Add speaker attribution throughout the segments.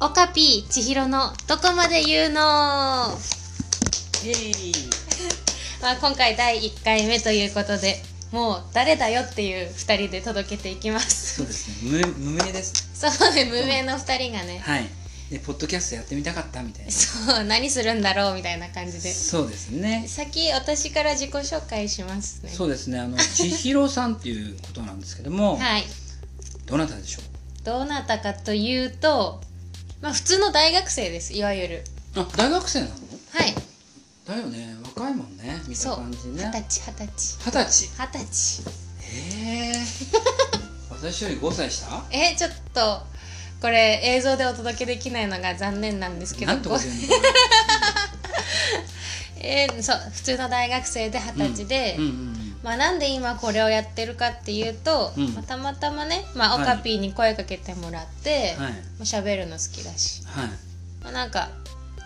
Speaker 1: オカピー千尋のどこまで言うの、ま
Speaker 2: ヘイ
Speaker 1: あ、今回第1回目ということでもう誰だよっていう2人で届けていきます
Speaker 2: そうですね無無名です
Speaker 1: そうね無名の2人がね
Speaker 2: はいでポッドキャストやってみたかったみたいな
Speaker 1: そう何するんだろうみたいな感じで
Speaker 2: そうですね
Speaker 1: 先私から自己紹介しますね
Speaker 2: そうですねあ の千尋さんっていうことなんですけども、
Speaker 1: はい
Speaker 2: どなたでしょ
Speaker 1: どなたかというとまあ普通の大学生ですいわゆる
Speaker 2: うあ大学生なの
Speaker 1: はい
Speaker 2: だよね若いもんね見
Speaker 1: そう
Speaker 2: た感じ
Speaker 1: 二
Speaker 2: ね
Speaker 1: 十歳二十
Speaker 2: 二十歳
Speaker 1: 歳二十歳
Speaker 2: へえ 私より5歳下
Speaker 1: えちょっとこれ映像でお届けできないのが残念なんですけど
Speaker 2: なんてこと言うのか
Speaker 1: えーそう普通の大学生で二十歳で、
Speaker 2: なうんうん
Speaker 1: まあ、なんで今これをやってるかっていうと、
Speaker 2: うん
Speaker 1: まあたまたまね、まあ、オ
Speaker 2: はい
Speaker 1: カピーに声かけてもらって、
Speaker 2: うんはい
Speaker 1: まあ喋るの好きだし、
Speaker 2: はい
Speaker 1: まあ、なんか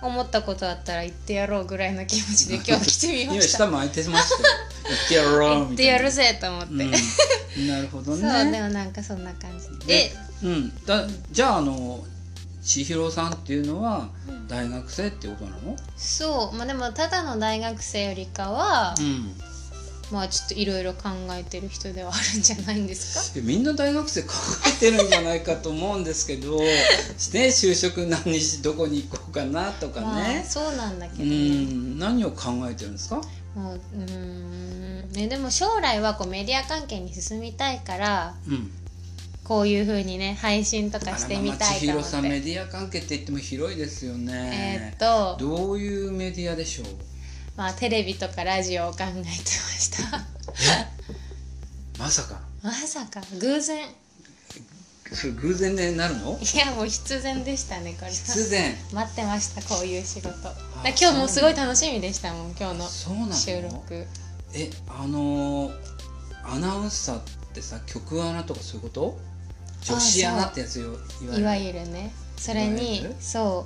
Speaker 1: 思ったことあったら言ってやろうぐらいの気持ちで今日来てみま
Speaker 2: 今
Speaker 1: し
Speaker 2: 下
Speaker 1: た
Speaker 2: も空いてましたよ 行ってやろ う
Speaker 1: 言っ
Speaker 2: み
Speaker 1: て
Speaker 2: たいな
Speaker 1: やるぜと思って、
Speaker 2: うん、なるほど
Speaker 1: そう
Speaker 2: ね
Speaker 1: でもなんかそんな感じで
Speaker 2: うん、だじゃああの千尋さんっていうのは
Speaker 1: うん
Speaker 2: 大学生ってことなの、
Speaker 1: そうまあでもただの大学生よりかは、
Speaker 2: ん、
Speaker 1: まあちょっといろいろ考えてる人ではあるんじゃないんですか
Speaker 2: えみんな大学生考えてるんじゃないかと思うんです けどね就職何しどこに行こうかなとか
Speaker 1: まあ
Speaker 2: ね、
Speaker 1: そうなんだけど
Speaker 2: う
Speaker 1: ね、
Speaker 2: ん何を考えてるんですか
Speaker 1: もううーんねでも将来はこうメディア関係に進みたいから
Speaker 2: うん
Speaker 1: こういうふうにね配信とかしてみ
Speaker 2: あらま
Speaker 1: た
Speaker 2: あ
Speaker 1: い
Speaker 2: 千
Speaker 1: と思
Speaker 2: 尋
Speaker 1: っ
Speaker 2: さん
Speaker 1: て
Speaker 2: メディア関係って言っても広いですよ
Speaker 1: えー
Speaker 2: ね
Speaker 1: っ、と
Speaker 2: どういうメディアでしょう
Speaker 1: まあテレビとかラジオを考えてました
Speaker 2: まさか
Speaker 1: まさか偶然
Speaker 2: それ偶然でなるの
Speaker 1: いやもう必然でしたねこれ
Speaker 2: 必然
Speaker 1: 待ってましたこういう仕事だから今
Speaker 2: そう
Speaker 1: 日もすごい楽しみでしたもん今日の
Speaker 2: そうなの
Speaker 1: 収録
Speaker 2: えあのーアナウンサーってさ曲アナとかそういうこと女子アナってやつよいわゆ
Speaker 1: い
Speaker 2: る
Speaker 1: わゆるねそれ
Speaker 2: い
Speaker 1: に
Speaker 2: わゆる
Speaker 1: そ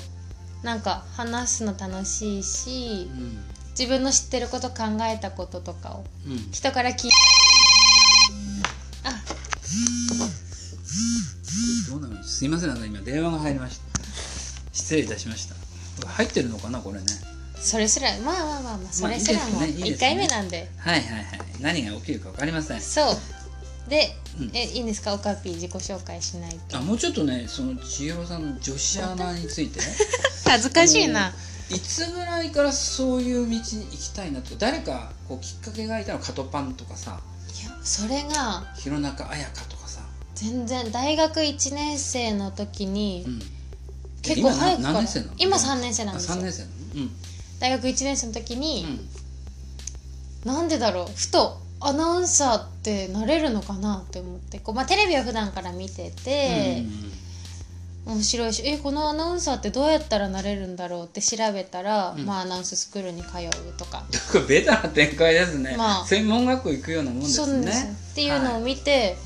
Speaker 1: うなんか話すの楽しいし
Speaker 2: うん
Speaker 1: 自分の知ってること考えたこととかを
Speaker 2: うん、
Speaker 1: 人から聞いあ
Speaker 2: どうなのすいませんなんか今電話が入りました失礼いたしましたこれ入ってるのかなこれね
Speaker 1: それすらまあまあまあまあそれすらも
Speaker 2: まあいいですねいいですね
Speaker 1: 1回目なんで,、
Speaker 2: はいはいはい何が起きるか分かりません
Speaker 1: そうで、
Speaker 2: うん
Speaker 1: えいいんですかオカピー自己紹介しないと
Speaker 2: あもうちょっとねその千尋さんの女子アナにつ いてね
Speaker 1: 恥ずかしいな、
Speaker 2: いつぐらいからそういう道に行きたいなとか誰かこうきっかけがいたのカトパンとかさ
Speaker 1: いやそれが
Speaker 2: 弘中綾香とかさ、
Speaker 1: 全然大学1年生の時に、
Speaker 2: うん、
Speaker 1: 結構早くか
Speaker 2: 今何
Speaker 1: ら
Speaker 2: 年生なの
Speaker 1: 今3年生なんです
Speaker 2: あ
Speaker 1: よ
Speaker 2: 3年生なのうん
Speaker 1: 大学1年生の時に、
Speaker 2: う
Speaker 1: なんでだろうふとアナウンサーってなれるのかなって思ってこう、まあ、テレビを普段から見てて、面白いしえこのアナウンサーってどうやったらなれるんだろうって調べたら、
Speaker 2: うん
Speaker 1: まあ、アナウンススクールに通うとか、
Speaker 2: ん、ベタな展開ですね、
Speaker 1: まあ
Speaker 2: 専門学校行くようなもんですね
Speaker 1: そうなんですよっていうのを見て、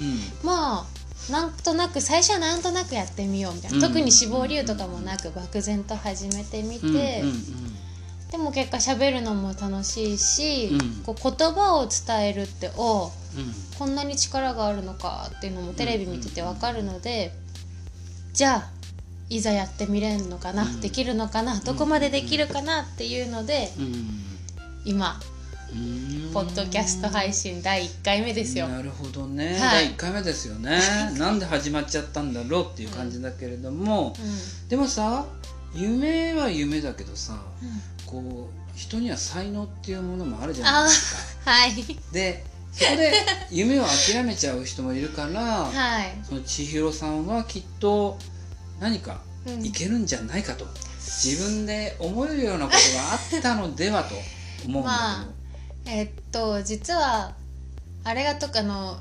Speaker 2: うん
Speaker 1: まあなんとなく最初はなんとなくやってみようみたいな、
Speaker 2: うん
Speaker 1: 特に志望理由とかもなく漠然と始めてみて、
Speaker 2: うんうん
Speaker 1: でも結果喋るのも楽しいし、
Speaker 2: うん
Speaker 1: こう言葉を伝えるっておう
Speaker 2: うん
Speaker 1: こんなに力があるのかっていうのもテレビ見ててわかるので、じゃあいざやってみれんのかな、
Speaker 2: うん
Speaker 1: できるのかなどこまでできるかなっていうので
Speaker 2: うん
Speaker 1: 今
Speaker 2: うんうん
Speaker 1: ポッドキャスト配信第1回目ですよ。
Speaker 2: なるほどね、
Speaker 1: はい
Speaker 2: 第1回目ですよ ねなんで始まっちゃったんだろうっていう感じだけれども、でもさ夢は夢だけどさ
Speaker 1: うん
Speaker 2: こう人には才能っていうものもあるじゃない
Speaker 1: あ
Speaker 2: です
Speaker 1: ー
Speaker 2: か
Speaker 1: はい
Speaker 2: でそこで夢を諦めちゃう人もいるから
Speaker 1: はい、
Speaker 2: その千尋さんはきっと何か
Speaker 1: うん
Speaker 2: いけるんじゃないかと、自分で思えるようなことがあったのではと思うんだ
Speaker 1: えっと実はあれがとかあの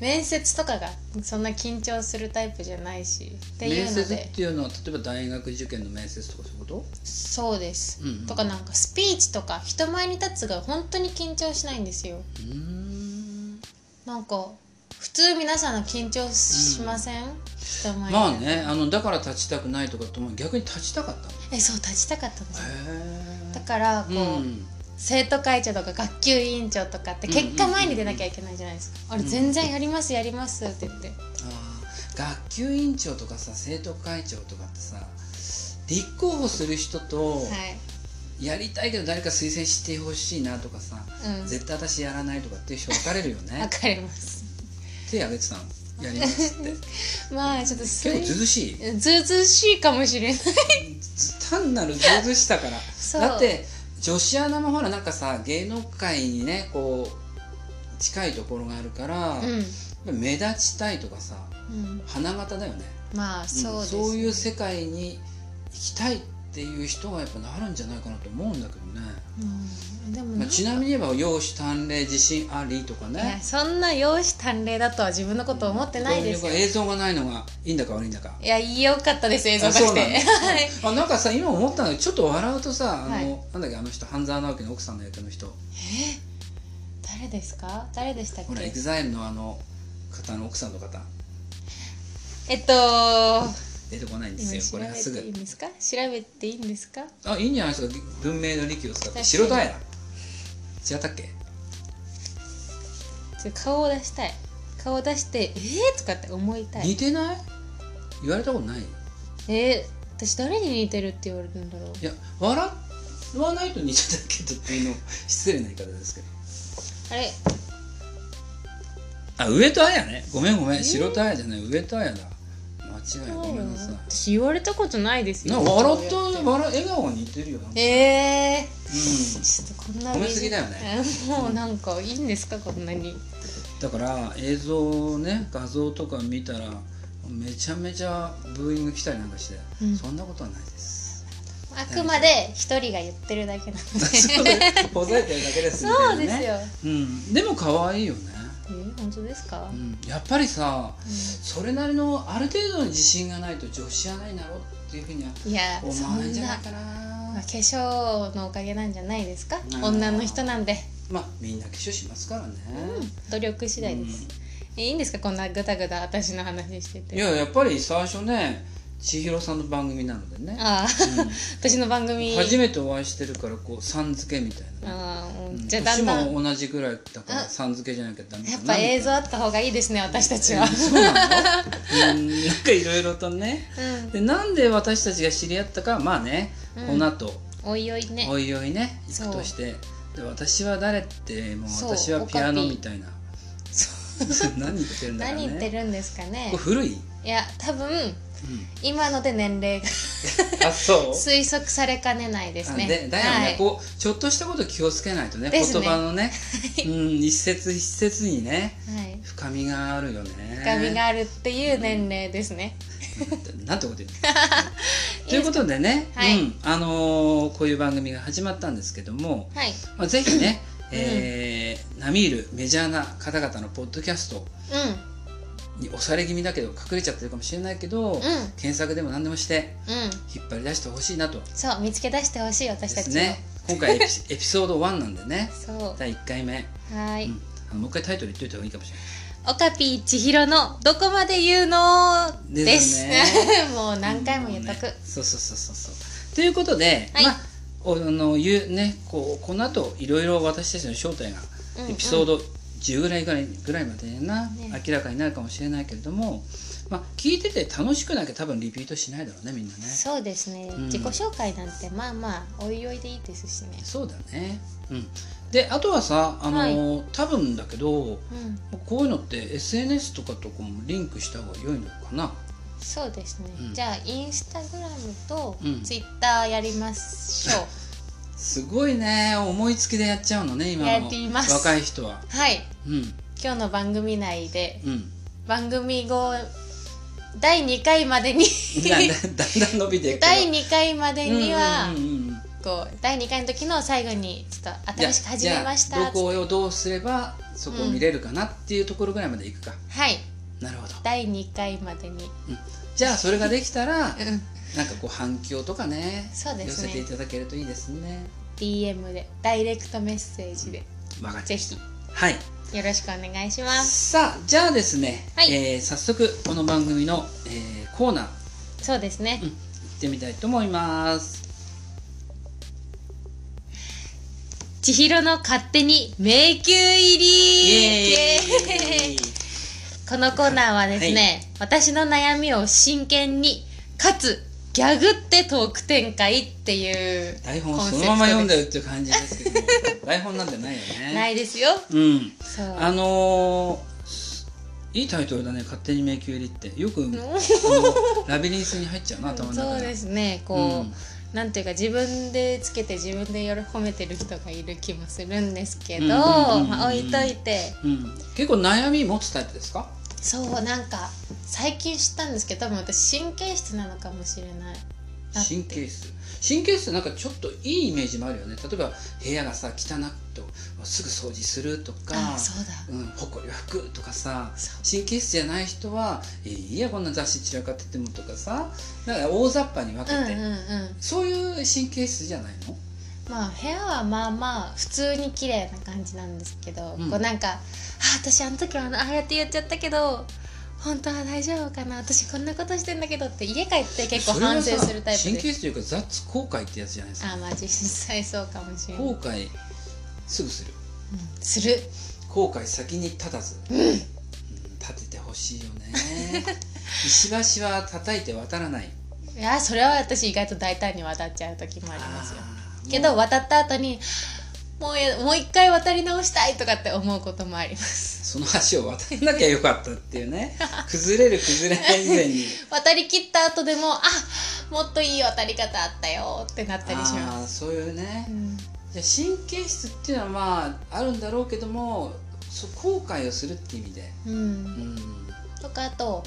Speaker 1: 面接とかがそんな緊張するタイプじゃないしって
Speaker 2: けど、
Speaker 1: いう
Speaker 2: 面
Speaker 1: の
Speaker 2: 接っ
Speaker 1: で
Speaker 2: ていうのは例えば大学受験の面接とかそういうこと、
Speaker 1: そうです、
Speaker 2: うんうん
Speaker 1: とかなんかスピーチとか人前に立つが本当に緊張しないんですよ
Speaker 2: うーん
Speaker 1: なんか普通皆さん緊張しません、人前に
Speaker 2: まあねあのだから立ちたくないとかとも逆に立ちたかったの
Speaker 1: えそう立ちたかったんですよ
Speaker 2: へ
Speaker 1: だからこう、
Speaker 2: ーうん
Speaker 1: 生徒会長とか学級委員長とかって結果前に出なきゃいけないじゃないですか、
Speaker 2: んうんうん
Speaker 1: 俺全然やりますやりますって言って
Speaker 2: あ学級委員長とかさ生徒会長とかってさ立候補する人と、やりたいけど誰か推薦してほしいなとかさ、
Speaker 1: はい、うん、
Speaker 2: 絶対私やらないとかっていう人分かれるよね
Speaker 1: わかります。
Speaker 2: 手挙げて たのやりますって
Speaker 1: まあちょっとす
Speaker 2: 結構ずうずうしい
Speaker 1: ずうずうしいかもしれない。
Speaker 2: 単なるずうずうしさから
Speaker 1: そう
Speaker 2: だって女子アナもほらなんかさ芸能界にねこう近いところがあるから、
Speaker 1: う
Speaker 2: 目立ちたいとかさ
Speaker 1: ん、うん、
Speaker 2: 花形だよね
Speaker 1: まあ
Speaker 2: うん
Speaker 1: そうです、
Speaker 2: そういう世界に行きたいっていう人がやっぱなるんじゃないかなと思うんだけどね、
Speaker 1: うん、でも
Speaker 2: ま
Speaker 1: な
Speaker 2: あ、ちなみに言えば容姿端麗自信ありとか
Speaker 1: いや
Speaker 2: ね
Speaker 1: そんな容姿端麗だとは自分のこと思ってないです
Speaker 2: こ
Speaker 1: よ
Speaker 2: う。いう映像がないのがいいんだか悪いんだか
Speaker 1: いや良かったです映像が
Speaker 2: あそ
Speaker 1: し
Speaker 2: う
Speaker 1: て。
Speaker 2: なんだ
Speaker 1: はい。
Speaker 2: あなんかさ今思ったのちょっと笑うとさあの、
Speaker 1: はい
Speaker 2: なんだっけあの人半沢直樹の奥さんの役の人
Speaker 1: 誰ですか？誰でしたっ
Speaker 2: ほらエ
Speaker 1: け
Speaker 2: グ？ザイルのあの方の奥さんの方
Speaker 1: えっと、
Speaker 2: 出てこないんです
Speaker 1: 今
Speaker 2: よ
Speaker 1: 調
Speaker 2: これがす
Speaker 1: べていい
Speaker 2: ぐ
Speaker 1: んですか？調べていいんですか？
Speaker 2: あいいんじゃないですか文明の利器を使って
Speaker 1: 私
Speaker 2: 白平違ったっけ
Speaker 1: ちょっと顔を出したい。顔を出してえー、とかって思いたい。
Speaker 2: 似てない言われたことない
Speaker 1: えー、私誰に似てるって言われるんだろう。
Speaker 2: いや笑わないと似てたけどっていうの 失礼な言い方ですけど
Speaker 1: あれ
Speaker 2: あ上戸彩ねごめんごめん白戸彩じゃない上戸彩だ間違いごめんなさい
Speaker 1: 私言われたことないです
Speaker 2: な
Speaker 1: よ。
Speaker 2: 笑った笑笑顔が似てるよなんか
Speaker 1: え
Speaker 2: うん
Speaker 1: ー、ちょっとこんな
Speaker 2: 褒めすぎだよね。
Speaker 1: もうなんかいいんですかこんなに。
Speaker 2: だから映像をね画像とか見たらめちゃめちゃブーイング来たりなんかして、
Speaker 1: うん
Speaker 2: そんなことはない です。
Speaker 1: あくまで一人が言ってるだけなので。
Speaker 2: そうですほざいてるだけですみ
Speaker 1: そ
Speaker 2: た
Speaker 1: うで
Speaker 2: いな
Speaker 1: す
Speaker 2: ね。
Speaker 1: よ。
Speaker 2: うん、でも可愛いよね、
Speaker 1: えー、本当ですか
Speaker 2: う？ん、やっぱりさそれなりのある程度の自信がないと女子アナになろうっていうふうにはい
Speaker 1: やそ
Speaker 2: 思わないん
Speaker 1: ん
Speaker 2: じゃな。
Speaker 1: ない
Speaker 2: かな
Speaker 1: まあ化粧のおかげなんじゃないですか
Speaker 2: う。ん
Speaker 1: 女の人なんで。
Speaker 2: まあみんな化粧しますからね、
Speaker 1: 努力次第です。えいいんですかこんなぐたぐた私の話して
Speaker 2: うんい
Speaker 1: て。
Speaker 2: ややっぱり最初ね千尋さんの番組なのでね、
Speaker 1: ああ、
Speaker 2: うん
Speaker 1: 私の番組。
Speaker 2: 初めてお会いしてるからこうさん付けみたいな、
Speaker 1: ああ、も
Speaker 2: う
Speaker 1: うんじゃあだんだん。
Speaker 2: 年も同じぐらいだから
Speaker 1: あ
Speaker 2: さん付けじゃなきゃダメかな
Speaker 1: やっぱ映像あ
Speaker 2: み
Speaker 1: った方がいいですね私たち
Speaker 2: たい
Speaker 1: は
Speaker 2: な。そうなのうんなんかいろいろとね
Speaker 1: うん。
Speaker 2: でなんで私たちが知り合ったかまあね、
Speaker 1: うん
Speaker 2: この後
Speaker 1: おいおいね。
Speaker 2: おいおいね
Speaker 1: そ
Speaker 2: 行
Speaker 1: う
Speaker 2: くとしてで私は誰ってもう
Speaker 1: そう
Speaker 2: 私はピアノ
Speaker 1: オカピ
Speaker 2: みたいな 何言ってるんだろうね
Speaker 1: 何言ってるんですかね
Speaker 2: これ。古い、
Speaker 1: いや多分今ので年齢が
Speaker 2: あそう
Speaker 1: 推測されかねないですね。
Speaker 2: あでだよね、
Speaker 1: はい、
Speaker 2: こうちょっとしたこと気をつけないとね
Speaker 1: ですね
Speaker 2: 言葉のね、うん、一節一節にね
Speaker 1: はい、
Speaker 2: 深みがあるよね
Speaker 1: 深みがあるっていう年齢ですね。
Speaker 2: なんてこ と言うのということでね、
Speaker 1: はい
Speaker 2: うんあのーこういう番組が始まったんですけども、
Speaker 1: はい。
Speaker 2: まあ、ぜひ ね、えー並みいるメジャーな方々のポッドキャスト
Speaker 1: う
Speaker 2: に押され気味だけど隠れちゃってるかもしれないけど、
Speaker 1: んうん
Speaker 2: 検索でも何でもして
Speaker 1: うん。
Speaker 2: 引っ張り出してほしいなと
Speaker 1: そう見つけ出してほしい
Speaker 2: で
Speaker 1: 私たち
Speaker 2: す
Speaker 1: も。
Speaker 2: ね今回エピ エピソード1なんでね
Speaker 1: そう
Speaker 2: 第1回目、
Speaker 1: はい、
Speaker 2: うんあのもう一回タイトル言っといた方がいいかもしれない
Speaker 1: オカピー千尋のどこまで言うの
Speaker 2: で
Speaker 1: ですす。
Speaker 2: ね
Speaker 1: もう何回も言っとく。
Speaker 2: うんねそうそうそうそうそうということで、
Speaker 1: はい
Speaker 2: まあおあのゆねこうこの後いろいろ私たちの正体が
Speaker 1: うん
Speaker 2: エピソー
Speaker 1: ド。
Speaker 2: ド10ぐらいぐらいぐらいまでな、
Speaker 1: ね
Speaker 2: 明らかになるかもしれないけれども、まあ、聞いてて楽しくなきゃ多分リピートしないだろうねみんなね
Speaker 1: そうですね、
Speaker 2: うん
Speaker 1: 自己紹介なんてまあまあおいおいでいいですしね。
Speaker 2: そうだねうんであとはさあの、多分だけど
Speaker 1: うん
Speaker 2: こういうのって SNS とかとこうリンクした方が良いのかな
Speaker 1: そうですね、
Speaker 2: うん
Speaker 1: じゃあインスタグラムと
Speaker 2: うん
Speaker 1: ツイッターやりましょう、
Speaker 2: すごいね思いつきでやっちゃうのね今
Speaker 1: や
Speaker 2: の
Speaker 1: っています
Speaker 2: 若い人は
Speaker 1: はい
Speaker 2: うん
Speaker 1: 今日の番組内で
Speaker 2: うん
Speaker 1: 番組後第2回ま でに
Speaker 2: だんだんだんだん伸びていく
Speaker 1: 第2回までには、
Speaker 2: うんうんうんうん
Speaker 1: こう第2回の時の最後にちょっと
Speaker 2: じゃ
Speaker 1: 新
Speaker 2: あ
Speaker 1: しく始めまし
Speaker 2: じゃあ
Speaker 1: た
Speaker 2: どこをどうすればそこを見れるかなっていうところぐらいまでいくか、
Speaker 1: はい
Speaker 2: なるほど
Speaker 1: 第2回までに、
Speaker 2: じゃあそれができたらなんかこう反響とかね
Speaker 1: そうですね
Speaker 2: 寄せていただけるといいですね
Speaker 1: DM でダイレクトメッセージで
Speaker 2: わかりま
Speaker 1: ぜ
Speaker 2: し
Speaker 1: ひ
Speaker 2: た
Speaker 1: よ
Speaker 2: はい
Speaker 1: ろしくお願いします
Speaker 2: さあじゃあですね、
Speaker 1: はい
Speaker 2: えー早速この番組の、えーコーナー行
Speaker 1: そうですね、
Speaker 2: うんってみたいと思います
Speaker 1: 千尋の勝手に迷宮入り
Speaker 2: イエーイ
Speaker 1: イエーイ このコーナーはですね、私の悩みを真剣にかつギャグってトーク展開っていう
Speaker 2: 台本
Speaker 1: コンセ
Speaker 2: そ
Speaker 1: プト
Speaker 2: のまま読んだよっていう感じですけ ど台本なんてないよね
Speaker 1: ないですよ
Speaker 2: うん
Speaker 1: そう
Speaker 2: あのーいいタイトルだね「勝手に迷宮入り」ってよくあ のラビリンスに入っちゃうな頭の中
Speaker 1: そう
Speaker 2: で
Speaker 1: ですねこう、なんていうか自分でつけて自分で褒めてる人がいる気もするんですけど、
Speaker 2: うんうんうんうん
Speaker 1: まあ、置いといて
Speaker 2: うんうん、結構悩み持つタイプですか
Speaker 1: そうなんか最近知ったんですけど多分私神経質なのかもしれないだって
Speaker 2: 神経質神経質なんかちょっといいイメージもあるよね例えば部屋がさ汚くとすぐ掃除すると
Speaker 1: あ
Speaker 2: か
Speaker 1: あそうだ
Speaker 2: うん、ほこりを拭くとかさ
Speaker 1: そう
Speaker 2: 神経質じゃない人は「えーいいやこんな雑誌散らかってても」とかさだから大雑把に分け
Speaker 1: うん
Speaker 2: て、
Speaker 1: うんうん
Speaker 2: そういう神経質じゃないの
Speaker 1: まあ部屋はまあまあ普通に綺麗な感じなんですけど、
Speaker 2: うん
Speaker 1: こうなんかあ私あの時はあのああやって言っちゃったけど本当は大丈夫かな私こんなことしてんだけどって家帰って結構
Speaker 2: それは
Speaker 1: 反
Speaker 2: さ
Speaker 1: 省するタイプ
Speaker 2: 神
Speaker 1: で
Speaker 2: 経質というか雑後悔ってやつじゃないですか
Speaker 1: あまあ実際そうかもしれない、うん
Speaker 2: 後悔すぐする
Speaker 1: する
Speaker 2: 後悔先に立たず、うん立ててほしいよ ね石橋は叩いて渡らない
Speaker 1: いやそれは私意外と大胆に渡っちゃう時もありますよ
Speaker 2: あー
Speaker 1: けど
Speaker 2: もう
Speaker 1: 渡った後にもうやもう一回渡り直したいとかって思うこともあります
Speaker 2: その橋を渡らなきゃよかったっていうね崩れる崩れない以前に
Speaker 1: 渡り切った後でもあもっといい渡り方あったよってなったりします、
Speaker 2: あーそういうね
Speaker 1: うん
Speaker 2: じゃあ神経質っていうのはまああるんだろうけどもそう後悔をするって意味で
Speaker 1: うん
Speaker 2: うん
Speaker 1: とかあと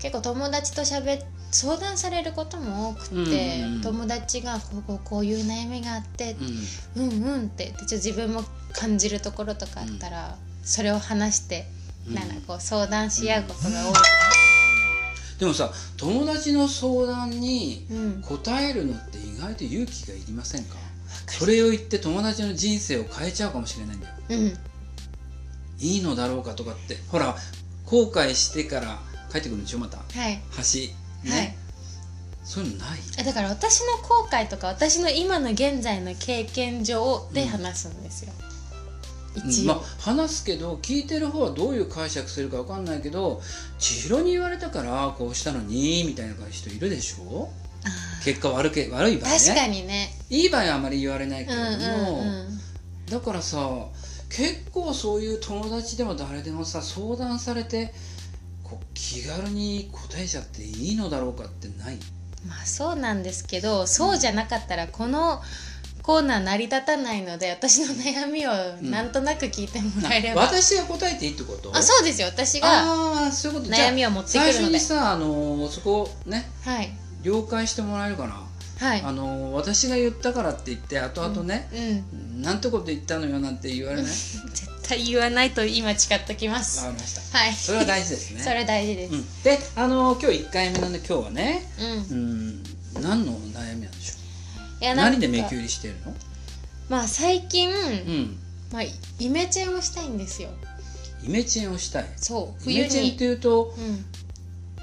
Speaker 1: 結構友達と喋っ相談されることも多くて、
Speaker 2: うんうん
Speaker 1: 友達がこうこうこういう悩みがあって
Speaker 2: う、ん
Speaker 1: うん、うんってでちょっと自分も感じるところとかあったら、それを話して、
Speaker 2: うん
Speaker 1: なんかこう相談し合うことが
Speaker 2: でもさ友達の相談に
Speaker 1: 多い、うん
Speaker 2: 答えるのって意外と勇気がいりませんかそれを言って友達の人生を変えちゃうかもしれないんだよ
Speaker 1: うん
Speaker 2: いいのだろうかとかってほら後悔してから帰ってくるんでしょまた
Speaker 1: はい、
Speaker 2: 橋ね、
Speaker 1: はい
Speaker 2: そういうのない
Speaker 1: えだから私の後悔とか私の今の現在の経験上で話すんですよ、
Speaker 2: うん
Speaker 1: 一応、
Speaker 2: まあ、話すけど聞いてる方はどういう解釈するかわかんないけど千尋に言われたからこうしたのにみたいな人いるでしょ
Speaker 1: あ
Speaker 2: 結果悪け悪い場合
Speaker 1: ー確か
Speaker 2: ね
Speaker 1: にね
Speaker 2: いい場合はあまり言われないけ
Speaker 1: う
Speaker 2: れ
Speaker 1: ん
Speaker 2: ども、
Speaker 1: うんうん
Speaker 2: だからさ結構そういう友達でも誰でもさ相談されてこう気軽に答えちゃっていいのだろうかってない
Speaker 1: まあそうなんですけどそうじゃなかったらこのコーナー成り立たないので私の悩みをなんとなく聞いてもらえれば、
Speaker 2: 私が答えていいってこと
Speaker 1: あそうですよ私が
Speaker 2: あーそういうことじゃあ
Speaker 1: 悩みを持ってく
Speaker 2: 最
Speaker 1: る
Speaker 2: 初
Speaker 1: ので
Speaker 2: にさあのーそこね
Speaker 1: はい
Speaker 2: 了解してもらえるかな
Speaker 1: はい
Speaker 2: あの私が言ったからって言って後々ね、
Speaker 1: うん
Speaker 2: なんてこと言ったのよなんて言われない
Speaker 1: 絶対言わないと今誓っときます
Speaker 2: わか
Speaker 1: は
Speaker 2: りました
Speaker 1: い
Speaker 2: それは大事ですね
Speaker 1: それ大事です、
Speaker 2: うん、であの今日1回目なんで今日はね
Speaker 1: うん
Speaker 2: うん何の悩みなんでしょ
Speaker 1: いや
Speaker 2: う
Speaker 1: なん
Speaker 2: 何
Speaker 1: か
Speaker 2: で迷宮入りしてるの
Speaker 1: まあ最近、
Speaker 2: うん
Speaker 1: まあ、イメチェンをしたいんですよ
Speaker 2: イメチェンをしたい
Speaker 1: そう
Speaker 2: イ
Speaker 1: 冬
Speaker 2: メチェンっ
Speaker 1: に、
Speaker 2: ていうと
Speaker 1: うん、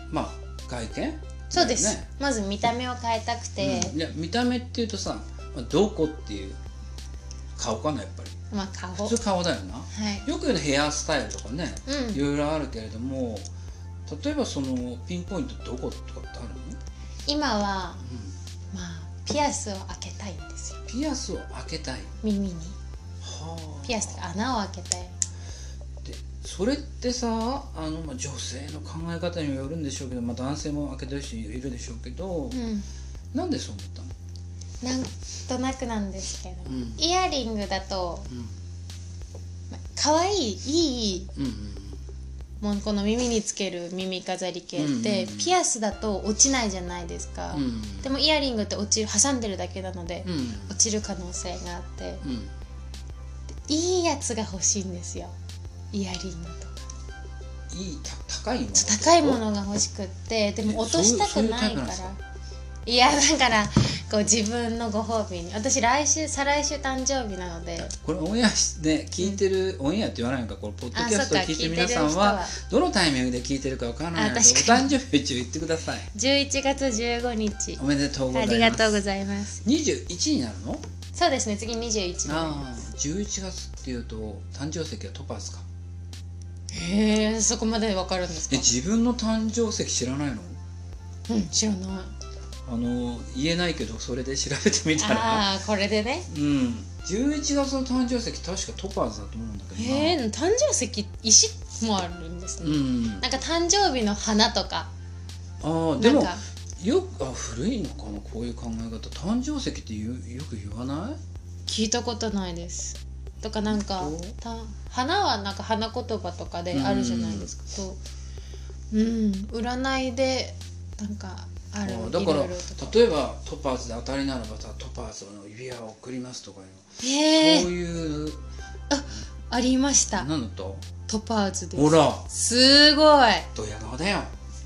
Speaker 2: まあ外見
Speaker 1: そうです、
Speaker 2: ね
Speaker 1: まず見た目を変えたくて、
Speaker 2: うんいや見た目っていうとさ、まあ、どこっていう顔かなやっぱり
Speaker 1: まあ顔は
Speaker 2: 普通顔だよないよく言うのヘアスタイルとかね
Speaker 1: うん
Speaker 2: いろいろあるけれども例えばそのピンポイントどことかってあるの、
Speaker 1: 今はまあピアスを開けたいんですよ
Speaker 2: ピアスを開けたい
Speaker 1: 耳に
Speaker 2: はあ
Speaker 1: ピアスとか穴を開けたい
Speaker 2: でそれってさあの、まあ、女性の考え方にもよるんでしょうけど、まあ、男性も開けてる人いるでしょうけど、
Speaker 1: うん
Speaker 2: なんでそう思ったの、
Speaker 1: なんとなくなんですけど、
Speaker 2: うん
Speaker 1: イヤリングだと
Speaker 2: うん
Speaker 1: まあ可愛いいい
Speaker 2: うん
Speaker 1: もうこの耳につける耳飾り系って、
Speaker 2: うん
Speaker 1: ピアスだと落ちないじゃないですか、
Speaker 2: うんうん
Speaker 1: でもイヤリングって落ちる挟んでるだけなので、
Speaker 2: うん
Speaker 1: 落ちる可能性があって
Speaker 2: うん
Speaker 1: いいやつが欲しいんですよイヤリングとか
Speaker 2: いいた高いもの
Speaker 1: ちょっと高いものが欲しくってでも
Speaker 2: え
Speaker 1: 落とした
Speaker 2: そう
Speaker 1: く
Speaker 2: いうそう
Speaker 1: な
Speaker 2: いうタイ
Speaker 1: い
Speaker 2: プ
Speaker 1: か
Speaker 2: なん
Speaker 1: ら
Speaker 2: ですか
Speaker 1: いやだからこう自分のご褒美に私来週再来週誕生日なので
Speaker 2: これオンエアしね聞いてる、オンエアって言わないのかこのポッドキ
Speaker 1: あそ
Speaker 2: ャス
Speaker 1: っ
Speaker 2: ト
Speaker 1: か
Speaker 2: を
Speaker 1: 聞
Speaker 2: 聞
Speaker 1: い
Speaker 2: い
Speaker 1: て
Speaker 2: て
Speaker 1: る
Speaker 2: る
Speaker 1: 人
Speaker 2: 皆さんは
Speaker 1: は
Speaker 2: どのタイミングで聞いてるかわからないのでお
Speaker 1: あ確かに
Speaker 2: 誕生日中言ってください
Speaker 1: 11月15日
Speaker 2: おめでとうござ
Speaker 1: あ
Speaker 2: います
Speaker 1: りがとうございます
Speaker 2: 21になるの
Speaker 1: そうですね次21日
Speaker 2: ああ11月っていうと誕生石はトパーズか
Speaker 1: えへえそこまでわかるんです
Speaker 2: え
Speaker 1: か
Speaker 2: 自分の誕生石知らないの
Speaker 1: うん知らない
Speaker 2: あの言えないけどそれで調べてみたら
Speaker 1: ああーこれでね
Speaker 2: うん11月の誕生石確かトパーズだと思うんだけどな
Speaker 1: へえ誕生石石もあるんです
Speaker 2: う
Speaker 1: ね、
Speaker 2: ん
Speaker 1: なんか誕生日の花とか
Speaker 2: あーで
Speaker 1: なん
Speaker 2: も
Speaker 1: か
Speaker 2: よくあ古いのかなこういう考え方誕生石って言うよく言わない
Speaker 1: 聞いたことないですとかなんか
Speaker 2: 本
Speaker 1: た花はなんか花言葉とかであるじゃないですかとうん占いでなんかある
Speaker 2: あだ
Speaker 1: い
Speaker 2: から
Speaker 1: ろいろとか
Speaker 2: 例えばトパーズで当たりならばさトパーズの指輪を贈りますとかいう、
Speaker 1: へ
Speaker 2: そう
Speaker 1: え
Speaker 2: いう
Speaker 1: ありました
Speaker 2: なのと
Speaker 1: トパーズで
Speaker 2: ほ
Speaker 1: す
Speaker 2: ら
Speaker 1: すごい
Speaker 2: ドヤ顔だよ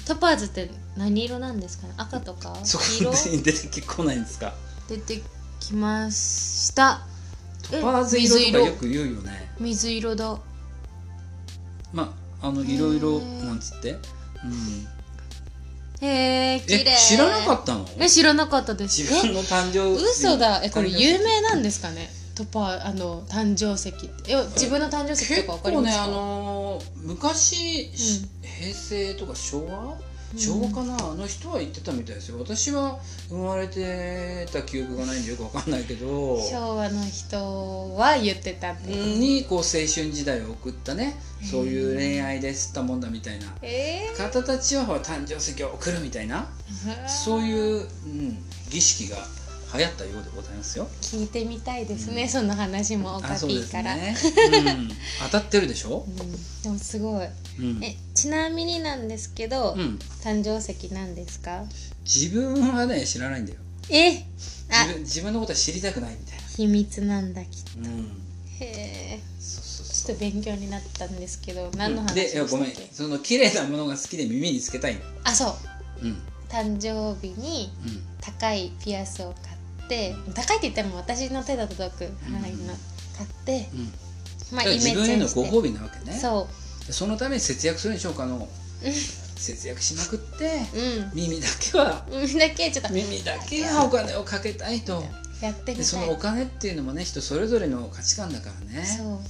Speaker 1: トパーズって何色なんですかね赤とか
Speaker 2: そこ
Speaker 1: 黄色
Speaker 2: に出てきこないんですか
Speaker 1: 出てきました
Speaker 2: トパーズ色とかよく言うよね
Speaker 1: 水色だ
Speaker 2: まああの
Speaker 1: へー
Speaker 2: いろいろなんつって、うん、
Speaker 1: へえ
Speaker 2: え
Speaker 1: 綺麗
Speaker 2: 知らなかったの
Speaker 1: え知らなかったです
Speaker 2: 自分の誕生日
Speaker 1: 嘘だえこれ
Speaker 2: 誕生日
Speaker 1: 有名なんですかねトパあの誕生石ってえ自分の誕生石
Speaker 2: 結
Speaker 1: とかわかり
Speaker 2: 構
Speaker 1: ま
Speaker 2: ね
Speaker 1: すか
Speaker 2: あのー昔、し平成とか昭和昭和かな、あの人は言ってたみたいですよ私は生まれてた記憶がないんでよくわかんないけど
Speaker 1: うん昭和の人は言ってたんで
Speaker 2: にこう青春時代を送ったねそういう恋愛で吸ったもんだみたいな
Speaker 1: え
Speaker 2: 方たちはほら誕生石を送るみたいな
Speaker 1: ー、
Speaker 2: そういう、うん、儀式が流行ったようでございますよ。
Speaker 1: 聞いてみたいですね、
Speaker 2: うん
Speaker 1: その話もオカ
Speaker 2: あそう
Speaker 1: ピ
Speaker 2: で
Speaker 1: ー
Speaker 2: す
Speaker 1: から
Speaker 2: ね、うん、当たってるでしょ
Speaker 1: う、ん、でもすごい
Speaker 2: う ん
Speaker 1: えちなみになんですけど、
Speaker 2: うん、
Speaker 1: 誕生石なんですか
Speaker 2: 自分はね知らないんだよ
Speaker 1: えあ
Speaker 2: 自分自分のことは知りたくないみたい
Speaker 1: 秘密なんだきっ
Speaker 2: な、うん、
Speaker 1: とへえ
Speaker 2: そうそ
Speaker 1: ち
Speaker 2: う
Speaker 1: ょっと勉強になったんですけど何の話で
Speaker 2: でいや
Speaker 1: したっ
Speaker 2: ごめん
Speaker 1: け、
Speaker 2: その綺麗なものが好きで耳につけたいの
Speaker 1: あそう
Speaker 2: うんうん
Speaker 1: 誕生日に高いピアスを買って高いって言っても私の手だと届く範囲の買って、
Speaker 2: うん
Speaker 1: ま
Speaker 2: だから自分へのご
Speaker 1: して
Speaker 2: 褒美なわけね
Speaker 1: そ
Speaker 2: でそのために節約するんでしょう かの節約しまくって
Speaker 1: うう
Speaker 2: 耳だけは
Speaker 1: んうんだけちょっと
Speaker 2: 耳だけはお金をかけたいと
Speaker 1: やってみた
Speaker 2: で
Speaker 1: い
Speaker 2: そ
Speaker 1: そ
Speaker 2: のお
Speaker 1: う
Speaker 2: 金っていうのもね人それぞれの価値観だからね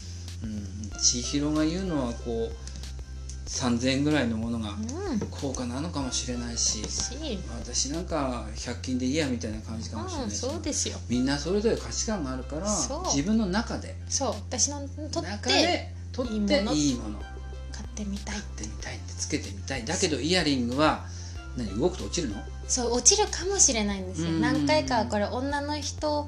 Speaker 2: うん、千尋が言うのはこう3,000円ぐらいのものが
Speaker 1: うん
Speaker 2: 高価なのかもしれないし、
Speaker 1: し
Speaker 2: まあ私なんか100均でいいやみたいな感じかもしれな
Speaker 1: う
Speaker 2: い
Speaker 1: ん
Speaker 2: し
Speaker 1: そうですよ
Speaker 2: みんなそれぞれ価値観があるから
Speaker 1: そう
Speaker 2: 自分の中で
Speaker 1: そう私のとって
Speaker 2: 中
Speaker 1: 買
Speaker 2: で取っていいもの
Speaker 1: い
Speaker 2: 買
Speaker 1: ってみたい
Speaker 2: ってみたいってつけてみたいだけどイヤリングは何動くと落ちるの、
Speaker 1: そう落ちるかもしれないんですよ
Speaker 2: うん
Speaker 1: 何回かこれ女の人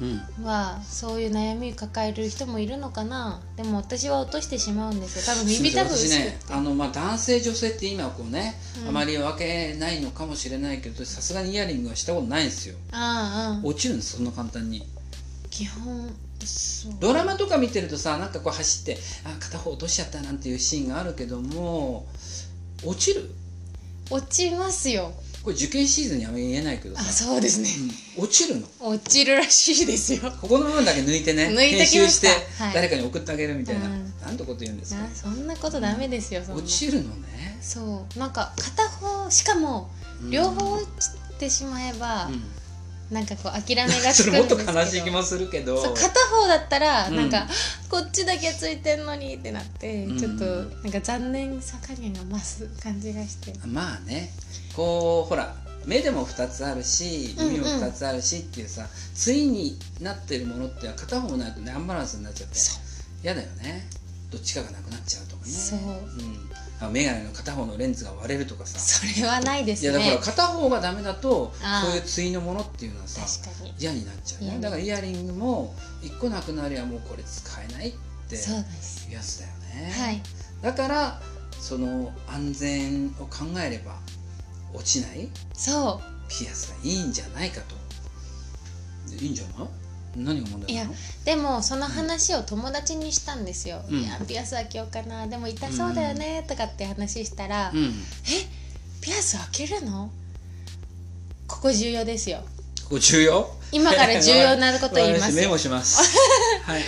Speaker 2: うん、
Speaker 1: はそういう悩み抱える人もいるのかなでも私は落としてしまうんですよ多分耳たぶ
Speaker 2: 私
Speaker 1: 薄く
Speaker 2: ねあの、まあ、男性女性って今こうね、
Speaker 1: うん
Speaker 2: あまり分けないのかもしれないけどさすがにイヤリングはしたことないんですよ
Speaker 1: ああああ
Speaker 2: 落ちるんですそんな簡単に
Speaker 1: 基本そう
Speaker 2: ドラマとか見てるとさなんかこう走ってあ片方落としちゃったなんていうシーンがあるけども落ちる
Speaker 1: 落ちますよ
Speaker 2: これ受験シーズンには言えないけど
Speaker 1: あ
Speaker 2: さ
Speaker 1: そうですね
Speaker 2: うん落ちるの
Speaker 1: 落ちるらしいですよ
Speaker 2: ここの部分だけ抜いてね
Speaker 1: 抜いて
Speaker 2: 編
Speaker 1: きま
Speaker 2: 集
Speaker 1: し
Speaker 2: したて
Speaker 1: はい
Speaker 2: 誰かに送ってあげるみたいな、
Speaker 1: うん
Speaker 2: なんてこと言うんですか
Speaker 1: なそんなことダメですよそんな
Speaker 2: 落ちるのね
Speaker 1: そうなんか片方しかも両方
Speaker 2: うん
Speaker 1: 落ちてしまえば、
Speaker 2: うん
Speaker 1: なんかこう諦めがつ
Speaker 2: そ
Speaker 1: く ん
Speaker 2: れも
Speaker 1: で
Speaker 2: っ
Speaker 1: す
Speaker 2: と
Speaker 1: けど
Speaker 2: 悲しい気もするけど
Speaker 1: そう片方だったら
Speaker 2: うん
Speaker 1: なんか、こっちだけついてんのにってなって、
Speaker 2: うん
Speaker 1: ちょっとなんか残念さ加減が増す感じがして
Speaker 2: まあねこうほら目でも2つあるし
Speaker 1: うんうん
Speaker 2: 耳も2つあるしっていうさ、ついになってるものって片方ないとねアンバランスになっちゃって
Speaker 1: そ
Speaker 2: 嫌だよねどっちかがなくなっちゃうとかね
Speaker 1: そうん
Speaker 2: あ、眼鏡の片方のレンズが割れるとかさ
Speaker 1: それはないです
Speaker 2: いやだから
Speaker 1: ね
Speaker 2: 片方がダメだと
Speaker 1: あー
Speaker 2: そういう対のものっていうのはさ
Speaker 1: 確かに
Speaker 2: 嫌になっちゃう
Speaker 1: 嫌
Speaker 2: ね
Speaker 1: に
Speaker 2: だからイヤリングも1個なくなりゃもうこれ使えないって
Speaker 1: そうです
Speaker 2: やつだよね、
Speaker 1: はい
Speaker 2: だからその安全を考えれば落ちない
Speaker 1: そ
Speaker 2: ピアスがいいんじゃないかとでいいんじゃない何が問題なの
Speaker 1: いやでもその話を友達にしたんですよ「
Speaker 2: うん
Speaker 1: いやピアス開けようかなでも痛そうだよね」とかって話したら「
Speaker 2: うん
Speaker 1: えピアス開けるの?」ここ重要ですよ
Speaker 2: ここ重要
Speaker 1: 今から重要なこと言い ます
Speaker 2: メ
Speaker 1: い
Speaker 2: モします はい、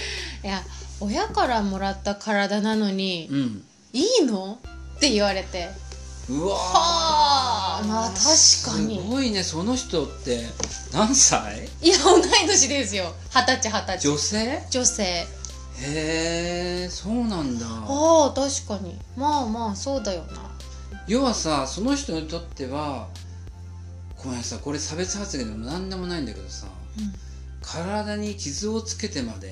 Speaker 1: や親からもらった体なのに
Speaker 2: うん、
Speaker 1: 「いいの?」って言われて
Speaker 2: うわー
Speaker 1: はあまあ確かに
Speaker 2: すごいねその人って何歳
Speaker 1: いや同い年ですよ二十歳二十歳
Speaker 2: 女性
Speaker 1: 女性
Speaker 2: へえそうなんだ
Speaker 1: あー確かにまあまあそうだよな
Speaker 2: 要はさその人にとってはごめんなさいこれ差別発言でも何でもないんだけどさ体に傷をつけてまで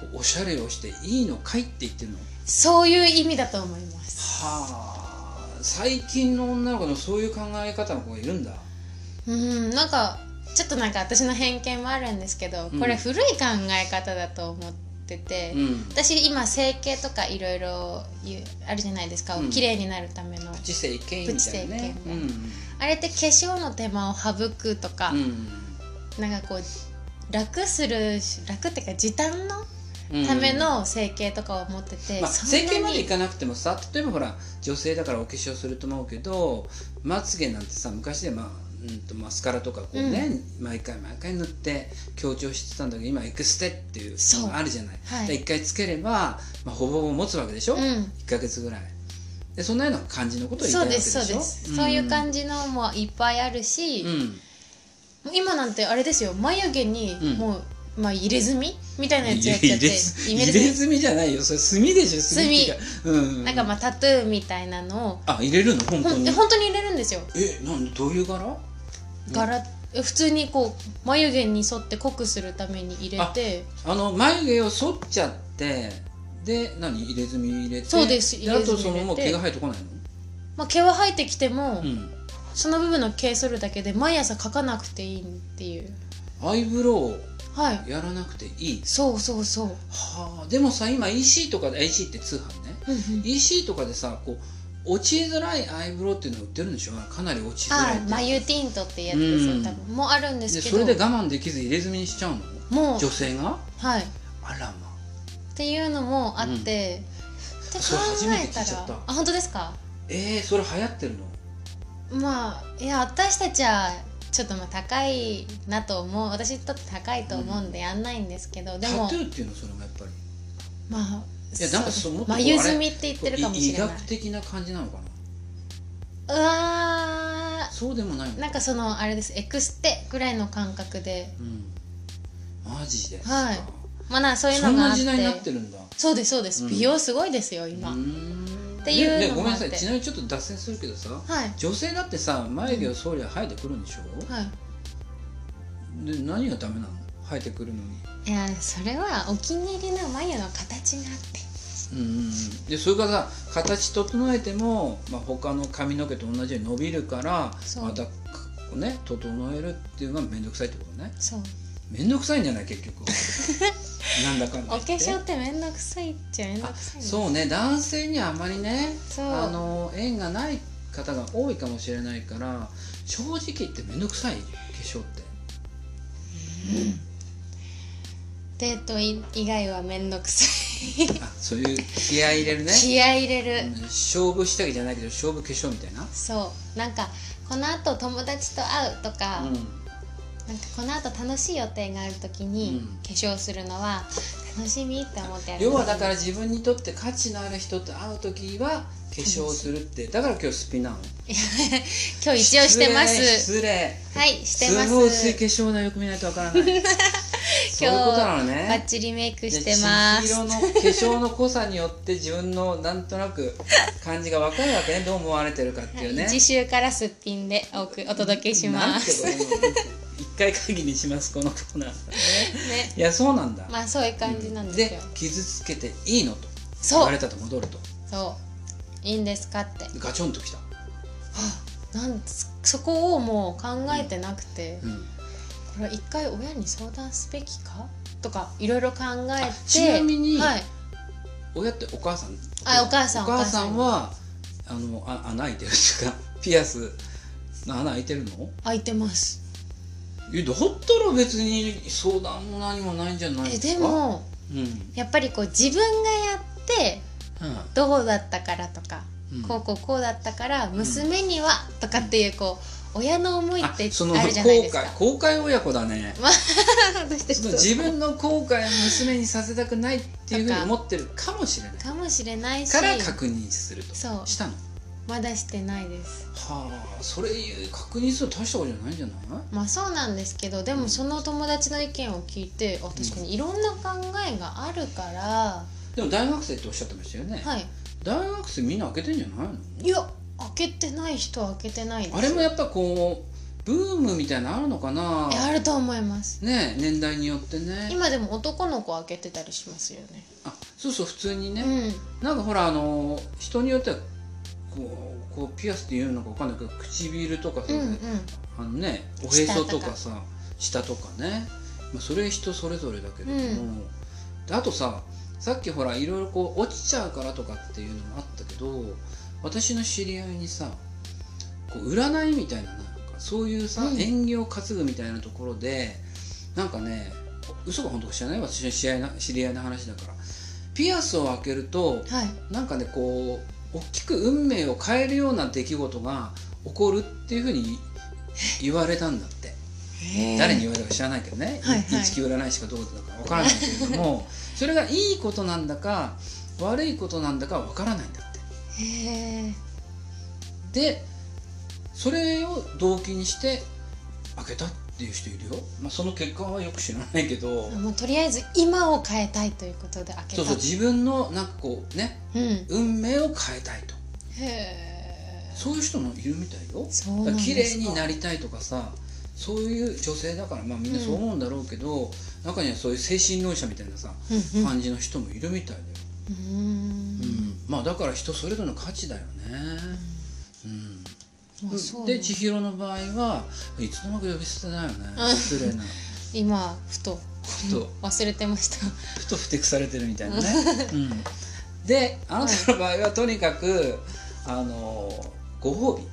Speaker 2: こうおしゃれをしていいのかいって言ってるの
Speaker 1: そういう意味だと思います
Speaker 2: はあ最近の女の子のそういう考え方の子がいるんだ
Speaker 1: うんなんかちょっとなんか私の偏見もあるんですけどこ
Speaker 2: う
Speaker 1: れ
Speaker 2: ん
Speaker 1: 古い考え方だと思ってて、
Speaker 2: うん
Speaker 1: 私今整形とかいろいろあるじゃないですか、
Speaker 2: うん
Speaker 1: 綺麗になるための
Speaker 2: プチ整形みたいなね
Speaker 1: プチ整形ねあれって化粧の手間を省くとか
Speaker 2: うん、
Speaker 1: なんかこう楽する楽っていうか時短の
Speaker 2: うんうん
Speaker 1: ための整形とかを持ってて、
Speaker 2: まあ、
Speaker 1: そんな
Speaker 2: 整
Speaker 1: に
Speaker 2: 形までいかなくてもさ例えばほら女性だからお化粧すると思うけどまつげなんてさ昔でまあ、うん、とマスカラとかこうね、毎回毎回塗って強調してたんだけど今エクステっていう
Speaker 1: そう
Speaker 2: のがあるじゃない、
Speaker 1: はい
Speaker 2: で一回つければ、まあ、ほぼほぼ持つわけでしょ、
Speaker 1: う
Speaker 2: 一
Speaker 1: ん
Speaker 2: 1か月ぐらいでそんなような感じのことを言いたい
Speaker 1: そう
Speaker 2: わけ
Speaker 1: で
Speaker 2: ですし
Speaker 1: そ
Speaker 2: ょ
Speaker 1: うです、そういう感
Speaker 2: じ、
Speaker 1: じのもいっぱいあるし、
Speaker 2: うん
Speaker 1: 今なんてあれですよ眉毛に
Speaker 2: うん
Speaker 1: もう、まあ入れ墨みたいなやつやっち
Speaker 2: 入
Speaker 1: ゃ
Speaker 2: れ
Speaker 1: って
Speaker 2: 墨
Speaker 1: 入れ
Speaker 2: 入
Speaker 1: 墨
Speaker 2: れ墨じゃないよそれ墨でしょ墨っていうかうん、
Speaker 1: なんかまあタトゥーみたいなのを
Speaker 2: あ入れるの本
Speaker 1: ほ
Speaker 2: 当
Speaker 1: ん
Speaker 2: に
Speaker 1: 本当に入れるんですよ
Speaker 2: えなんでどういう柄うん
Speaker 1: 柄、普通にこう眉毛に沿って濃くするために入れて
Speaker 2: あの眉毛を剃っちゃってで何入れ墨入れて
Speaker 1: そうです入
Speaker 2: あ
Speaker 1: れ墨
Speaker 2: とそのも
Speaker 1: 入れ
Speaker 2: う
Speaker 1: て
Speaker 2: 毛が生えてこないの
Speaker 1: まあ、毛は生えてきても、
Speaker 2: うん
Speaker 1: その部分の毛剃るだけで毎朝描かなくていいっていう
Speaker 2: アイブロウを
Speaker 1: はい
Speaker 2: やらなくていい
Speaker 1: そうそうそう、
Speaker 2: はあでもさ今 EC とかで EC って通販ね EC とかでさこう落ちづらいアイブロウっていうの売ってるんでしょかなり落ちづら
Speaker 1: あ
Speaker 2: い
Speaker 1: あ眉ティントってやつですよ、
Speaker 2: うん
Speaker 1: 多分もうあるんで
Speaker 2: です
Speaker 1: け
Speaker 2: そ
Speaker 1: ど
Speaker 2: れで我慢できず入れ墨にしちゃうの
Speaker 1: もう
Speaker 2: 女性が
Speaker 1: はいっ
Speaker 2: あらま
Speaker 1: ていうのもあって、って考
Speaker 2: それ初め
Speaker 1: え
Speaker 2: て
Speaker 1: た
Speaker 2: 聞いちゃ
Speaker 1: ら
Speaker 2: った
Speaker 1: あ本当ですか
Speaker 2: えー、それ流行ってるの
Speaker 1: まあいや私たちはちょっとまあ高いなと思う私にとって高いと思うんでやんないんですけど、で
Speaker 2: タ
Speaker 1: も
Speaker 2: トゥーっていうのそれもやっぱり
Speaker 1: まあ
Speaker 2: いやなんかそうもっとこうあれ
Speaker 1: 眉墨って言ってるかもしれない
Speaker 2: 医学的な感じなのかな
Speaker 1: うわ
Speaker 2: そうでもないの
Speaker 1: ーなんかそのあれですエクステぐらいの感覚で
Speaker 2: うんマジですか、
Speaker 1: はいまあなそういう
Speaker 2: そ
Speaker 1: の
Speaker 2: ん
Speaker 1: があ
Speaker 2: な
Speaker 1: って
Speaker 2: 時代になってるんだ
Speaker 1: そうですそうです、
Speaker 2: うん
Speaker 1: 美容すごいですよ今、
Speaker 2: うーん
Speaker 1: っていうのも
Speaker 2: ねねごめんなさ
Speaker 1: あっ
Speaker 2: い
Speaker 1: て
Speaker 2: ちなみにちょっと脱線するけどさ
Speaker 1: はい
Speaker 2: 女性だってさ眉毛を総理は生えてくるんでしょ、
Speaker 1: はい
Speaker 2: で何がダメなの生えてくるのに
Speaker 1: いやそれはお気に入りの眉の形があって
Speaker 2: うんうんうんでそれからさ形整えても、まあ、他の髪の毛と同じように伸びるから
Speaker 1: そう
Speaker 2: またね整えるっていうのが面倒くさいってことね
Speaker 1: そう
Speaker 2: 面倒くさいんじゃない結 局なんだかん
Speaker 1: お
Speaker 2: だ
Speaker 1: 化
Speaker 2: 言って
Speaker 1: 粧ってめんどくさいっちゃめんど
Speaker 2: あ
Speaker 1: くさいね
Speaker 2: そうね男性にはあまりね
Speaker 1: そう
Speaker 2: あの縁がない方が多いかもしれないから正直言って面倒くさい化粧って
Speaker 1: デートい以外はめんどくさい
Speaker 2: あそういう気合い入れるね、
Speaker 1: 気合い入
Speaker 2: う
Speaker 1: れ
Speaker 2: ん
Speaker 1: る、
Speaker 2: 勝負下着じゃないけど勝負化粧みたいな
Speaker 1: そうなんかこのあと友達と会うとか、
Speaker 2: う
Speaker 1: なんか
Speaker 2: ん
Speaker 1: このあと楽しい予定がある時に
Speaker 2: うん
Speaker 1: 化粧するのは楽しみって思ってやる
Speaker 2: 要はだから自分にとって価値のある人と会う時は化粧をするってだから今日スピなの
Speaker 1: 今日一応してます
Speaker 2: 失礼
Speaker 1: はいし
Speaker 2: 失礼
Speaker 1: てます
Speaker 2: ごい薄い化粧だよく見ないとわからない そういうことなのね
Speaker 1: バッチリメイクしてます
Speaker 2: 色の化粧の濃さによって自分のなんとなく感じが分かるわ けねどう思われてるかっていうね。
Speaker 1: 次週からすっぴんでおくお届けし
Speaker 2: な
Speaker 1: ま
Speaker 2: んて
Speaker 1: す。
Speaker 2: こ
Speaker 1: ね、
Speaker 2: となの一回限りにしますこのコーナー。 いやそうなんだ。
Speaker 1: まあそういう感じなんです
Speaker 2: で
Speaker 1: よ。
Speaker 2: 傷つけていいのと言
Speaker 1: そ
Speaker 2: わ
Speaker 1: う
Speaker 2: れたと戻ると
Speaker 1: そういいんですかって。
Speaker 2: ガチョンときた。
Speaker 1: なんつそこをもう考えてなくて、
Speaker 2: うん
Speaker 1: これ一回親に相談すべきかとかいろいろ考えて。
Speaker 2: あちなみに
Speaker 1: はい、
Speaker 2: 親ってお母さん。
Speaker 1: あお母さん
Speaker 2: お母さんはあのあ穴開いてるっていうか ピアスの穴開いてるの？
Speaker 1: 空いてます。
Speaker 2: えだったら別に相談も何もないんじゃない
Speaker 1: え
Speaker 2: です
Speaker 1: で
Speaker 2: か
Speaker 1: も
Speaker 2: うん、
Speaker 1: やっぱりこう自分がやってどうだったからとか、
Speaker 2: うん
Speaker 1: こうこうこうだったから娘にはとかっていうこう親の思いっ
Speaker 2: あ
Speaker 1: て
Speaker 2: その後
Speaker 1: あるじゃない
Speaker 2: 悔
Speaker 1: ですか。
Speaker 2: 後悔親子だね
Speaker 1: 私たち
Speaker 2: そ
Speaker 1: と
Speaker 2: の自分の後悔を娘にさせたくないっていうふうに思ってるかもしれない
Speaker 1: かもしれないし
Speaker 2: から確認すると
Speaker 1: そう
Speaker 2: したの
Speaker 1: まだしてないです
Speaker 2: はあそれ言う確認するの大したことじゃないんじゃない
Speaker 1: まあそうなんですけどで
Speaker 2: う
Speaker 1: も
Speaker 2: ん
Speaker 1: その友達の意見を聞いてあ確かにいろんな考えがあるから、
Speaker 2: でも大学生っておっしゃってましたよね、
Speaker 1: はい
Speaker 2: 大学生みんな開けてんじゃないの
Speaker 1: いや開けてない人は開けてないです
Speaker 2: あれも
Speaker 1: や
Speaker 2: やっぱこうブームみたいなのあるのかな
Speaker 1: あると思います
Speaker 2: ね年代によってね
Speaker 1: 今でも男の子開けてたりしますよね
Speaker 2: あそうそう普通にね、
Speaker 1: うん
Speaker 2: なんかほらあの人によってはこうこうピアスっていうのかわかんないけど唇とかさ、
Speaker 1: うんうん
Speaker 2: あのねおへそとかさ下とかね、まあ、それ人それぞれだけれども、であとささっきほらいろいろこう落ちちゃうからとかっていうのもあったけど私の知り合いにさこう占いみたいななんかそういうさ、
Speaker 1: うん
Speaker 2: 縁起を担ぐみたいなところでなんかね嘘か本当か知らない私の知り合いな知り合いの話だからピアスを開けると
Speaker 1: はい
Speaker 2: なんかねこう大きく運命を変えるような出来事が起こるっていうふうに言われたんだって誰に言われたか知らないけどね
Speaker 1: はいはい
Speaker 2: 一木占い師かどうだかわからないけれどもそれがいいことなんだか悪いことなんだかわからないんだって。
Speaker 1: へえ
Speaker 2: でそれを動機にして開けたっていう人いるよ、まあ、その結果はよく知らないけど、
Speaker 1: もうとりあえず今を変えたいということで開けた
Speaker 2: そうそう自分のなんかこうね
Speaker 1: うんへ
Speaker 2: 運命を変えたいと
Speaker 1: え
Speaker 2: そういう人もいるみたいよ。
Speaker 1: そうなんですか
Speaker 2: 綺麗になりたいとかさそういう女性だから、まあ、みんなそう思うんだろうけど、中にはそういう精神論者みたいなさ、
Speaker 1: うんうん
Speaker 2: 感じの人もいるみたいだよ、
Speaker 1: うーん
Speaker 2: うんまあだから人それぞれの価値だよね、うん
Speaker 1: まあそうね
Speaker 2: で千尋の場合はいつの間にか呼び捨てだよね失礼な
Speaker 1: 今ふと
Speaker 2: ふと
Speaker 1: 忘れてました
Speaker 2: ふとふてくされてるみたいなね、うん、であなたの場合はとにかくあのご褒美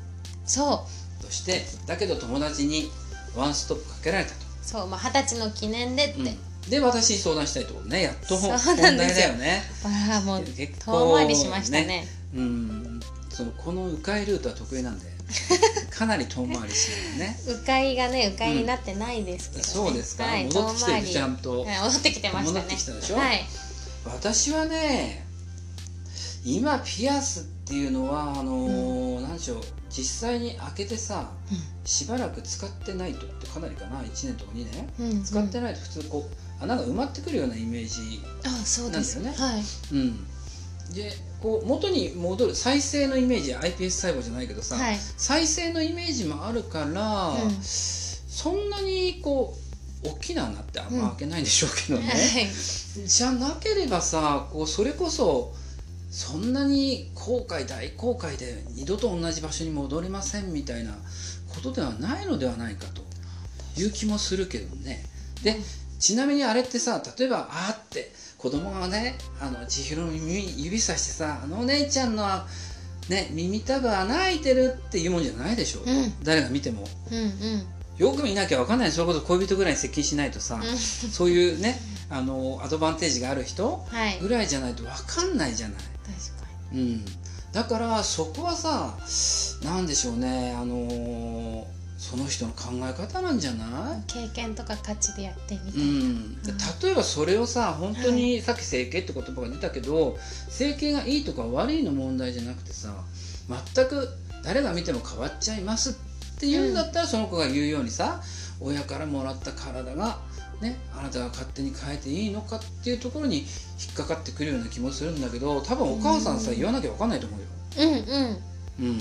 Speaker 1: そ
Speaker 2: としてだけど友達にワンストップかけられたと。
Speaker 1: うそうまあ二十歳の記念でって、
Speaker 2: うんで私に相談したいってことねやっと
Speaker 1: そう
Speaker 2: 本
Speaker 1: なんですよ
Speaker 2: 題だよね。
Speaker 1: あらもう
Speaker 2: 結構
Speaker 1: 遠回りしましたね
Speaker 2: うんそのこの迂回ルートは得 意なんでかなり遠回りしてるね。
Speaker 1: 迂回がね迂回になってないですけど、ね
Speaker 2: そうですか、
Speaker 1: はい、
Speaker 2: 戻って
Speaker 1: 遠
Speaker 2: きて
Speaker 1: 回
Speaker 2: る
Speaker 1: り
Speaker 2: ちゃんと、
Speaker 1: はい戻ってきてましたね
Speaker 2: 戻ってきたでしょ
Speaker 1: はい
Speaker 2: 私はね今ピアスっていうのはあのーなんでしょう実際に開けてさしばらく使ってないとってかなりかな1年とか2年
Speaker 1: うんうん
Speaker 2: 使ってないと普通こう穴が埋まってくるようなイメージ
Speaker 1: あそうです
Speaker 2: なんだ
Speaker 1: はい
Speaker 2: うん、でこう元に戻る再生のイメージ iPS 細胞じゃないけどさ、
Speaker 1: はい
Speaker 2: 再生のイメージもあるから、
Speaker 1: うん
Speaker 2: そんなにこう大きな穴ってあんま開けないでしょうけどね、
Speaker 1: はい
Speaker 2: じゃなければさこうそれこそそんなに後悔大後悔で二度と同じ場所に戻りませんみたいなことではないのではないかという気もするけどね。でちなみにあれってさ例えばあーって子供がねあの千尋の耳指さしてさ「あのお姉ちゃんの、ね、耳たぶ穴開いてる」っていうもんじゃないでしょ、
Speaker 1: うん
Speaker 2: 誰が見ても。
Speaker 1: うんうん
Speaker 2: よく見なきゃ分かんないそれこそ恋人ぐらいに接近しないとさ、そういうねあのアドバンテージがある人
Speaker 1: はい確
Speaker 2: ぐらいじゃないと分かんないじゃない。
Speaker 1: か
Speaker 2: うん、だからそこはさなんでしょうねあのーその人の考え方なんじゃない
Speaker 1: に経験とか価値でやってみ
Speaker 2: う
Speaker 1: て、
Speaker 2: ん、で例えばそれをさ本当にさっき整形って言葉が出たけど、整形がいいとか悪いの問題じゃなくてさ全く誰が見ても変わっちゃいますって言うんだったら、その子が言うようにさ親からもらった体が、ね、あなたが勝手に変えていいのかっていうところに引っかかってくるような気もするんだけど多分お母さんさ、
Speaker 1: うん
Speaker 2: 言わなきゃ分かんないと思うよ。
Speaker 1: うん、うん
Speaker 2: うん、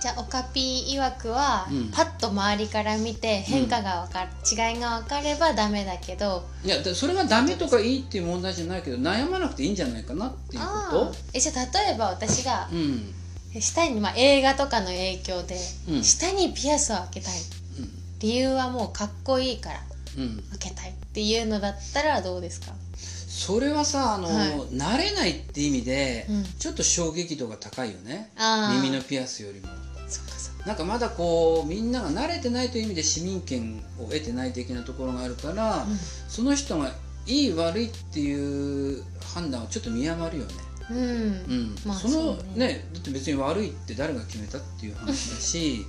Speaker 1: じゃあオカピー曰くは、
Speaker 2: うん
Speaker 1: パッと周りから見て変化が分かる、違いが分かればダメだけど
Speaker 2: いやだそれがダメとかいいっていう問題じゃないけど悩まなくていいんじゃないかなっていうこ
Speaker 1: あーえじゃあ例えば私が
Speaker 2: と。うん
Speaker 1: 下に、まあ、映画とかの影響で、
Speaker 2: うん
Speaker 1: 下にピアスを開けたい理由はもうかっこいいから
Speaker 2: うんうん
Speaker 1: 開けたいっていうのだったらどうですか、
Speaker 2: それはさあの、
Speaker 1: はい
Speaker 2: 慣れないって意味で、
Speaker 1: うん、
Speaker 2: ちょっと衝撃度が高いよね
Speaker 1: あー
Speaker 2: 耳のピアスよりも
Speaker 1: そっかそっか
Speaker 2: なんかまだこうみんなが慣れてないという意味で市民権を得てない的なところがあるから、その人がいい悪いっていう判断をちょっと見誤るよね、
Speaker 1: うん、うんう
Speaker 2: う
Speaker 1: ん
Speaker 2: ん
Speaker 1: まあ
Speaker 2: その
Speaker 1: そう
Speaker 2: ね
Speaker 1: ね
Speaker 2: だって別に悪いって誰が決めたっていう話だし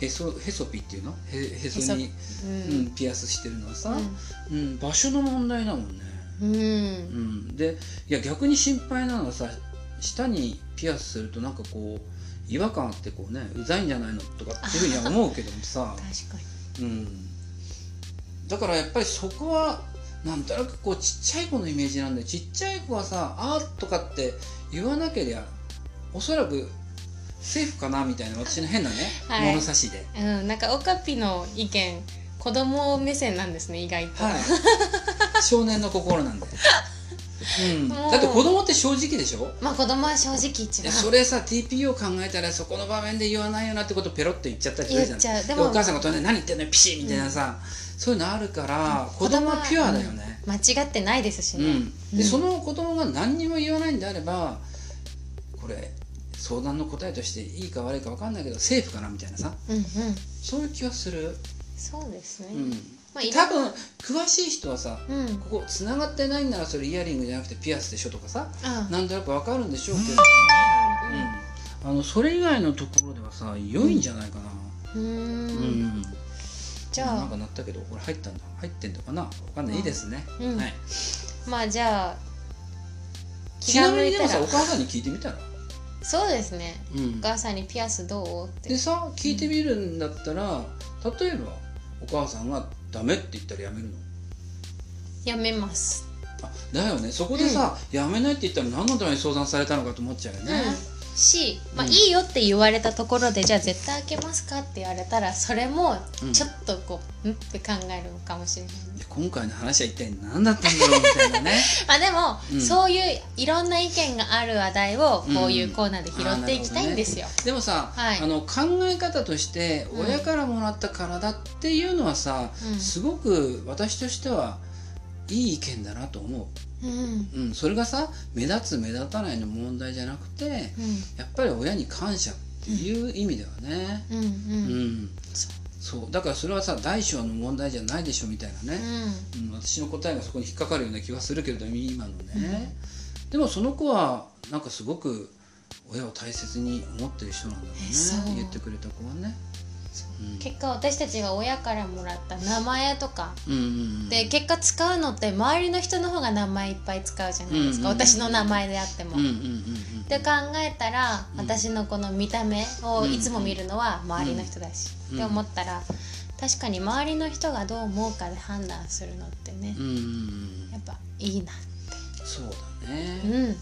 Speaker 2: へそへそピっていうのへへそに
Speaker 1: うん
Speaker 2: うん、ピアスしてるのはさ、
Speaker 1: うん
Speaker 2: うん、場所の問題だもんね
Speaker 1: うん
Speaker 2: うん、でいや逆に心配なのはさ舌にピアスするとなんかこう違和感あってこうねうざいんじゃないのとかっていうふうには思うけども さ、
Speaker 1: 確かに
Speaker 2: うん、だからやっぱりそこはなんとなくこうちっちゃい子のイメージなんでちっちゃい子はさ「あー」とかって言わなけりゃおそらくセーフかなみたいな私の変なね、
Speaker 1: はい
Speaker 2: 物差しで。
Speaker 1: うん、なんかオカピの意見子供目線なんですね意外と、
Speaker 2: はい。 少年の心なんで。うん、
Speaker 1: もう
Speaker 2: だって子供って正直でしょ
Speaker 1: まあ子供は正直一
Speaker 2: いや
Speaker 1: 番
Speaker 2: それさ TPO 考えたらそこの場面で言わないよなってことペロッと言っちゃったりするじ
Speaker 1: 言
Speaker 2: ゃ
Speaker 1: っ
Speaker 2: ん
Speaker 1: ちゃうで
Speaker 2: で
Speaker 1: も
Speaker 2: お母さんが隣で何言ってんのよピシッみたいなさ、そういうのあるから
Speaker 1: うん
Speaker 2: 子供はピュアだよね。
Speaker 1: 間違ってないですし
Speaker 2: うん
Speaker 1: ね、うん
Speaker 2: でその子供が何にも言わないんであればこれ相談の答えとしていいか悪いか分かんないけどセーフかなみたいなさ
Speaker 1: うん、うん
Speaker 2: そういう気はする。
Speaker 1: そうですね、
Speaker 2: うん
Speaker 1: まあいろ
Speaker 2: 多分詳しい人はさ
Speaker 1: うん
Speaker 2: ここ繋がってないんならそれイヤリングじゃなくてピアスでしょとかさ
Speaker 1: あ
Speaker 2: なんとなくわかるんでしょうけど、うんあのそれ以外のところではさ良いんじゃないかな、
Speaker 1: うー
Speaker 2: うん
Speaker 1: んじゃ
Speaker 2: なん
Speaker 1: あ
Speaker 2: か鳴ったけどこれ入ったんだ入ってんのかなわかんないいいですね、
Speaker 1: うん
Speaker 2: はい、
Speaker 1: まあじゃあ気
Speaker 2: ち
Speaker 1: が
Speaker 2: なみ
Speaker 1: 向
Speaker 2: に
Speaker 1: い
Speaker 2: で
Speaker 1: た
Speaker 2: もさお
Speaker 1: ら
Speaker 2: 母さんに聞いてみたら、
Speaker 1: そうですね
Speaker 2: うん
Speaker 1: お母さんにピアスどうって
Speaker 2: でさ聞いてみるんだったら例えばお母さんが「ダメ」って言ったらやめるの
Speaker 1: やめます、
Speaker 2: あだよねそこでさ、やめないって言ったら何のために相談されたのかと思っちゃうよね、
Speaker 1: うんし、まあ、
Speaker 2: うん
Speaker 1: いいよって言われたところで、じゃあ絶対開けますかって言われたらそれもちょっとこう、うんって考えるのかもしれないね
Speaker 2: いや今回の話は一体何だったんだろうみたいなね
Speaker 1: まあでも、
Speaker 2: うん
Speaker 1: そういういろんな意見がある話題をこういうコーナーで拾っていきたいんですよ。
Speaker 2: でもさ、
Speaker 1: はい
Speaker 2: あの考え方として
Speaker 1: うん
Speaker 2: 親からもらった体っていうのはさ、
Speaker 1: うん
Speaker 2: すごく私としてはいい意見だなと思
Speaker 1: うん
Speaker 2: う、うん、それがさ目立つ目立たないの問題じゃなくて
Speaker 1: うん
Speaker 2: やっぱり親に感謝っていう意味ではね、
Speaker 1: うんう
Speaker 2: うん
Speaker 1: ん
Speaker 2: そうだからそれはさ大小の問題じゃないでしょみたいなね、うん、私の答えがそこに引っかかるような気はするけれども今のね、でもその子はなんかすごく親を大切に思ってる人なんだろうね
Speaker 1: えそう
Speaker 2: 言ってくれた子はね。うん
Speaker 1: 結果私たちが親からもらった名前とか
Speaker 2: うんうんうん
Speaker 1: で結果使うのって周りの人の方が名前いっぱい使うじゃないですか、
Speaker 2: うんうんうん
Speaker 1: 私の名前であっても。
Speaker 2: うんうんうん
Speaker 1: って考えたら、
Speaker 2: うん
Speaker 1: 私のこの見た目をいつも見るのは周りの人だし、
Speaker 2: うん
Speaker 1: って思ったら確かに周りの人がどう思うかで判断するのってね、
Speaker 2: うんうんうん
Speaker 1: やっぱいいな。
Speaker 2: そうだね、
Speaker 1: うん
Speaker 2: うん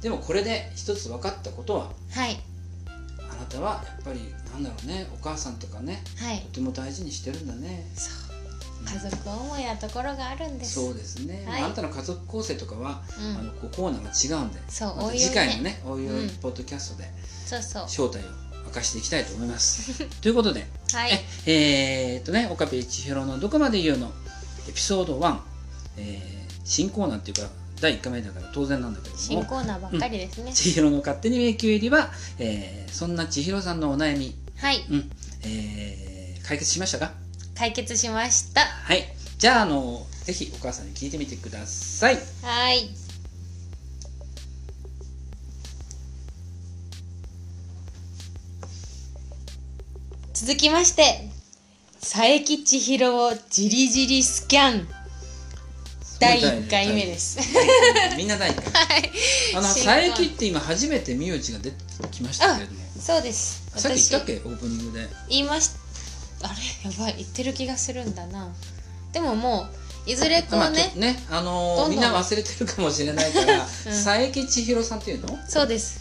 Speaker 2: でもこれで一つ分かったことは
Speaker 1: はい
Speaker 2: あなたはやっぱりなんだろうねお母さんとかね
Speaker 1: はい
Speaker 2: とても大事にしてるんだね。
Speaker 1: そう
Speaker 2: うん
Speaker 1: 家族思いなところがあるんです
Speaker 2: そうですね、
Speaker 1: はい
Speaker 2: あなたの家族構成とかは、
Speaker 1: うん
Speaker 2: あのこうコーナーが違うんで
Speaker 1: そう
Speaker 2: ま
Speaker 1: おいお
Speaker 2: た
Speaker 1: いね
Speaker 2: 次回のねおいお
Speaker 1: う
Speaker 2: い
Speaker 1: ん
Speaker 2: ポッドキャストで
Speaker 1: そうそう
Speaker 2: 正体を明かしていきたいと思います。ということで、
Speaker 1: はい
Speaker 2: ええーっとね、岡部千尋のどこまで言うのエピソード1、えー新コーナーっていうか、第1回目だから当然なんだけれど
Speaker 1: 新
Speaker 2: も、
Speaker 1: コーナーばっかりですね、
Speaker 2: 千尋の勝手に迷宮入りは、えーそんな千尋さんのお悩み、
Speaker 1: はい
Speaker 2: うん、えー解決しましたか
Speaker 1: 解決しました
Speaker 2: はい。じゃあ、あの、ぜひお母さんに聞いてみてください。。
Speaker 1: はい続きまして佐伯千尋をじりじりスキャン第1回目ですす
Speaker 2: みんな第1回目。
Speaker 1: はい
Speaker 2: あの、
Speaker 1: 新コ
Speaker 2: 佐
Speaker 1: ーナー
Speaker 2: 伯って今初めて名字が出てきましたけれども。
Speaker 1: そうです
Speaker 2: さっき言ったっけオープニングで
Speaker 1: 言いましあれやばい言ってる気がするんだなでももういずれこの
Speaker 2: まあ
Speaker 1: ね
Speaker 2: ねねあのー
Speaker 1: どんどん
Speaker 2: みんな忘れてるかもしれない から、佐伯千尋さんっていうの、
Speaker 1: そうです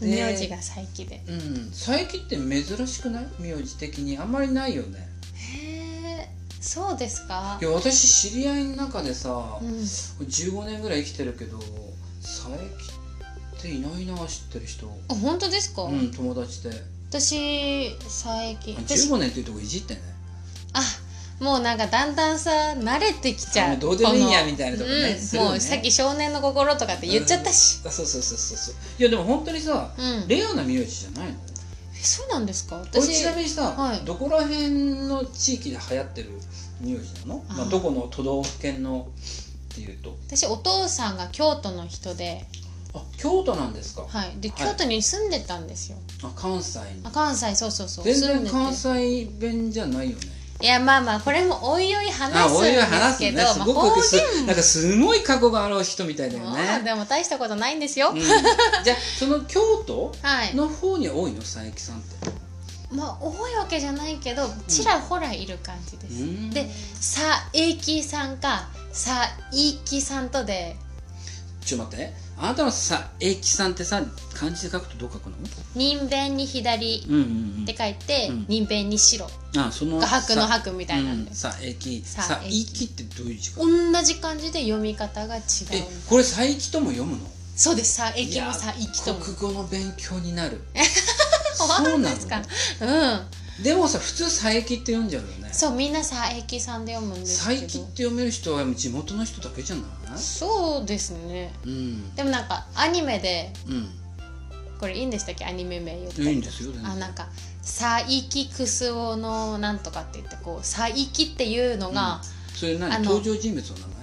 Speaker 2: で
Speaker 1: 名字が佐伯でへ
Speaker 2: うんうん、佐伯って珍しくない名字的にあんまりないよね
Speaker 1: えそうですか
Speaker 2: いや私知り合いの中でさ、
Speaker 1: うん
Speaker 2: 15年ぐらい生きてるけど佐伯っていないな知ってる人、
Speaker 1: あ本当ですか、
Speaker 2: うん、友達で
Speaker 1: 私佐伯私
Speaker 2: 15年っていうとこいじってね
Speaker 1: あもうなんかだんだんさ慣れてきちゃう
Speaker 2: あもうどうでもいいや
Speaker 1: この
Speaker 2: みたいなとこね
Speaker 1: うん
Speaker 2: するよね
Speaker 1: もうさっき少年の心とかって言っちゃったし
Speaker 2: あそうそうそうそうそういやでも本当にさ
Speaker 1: うん、え
Speaker 2: レアな名字じゃないの
Speaker 1: そうなんですか
Speaker 2: これ
Speaker 1: 私
Speaker 2: ちなみにさ、
Speaker 1: はい
Speaker 2: どこら辺の地域で流行ってる名字なの
Speaker 1: あー
Speaker 2: まあ、どこの都道府県のっていうと
Speaker 1: 私お父さんが京都の人で
Speaker 2: あ京都なんですか、
Speaker 1: はいで
Speaker 2: はい
Speaker 1: 京都に住んでたんですよ、
Speaker 2: あ関西に
Speaker 1: あ関西そうそうそう
Speaker 2: 全
Speaker 1: 住ん
Speaker 2: 然
Speaker 1: でて
Speaker 2: 関西弁じゃないよね
Speaker 1: いやまあまあこれもおいおい話
Speaker 2: あ、
Speaker 1: すん
Speaker 2: おいおい
Speaker 1: で
Speaker 2: 話
Speaker 1: す
Speaker 2: すね
Speaker 1: け。ど
Speaker 2: すご
Speaker 1: まあ、
Speaker 2: く
Speaker 1: 方
Speaker 2: す
Speaker 1: 言、
Speaker 2: なんかすごい過去がある人みたいだよ
Speaker 1: も、
Speaker 2: ね。
Speaker 1: でも大したことないんですよ、
Speaker 2: うん、じゃあ、その京都
Speaker 1: はい
Speaker 2: の方に多いの、佐伯さんって。
Speaker 1: まあ多いわけじゃないけどちらほらいる感じです、
Speaker 2: うん
Speaker 1: でさえきさんかさいきさんとで
Speaker 2: ちょっと待って。あなたのさ、えきさんってさ、漢字で書くとどう書くの
Speaker 1: 人弁に左
Speaker 2: うんうんう
Speaker 1: っ
Speaker 2: ん
Speaker 1: て。書いて、
Speaker 2: うん
Speaker 1: 人弁に白
Speaker 2: あ、その。
Speaker 1: が白の
Speaker 2: さ
Speaker 1: 白みたいなんで
Speaker 2: うん
Speaker 1: す、
Speaker 2: さ、えき。
Speaker 1: さ
Speaker 2: さ、
Speaker 1: え
Speaker 2: い
Speaker 1: き
Speaker 2: きってどういう字か。
Speaker 1: 同じ漢字で読み方が違う
Speaker 2: え、これ佐伯とも読むの
Speaker 1: そうですさえきもさ
Speaker 2: い
Speaker 1: い
Speaker 2: や
Speaker 1: きとも
Speaker 2: 国語の勉強 になる。
Speaker 1: そう
Speaker 2: そうな
Speaker 1: ですか
Speaker 2: の
Speaker 1: うん
Speaker 2: でもさ、普通佐伯って読んじゃうよね。
Speaker 1: そうみんなさえきさんで読むんです
Speaker 2: 佐
Speaker 1: け
Speaker 2: 伯って
Speaker 1: ど
Speaker 2: 読める人は地元の人だけじゃない
Speaker 1: そうですね
Speaker 2: うん。
Speaker 1: でもなんかアニメで
Speaker 2: うん。
Speaker 1: これいいんでしたっけアニメ名言ったり
Speaker 2: いいんですよ。全然
Speaker 1: あなんか「佐伯くすおのなんとか」って言ってこう「佐伯」っていうのが、
Speaker 2: それ
Speaker 1: あ
Speaker 2: 何
Speaker 1: の
Speaker 2: 登場人物の名前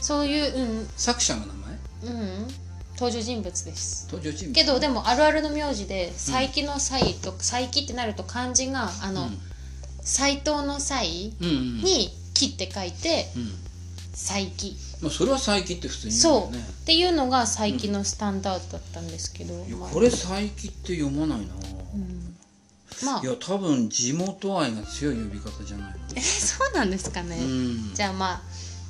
Speaker 1: そういう、
Speaker 2: 作者の名前
Speaker 1: うんうん、登場人物です
Speaker 2: 登場人物
Speaker 1: けどでもあるあるの名字で「佐伯の佐伯」と「佐伯」ってなると漢字があ
Speaker 2: うん
Speaker 1: の斎、藤の斎
Speaker 2: うんうん
Speaker 1: に「木」って書いて
Speaker 2: うん
Speaker 1: 「佐伯」
Speaker 2: まあそれは佐伯って普通に言う
Speaker 1: そ
Speaker 2: よ
Speaker 1: う
Speaker 2: ね
Speaker 1: っていうのが佐伯のスタンダードだったんですけど、
Speaker 2: いや
Speaker 1: まあ
Speaker 2: これ佐伯って読まないな
Speaker 1: うんまあ
Speaker 2: いや多分地元愛が強い呼び方じゃないの
Speaker 1: えそうなんですかね、
Speaker 2: うん
Speaker 1: じゃあまあ、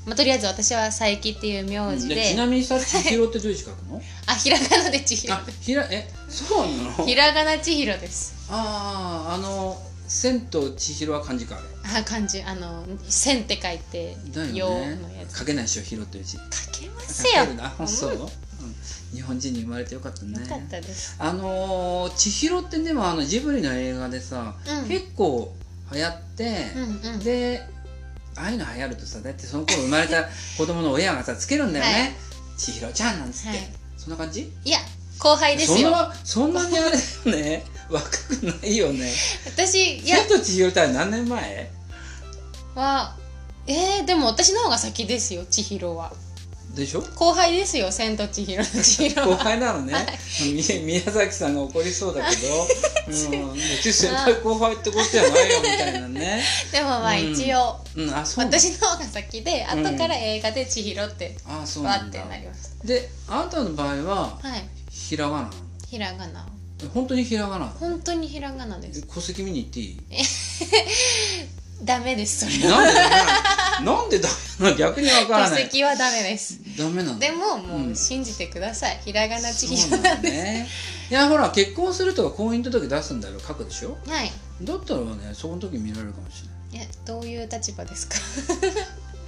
Speaker 1: まあ、とりあえず私は佐伯っていう名字で、
Speaker 2: でちなみにさ千尋ってどういう字書 くの
Speaker 1: あひらがなで千尋
Speaker 2: あひらえそうなの
Speaker 1: ひらがな千尋です
Speaker 2: あああの千と千尋は漢字かあれ
Speaker 1: あ漢字あの千って書いて
Speaker 2: だ
Speaker 1: 陽
Speaker 2: よね
Speaker 1: のやつ
Speaker 2: 書けないでしょ拾ってうち書
Speaker 1: 書けま
Speaker 2: け
Speaker 1: すよ
Speaker 2: るなあそう、うん、日本人に生まれてよかったね
Speaker 1: よかったです、
Speaker 2: あのー、千尋ってでもあのジブリの映画でさ、
Speaker 1: うん
Speaker 2: 結構流行って、
Speaker 1: うんうん
Speaker 2: でああいうの流行るとさだってその頃生ま れた子供の親がさつけるんだよね、
Speaker 1: はい
Speaker 2: 千尋ちゃんなんつって、
Speaker 1: はい
Speaker 2: そんな感じ
Speaker 1: いや後輩です
Speaker 2: そん
Speaker 1: よ
Speaker 2: なそんなにあれだよね 若くないよね
Speaker 1: 私いや
Speaker 2: 千と千尋ってあれ何年前
Speaker 1: はえー、でも私の方が先ですよ千尋は
Speaker 2: でしょ
Speaker 1: 後輩ですよ千と千尋の千尋
Speaker 2: 後
Speaker 1: は
Speaker 2: 輩なのね、み宮崎さんが怒りそうだけど、 うん、別に先輩後輩ってことじゃないよみたいなね、
Speaker 1: でもまあ
Speaker 2: うん
Speaker 1: 一応、
Speaker 2: うん、あそう
Speaker 1: 私の方が先で
Speaker 2: うん
Speaker 1: 後から映画で千尋って
Speaker 2: あそう
Speaker 1: わ
Speaker 2: な
Speaker 1: っ
Speaker 2: ん
Speaker 1: て
Speaker 2: だ
Speaker 1: なりまし
Speaker 2: であなたの場合は
Speaker 1: たはい
Speaker 2: ひらがなな
Speaker 1: ひらがな
Speaker 2: の本当にひらがな
Speaker 1: 本当にひらがなです
Speaker 2: 戸籍見に行っていい
Speaker 1: ダメですそれは
Speaker 2: なんでダメなのなんでダメなの逆にわから
Speaker 1: 戸
Speaker 2: ない
Speaker 1: 籍はダメです
Speaker 2: ダメなの
Speaker 1: でもも
Speaker 2: う
Speaker 1: うん信じてください、ひらがな千
Speaker 2: そ
Speaker 1: 尋
Speaker 2: うな
Speaker 1: なんん
Speaker 2: だ
Speaker 1: です、
Speaker 2: ねいやほら結婚するとか婚姻届出すんだろ書くでしょ
Speaker 1: はい
Speaker 2: だったらねその時見られるかもしれな
Speaker 1: え
Speaker 2: い
Speaker 1: どういう立場ですか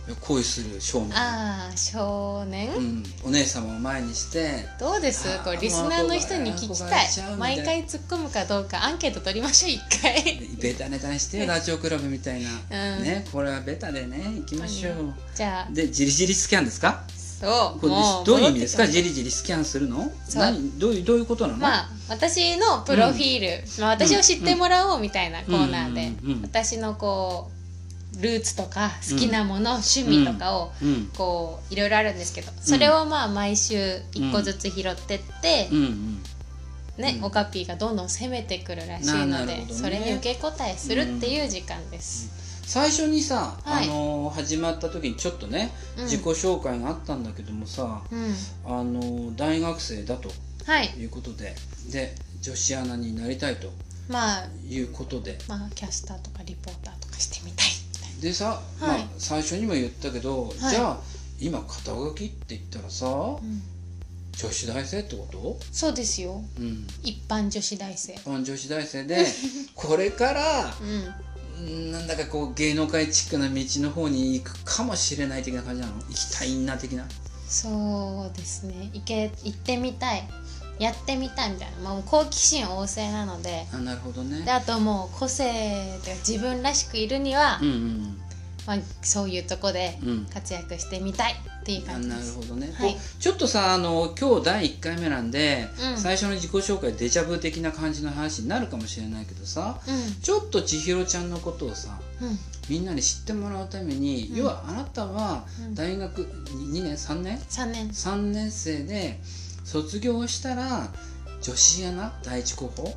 Speaker 2: いや恋する正面
Speaker 1: ああ少年、
Speaker 2: うん、お姉様を前にして
Speaker 1: どうです
Speaker 2: あー
Speaker 1: これリスナーの人に聞きたい
Speaker 2: 憧れちゃうみたい
Speaker 1: 毎回突っ込むかどうかアンケート取りましょう一回
Speaker 2: ベタネタにしてよラジオクラブみたいな、
Speaker 1: うん
Speaker 2: ねこれはベタでね行きましょう、
Speaker 1: じゃあ
Speaker 2: でジリジリスキャンですか
Speaker 1: そう
Speaker 2: これ
Speaker 1: もう
Speaker 2: どういう意味ですか
Speaker 1: 戻って
Speaker 2: ジリジリスキャンするの
Speaker 1: そう
Speaker 2: 何どういうどういうことなの、
Speaker 1: きまあ私のプロフィール、まあ、私を知ってもらおうみたいなコーナーで、
Speaker 2: うんうんうん
Speaker 1: 私のこうルーツとか好きなもの、趣味とかを、
Speaker 2: うん
Speaker 1: こういろいろあるんですけどそれをまあ毎週一個ずつ拾ってって
Speaker 2: う、んうん
Speaker 1: ね、
Speaker 2: うん
Speaker 1: オカピーがどんどん攻めてくるらしい
Speaker 2: な
Speaker 1: の
Speaker 2: な
Speaker 1: で、
Speaker 2: るほどね
Speaker 1: それに受け答えするっていう時間です。
Speaker 2: 最初にさ、
Speaker 1: はい
Speaker 2: あのー始まった時にちょっとね、
Speaker 1: うん
Speaker 2: 自己紹介があったんだけどもさ、
Speaker 1: うん、
Speaker 2: あのー大学生だと
Speaker 1: はい
Speaker 2: いうことでで女子アナになりたいと
Speaker 1: まあ
Speaker 2: いうことで
Speaker 1: まあキャスターとかリポーターとかしてみたいみたい
Speaker 2: でさ、ま
Speaker 1: は
Speaker 2: あ
Speaker 1: い、
Speaker 2: 最初にも言ったけど、
Speaker 1: はい
Speaker 2: じゃあ今肩書きって言ったらさ
Speaker 1: な、うん
Speaker 2: 女子大生ってこと、
Speaker 1: そうですよ
Speaker 2: うん、
Speaker 1: 一般女子大生。
Speaker 2: 一般女子大 生でこれから
Speaker 1: うん、
Speaker 2: うんなんだかこう芸能界チックな道の方に行くかもしれない的な感じなの行きたいな的な
Speaker 1: そうですね行け行ってみたいやってみたいみたいな、まあ、もう好奇心旺盛なので
Speaker 2: あなるほどね
Speaker 1: であともう個性というか自分らしくいるには、
Speaker 2: うんうん
Speaker 1: まあ、そういうとこで
Speaker 2: うん
Speaker 1: 活躍してみたいっていう
Speaker 2: あ
Speaker 1: 感じ
Speaker 2: な
Speaker 1: で
Speaker 2: る
Speaker 1: す。
Speaker 2: ほどね、
Speaker 1: はい
Speaker 2: こうちょっとさあの今日第1回目なんで、
Speaker 1: うん
Speaker 2: 最初の自己紹介デジャブ的な感じの話になるかもしれないけどさ
Speaker 1: う
Speaker 2: ちょっと千尋ちゃんのことをさ
Speaker 1: ん、うん、
Speaker 2: みんなに知ってもらうために、
Speaker 1: うん
Speaker 2: 要はあなたは
Speaker 1: うん
Speaker 2: 大学2年3年
Speaker 1: 三年。
Speaker 2: 3年生で卒業したら女子アナ第一候補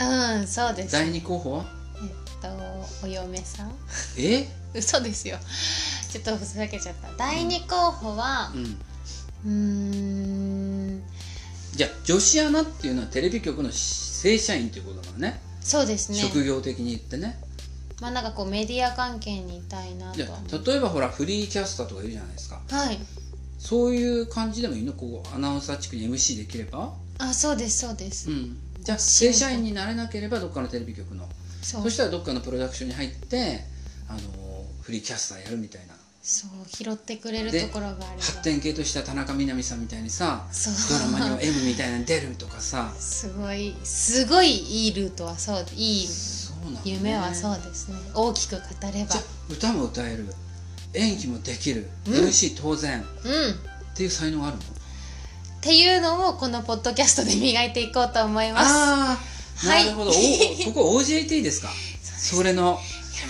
Speaker 1: うん、そうです。
Speaker 2: 第二候補は
Speaker 1: えとお嫁さん
Speaker 2: え
Speaker 1: 嘘ですよ ちょっとふざけちゃった第二候補は
Speaker 2: うん
Speaker 1: うーん
Speaker 2: じゃあ女子アナっていうのはテレビ局の正社員っていうことだからね
Speaker 1: そうですね
Speaker 2: 職業的に言ってね
Speaker 1: まあなんかこうメディア関係にいたいなと
Speaker 2: じゃ
Speaker 1: は思う
Speaker 2: あ例えばほらフリーキャスターとかいるじゃないですか
Speaker 1: はい
Speaker 2: そういう感じでもいいのこうアナウンサー地区に MC できれば
Speaker 1: あそうですそうです、
Speaker 2: うんじゃあ正社員になれなければどっかのテレビ局の
Speaker 1: そう
Speaker 2: そしたらどっかのプロダクションに入ってあのフリーキャスターやるみたいな
Speaker 1: そう拾ってくれる
Speaker 2: で
Speaker 1: ところがあれば
Speaker 2: 発展系とした田中みな実さんみたいにさ
Speaker 1: そう
Speaker 2: ドラマには M みたいなの出るとかさ
Speaker 1: すごいすごいいいルートはそういい
Speaker 2: そうなのね
Speaker 1: 夢はそうですね大きく語れば
Speaker 2: じゃあ歌も歌える演技もできる、
Speaker 1: うん
Speaker 2: MC 当然っ
Speaker 1: うんって
Speaker 2: いう才能があるの
Speaker 1: ていうのをこのポッドキャストで磨いていこうと思いますよ
Speaker 2: ああ
Speaker 1: はい
Speaker 2: なるほ ど、おここ OJT ですかそれの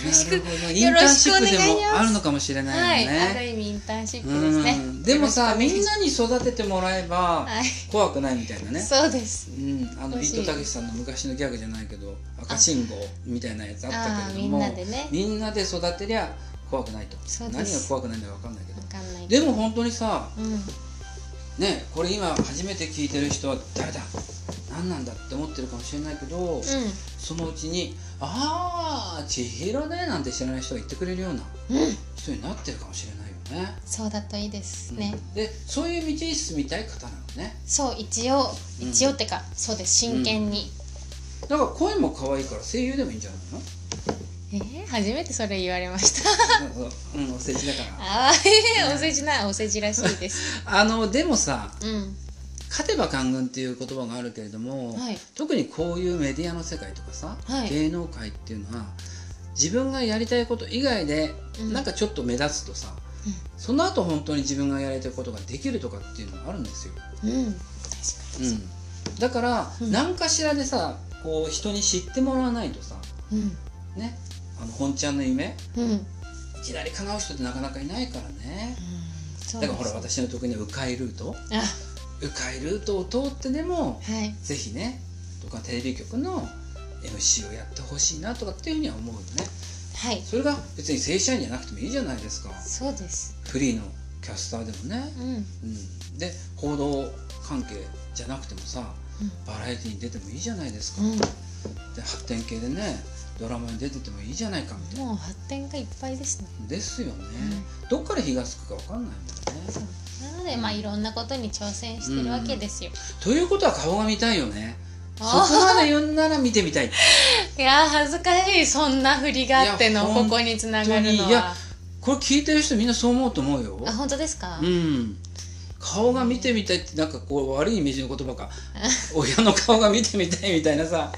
Speaker 1: ろし
Speaker 2: な
Speaker 1: く
Speaker 2: るほどイ
Speaker 1: よ
Speaker 2: ン
Speaker 1: ろ
Speaker 2: ターン
Speaker 1: し
Speaker 2: シ
Speaker 1: くお
Speaker 2: ッ
Speaker 1: 願いし
Speaker 2: プで
Speaker 1: ます
Speaker 2: もあるのかもしれな
Speaker 1: はいい、
Speaker 2: よ
Speaker 1: ある
Speaker 2: ね、
Speaker 1: 意味インターンシップ
Speaker 2: う
Speaker 1: ですね
Speaker 2: んでもさみん
Speaker 1: な
Speaker 2: なに育ててもらえば
Speaker 1: はい
Speaker 2: 怖くないみたいなね
Speaker 1: そうです
Speaker 2: うん、あの
Speaker 1: 欲
Speaker 2: ビ
Speaker 1: しい
Speaker 2: ートたけしさんの昔のギャグじゃないけど赤信号みたいなやつあった
Speaker 1: ああ
Speaker 2: け
Speaker 1: ーみ
Speaker 2: れど
Speaker 1: ん
Speaker 2: も
Speaker 1: なでね
Speaker 2: みんなで育てりゃ怖くないと
Speaker 1: そう
Speaker 2: 何
Speaker 1: で
Speaker 2: が
Speaker 1: す
Speaker 2: 怖くないんだか分かんないけど
Speaker 1: わかんないけ
Speaker 2: でも本当にさ
Speaker 1: どうん
Speaker 2: ねこれ今初めて聞いてる人は誰だ何なんだって思ってるかもしれないけど、そのうちに「ああ千尋ね」なんて知らない人が言ってくれるような
Speaker 1: うんうん
Speaker 2: 人になってるかもしれないよね。
Speaker 1: そうだといいですね、
Speaker 2: うんでそういう道進みたい方なのね
Speaker 1: そう一応
Speaker 2: うん
Speaker 1: 一応ってか、そうです真剣に、
Speaker 2: だから声も可愛いから声優でもいいんじゃないの
Speaker 1: えー初めてそれ言われました
Speaker 2: なんかうん、お世辞だから。
Speaker 1: ああお世辞なお世辞らしいです
Speaker 2: あの、でもさ、
Speaker 1: うん
Speaker 2: 勝てば官軍っていう言葉があるけれども、
Speaker 1: はい
Speaker 2: 特にこういうメディアの世界とかさ、
Speaker 1: はい
Speaker 2: 芸能界っていうのは、自分がやりたいこと以外で、
Speaker 1: うん
Speaker 2: なんかちょっと目立つとさ、
Speaker 1: うん
Speaker 2: その後本当に自分がやりたいことができるとかっていうのがあるんですよ。
Speaker 1: うん確かに、
Speaker 2: だから、
Speaker 1: うん
Speaker 2: 何かしらでさ、こう人に知ってもらわないとさ、
Speaker 1: うん
Speaker 2: ね、あの本ちゃんの夢、
Speaker 1: うん、うん、
Speaker 2: いきなり叶う人ってなかなかいないからね。
Speaker 1: そう
Speaker 2: だ
Speaker 1: で
Speaker 2: か
Speaker 1: す
Speaker 2: らほら私の得意な迂回ルート
Speaker 1: あ
Speaker 2: 迂回ルートを通ってでも
Speaker 1: はい
Speaker 2: ぜひねとかテレビ局の MC をやってほしいなとかっていうふうには思うよね
Speaker 1: はい
Speaker 2: それが別に正社員じゃなくてもいいじゃないですか
Speaker 1: そうです
Speaker 2: フリーのキャスターでもね、
Speaker 1: うん
Speaker 2: うん、で報道関係じゃなくてもさ
Speaker 1: うん
Speaker 2: バラエティに出てもいいじゃないですか、
Speaker 1: う
Speaker 2: で発展系でねドラマに出ててもいいじゃないかみたい
Speaker 1: ん、もう発展がいっぱいですね。
Speaker 2: なですよね、どっから火がつくか分かんないもんね
Speaker 1: なので、まあ、いろんなことに挑戦してるわけですよ。
Speaker 2: ということは顔が見たいよねそ
Speaker 1: あー
Speaker 2: こまで言うんなら見てみたい
Speaker 1: いやー、恥ずかしい、そんな振りがあっての、
Speaker 2: いや
Speaker 1: ここにつながる
Speaker 2: 本
Speaker 1: の
Speaker 2: 当
Speaker 1: は。
Speaker 2: にいやこれ聞いてる人みんなそう思うと思うよ
Speaker 1: あ、本当ですか。
Speaker 2: うん顔が見てみたいってなんかこう悪いイメージの言 葉か親の顔が見てみたいみたいなさ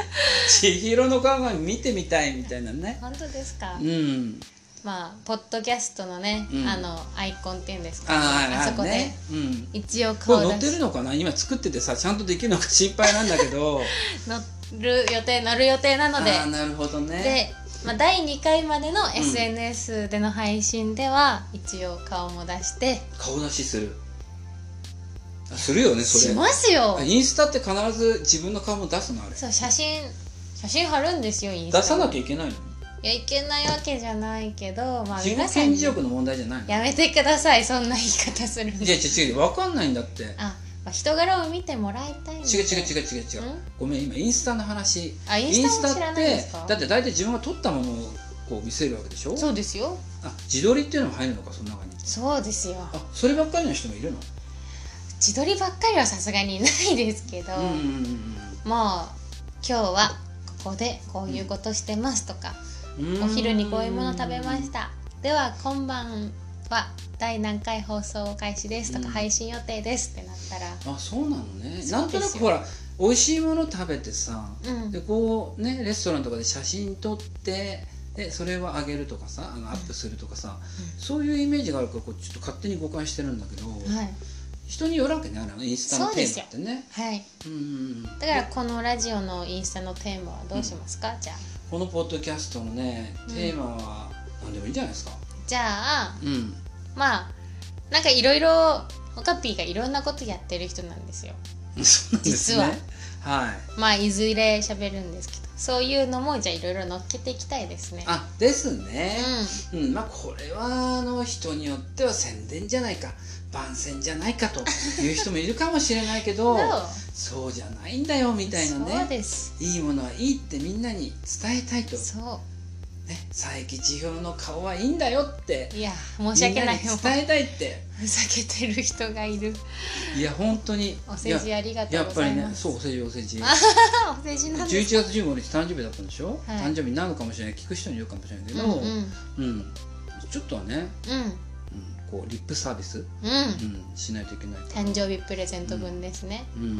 Speaker 2: 千尋の顔が見てみたいみたいなね
Speaker 1: 本当ですか。
Speaker 2: うん
Speaker 1: まあ、ポッドキャストのね、
Speaker 2: うん
Speaker 1: あの、アイコンっていうんですか、
Speaker 2: あーあ
Speaker 1: あそこで、
Speaker 2: ねうん
Speaker 1: 一応
Speaker 2: こ
Speaker 1: 顔
Speaker 2: れ
Speaker 1: 出
Speaker 2: 載ってる
Speaker 1: し
Speaker 2: のかな今作っててさちゃんとできるのか心配なんだけど
Speaker 1: 乗る予定、乗る予定な
Speaker 2: あ
Speaker 1: ので。
Speaker 2: あーなるほどね
Speaker 1: で、まあ、第2回までの SNS での配信では、一応顔も出して
Speaker 2: 顔出しするあするよねそ
Speaker 1: し
Speaker 2: れ
Speaker 1: ますよ
Speaker 2: インスタって必ず自分の顔も出すのあれ
Speaker 1: そう写真写真貼るんですよインスタ
Speaker 2: 出さなき
Speaker 1: ゃ
Speaker 2: ゃいけないの
Speaker 1: いやいけないわけじゃないけどまあ
Speaker 2: 自己
Speaker 1: 皆
Speaker 2: 顕
Speaker 1: さんに
Speaker 2: 示欲の問題じゃないの
Speaker 1: やめてくださいそんな言い方するん
Speaker 2: い
Speaker 1: で
Speaker 2: や違う違う分かんないんだって違う
Speaker 1: あ、まあ、人柄を見てもらいたい
Speaker 2: 違う違
Speaker 1: う
Speaker 2: う違う違うんごめん今インスタの話
Speaker 1: あインスタも知らないんですか
Speaker 2: だって大体自分が撮ったものをこう見せるわけでしょ
Speaker 1: そうですよ
Speaker 2: あ自撮りっていうのも入るのかその中に
Speaker 1: そうですよ
Speaker 2: あそればっかりの人もいるの
Speaker 1: 自撮りばっかりはさすがにないですけど、
Speaker 2: うんうん
Speaker 1: もう今日はここでこういうことしてますとか、
Speaker 2: うんうん
Speaker 1: お昼にこういうもの食べましたたでは今晩は第何回放送開始ですとか、
Speaker 2: うん
Speaker 1: 配信予定ですってなったら
Speaker 2: あそうなのね
Speaker 1: すよ
Speaker 2: なんとなくほら美味しいもの食べてさ
Speaker 1: うん
Speaker 2: でこうねレストランとかで写真撮ってでそれをあげるとかさあのアップするとかさ、
Speaker 1: う
Speaker 2: そういうイメージがあるからこうちょっと勝手に誤解してるんだけど、
Speaker 1: はい
Speaker 2: 人によるわけねあのインスタのテーマってね
Speaker 1: はい、
Speaker 2: うんうんうん
Speaker 1: だからこのラジオのインスタのテーマはどうしますか、じゃあ
Speaker 2: このポッドキャストのねテーマは何でもいいんじゃないですか
Speaker 1: じゃあ
Speaker 2: うん
Speaker 1: まあなんかいろいろオカピーがいろんなことやってる人なんですよ
Speaker 2: そうなんで
Speaker 1: 実
Speaker 2: すね
Speaker 1: は
Speaker 2: はい
Speaker 1: まあいずれ喋るんですけどそういうのもじゃあいろいろ乗っけていきたいですね
Speaker 2: あです
Speaker 1: う
Speaker 2: ね
Speaker 1: ん
Speaker 2: うん、まあこれはあの人によっては宣伝じゃないか番宣じゃないかという人もいるかもしれない けど
Speaker 1: どう
Speaker 2: そうじゃないんだよみたいな
Speaker 1: そう
Speaker 2: ね
Speaker 1: です
Speaker 2: いいものはいいってみんなに伝えたいと、ね、
Speaker 1: そ
Speaker 2: 佐伯千尋の顔はいいんだよって
Speaker 1: ういや申し訳ない
Speaker 2: みん
Speaker 1: もう
Speaker 2: に伝えたいって
Speaker 1: ふざけてる人がいる
Speaker 2: いや本当に
Speaker 1: お世辞ありが
Speaker 2: いや
Speaker 1: とう
Speaker 2: や
Speaker 1: ご
Speaker 2: っぱ
Speaker 1: ざ
Speaker 2: り
Speaker 1: い
Speaker 2: ね
Speaker 1: ます
Speaker 2: そうお世辞お世辞
Speaker 1: ああお世辞なんです
Speaker 2: 11月15日誕生日だったんでしょ、
Speaker 1: はい
Speaker 2: 誕生日になるのかもしれない聞く人によるかもしれないけ
Speaker 1: うん
Speaker 2: ど、
Speaker 1: うんうん
Speaker 2: うんちょっとはね、うん、こうリップサービス、
Speaker 1: うん
Speaker 2: うん、しないといけない
Speaker 1: 誕生日プレゼント分ですね、
Speaker 2: うん、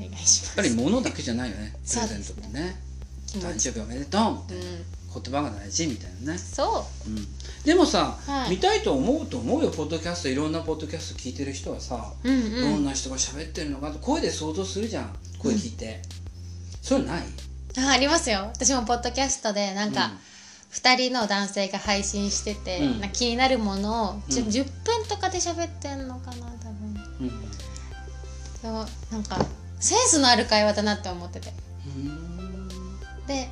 Speaker 2: やっ
Speaker 1: お願いします
Speaker 2: ぱり物だけじゃないよねプ
Speaker 1: そう
Speaker 2: レ
Speaker 1: で
Speaker 2: ゼン
Speaker 1: す
Speaker 2: ト
Speaker 1: ね
Speaker 2: ってね
Speaker 1: 気
Speaker 2: 誕
Speaker 1: 持ち
Speaker 2: 生日おめでとう
Speaker 1: う
Speaker 2: みたいな、
Speaker 1: ん
Speaker 2: 言葉が大事みたいなね、
Speaker 1: そ
Speaker 2: うん、でもさ、
Speaker 1: はい
Speaker 2: 見たいと思うと思うよポッドキャストいろんなポッドキャスト聞いてる人はさ、
Speaker 1: ううん
Speaker 2: ど
Speaker 1: うん
Speaker 2: んな人が喋ってるのかと声で想像するじゃん声聞いて、それない
Speaker 1: あありますよ私もポッドキャストでなんか、2人の男性が配信してて、
Speaker 2: うん
Speaker 1: なんか気になるものを、じゅ
Speaker 2: うん
Speaker 1: 10分とかで喋ってんのかな多分
Speaker 2: うんう
Speaker 1: そうなんかセンスのある会話だなって思ってて
Speaker 2: ん
Speaker 1: で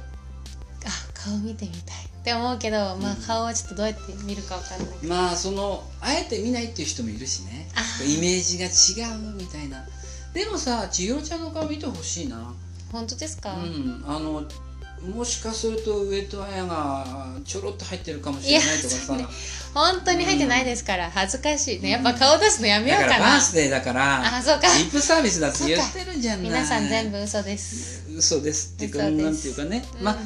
Speaker 1: あ顔見てみたいって思うけど、まあ
Speaker 2: うん
Speaker 1: 顔はちょっとどうやって見るかわかんないけど
Speaker 2: まあそのあえて見ないっていう人もいるしね
Speaker 1: あ
Speaker 2: イメージが違うみたいなでもさ千尋ちゃんの顔見てほしいな
Speaker 1: 本当です
Speaker 2: う
Speaker 1: か、
Speaker 2: んあのもしかすると上戸彩がちょろっと入ってるかもしれないとかさ
Speaker 1: いや本当に入ってないですから、恥ずかしいねやっぱ顔出すのやめよう
Speaker 2: だ
Speaker 1: か
Speaker 2: からバ
Speaker 1: な、
Speaker 2: ースデーだから
Speaker 1: あそうか
Speaker 2: リップサービスだって言ってるじゃない
Speaker 1: 皆さん全部嘘です、
Speaker 2: 嘘ですっていうか
Speaker 1: 嘘です
Speaker 2: なんていうかね、
Speaker 1: うん
Speaker 2: まあ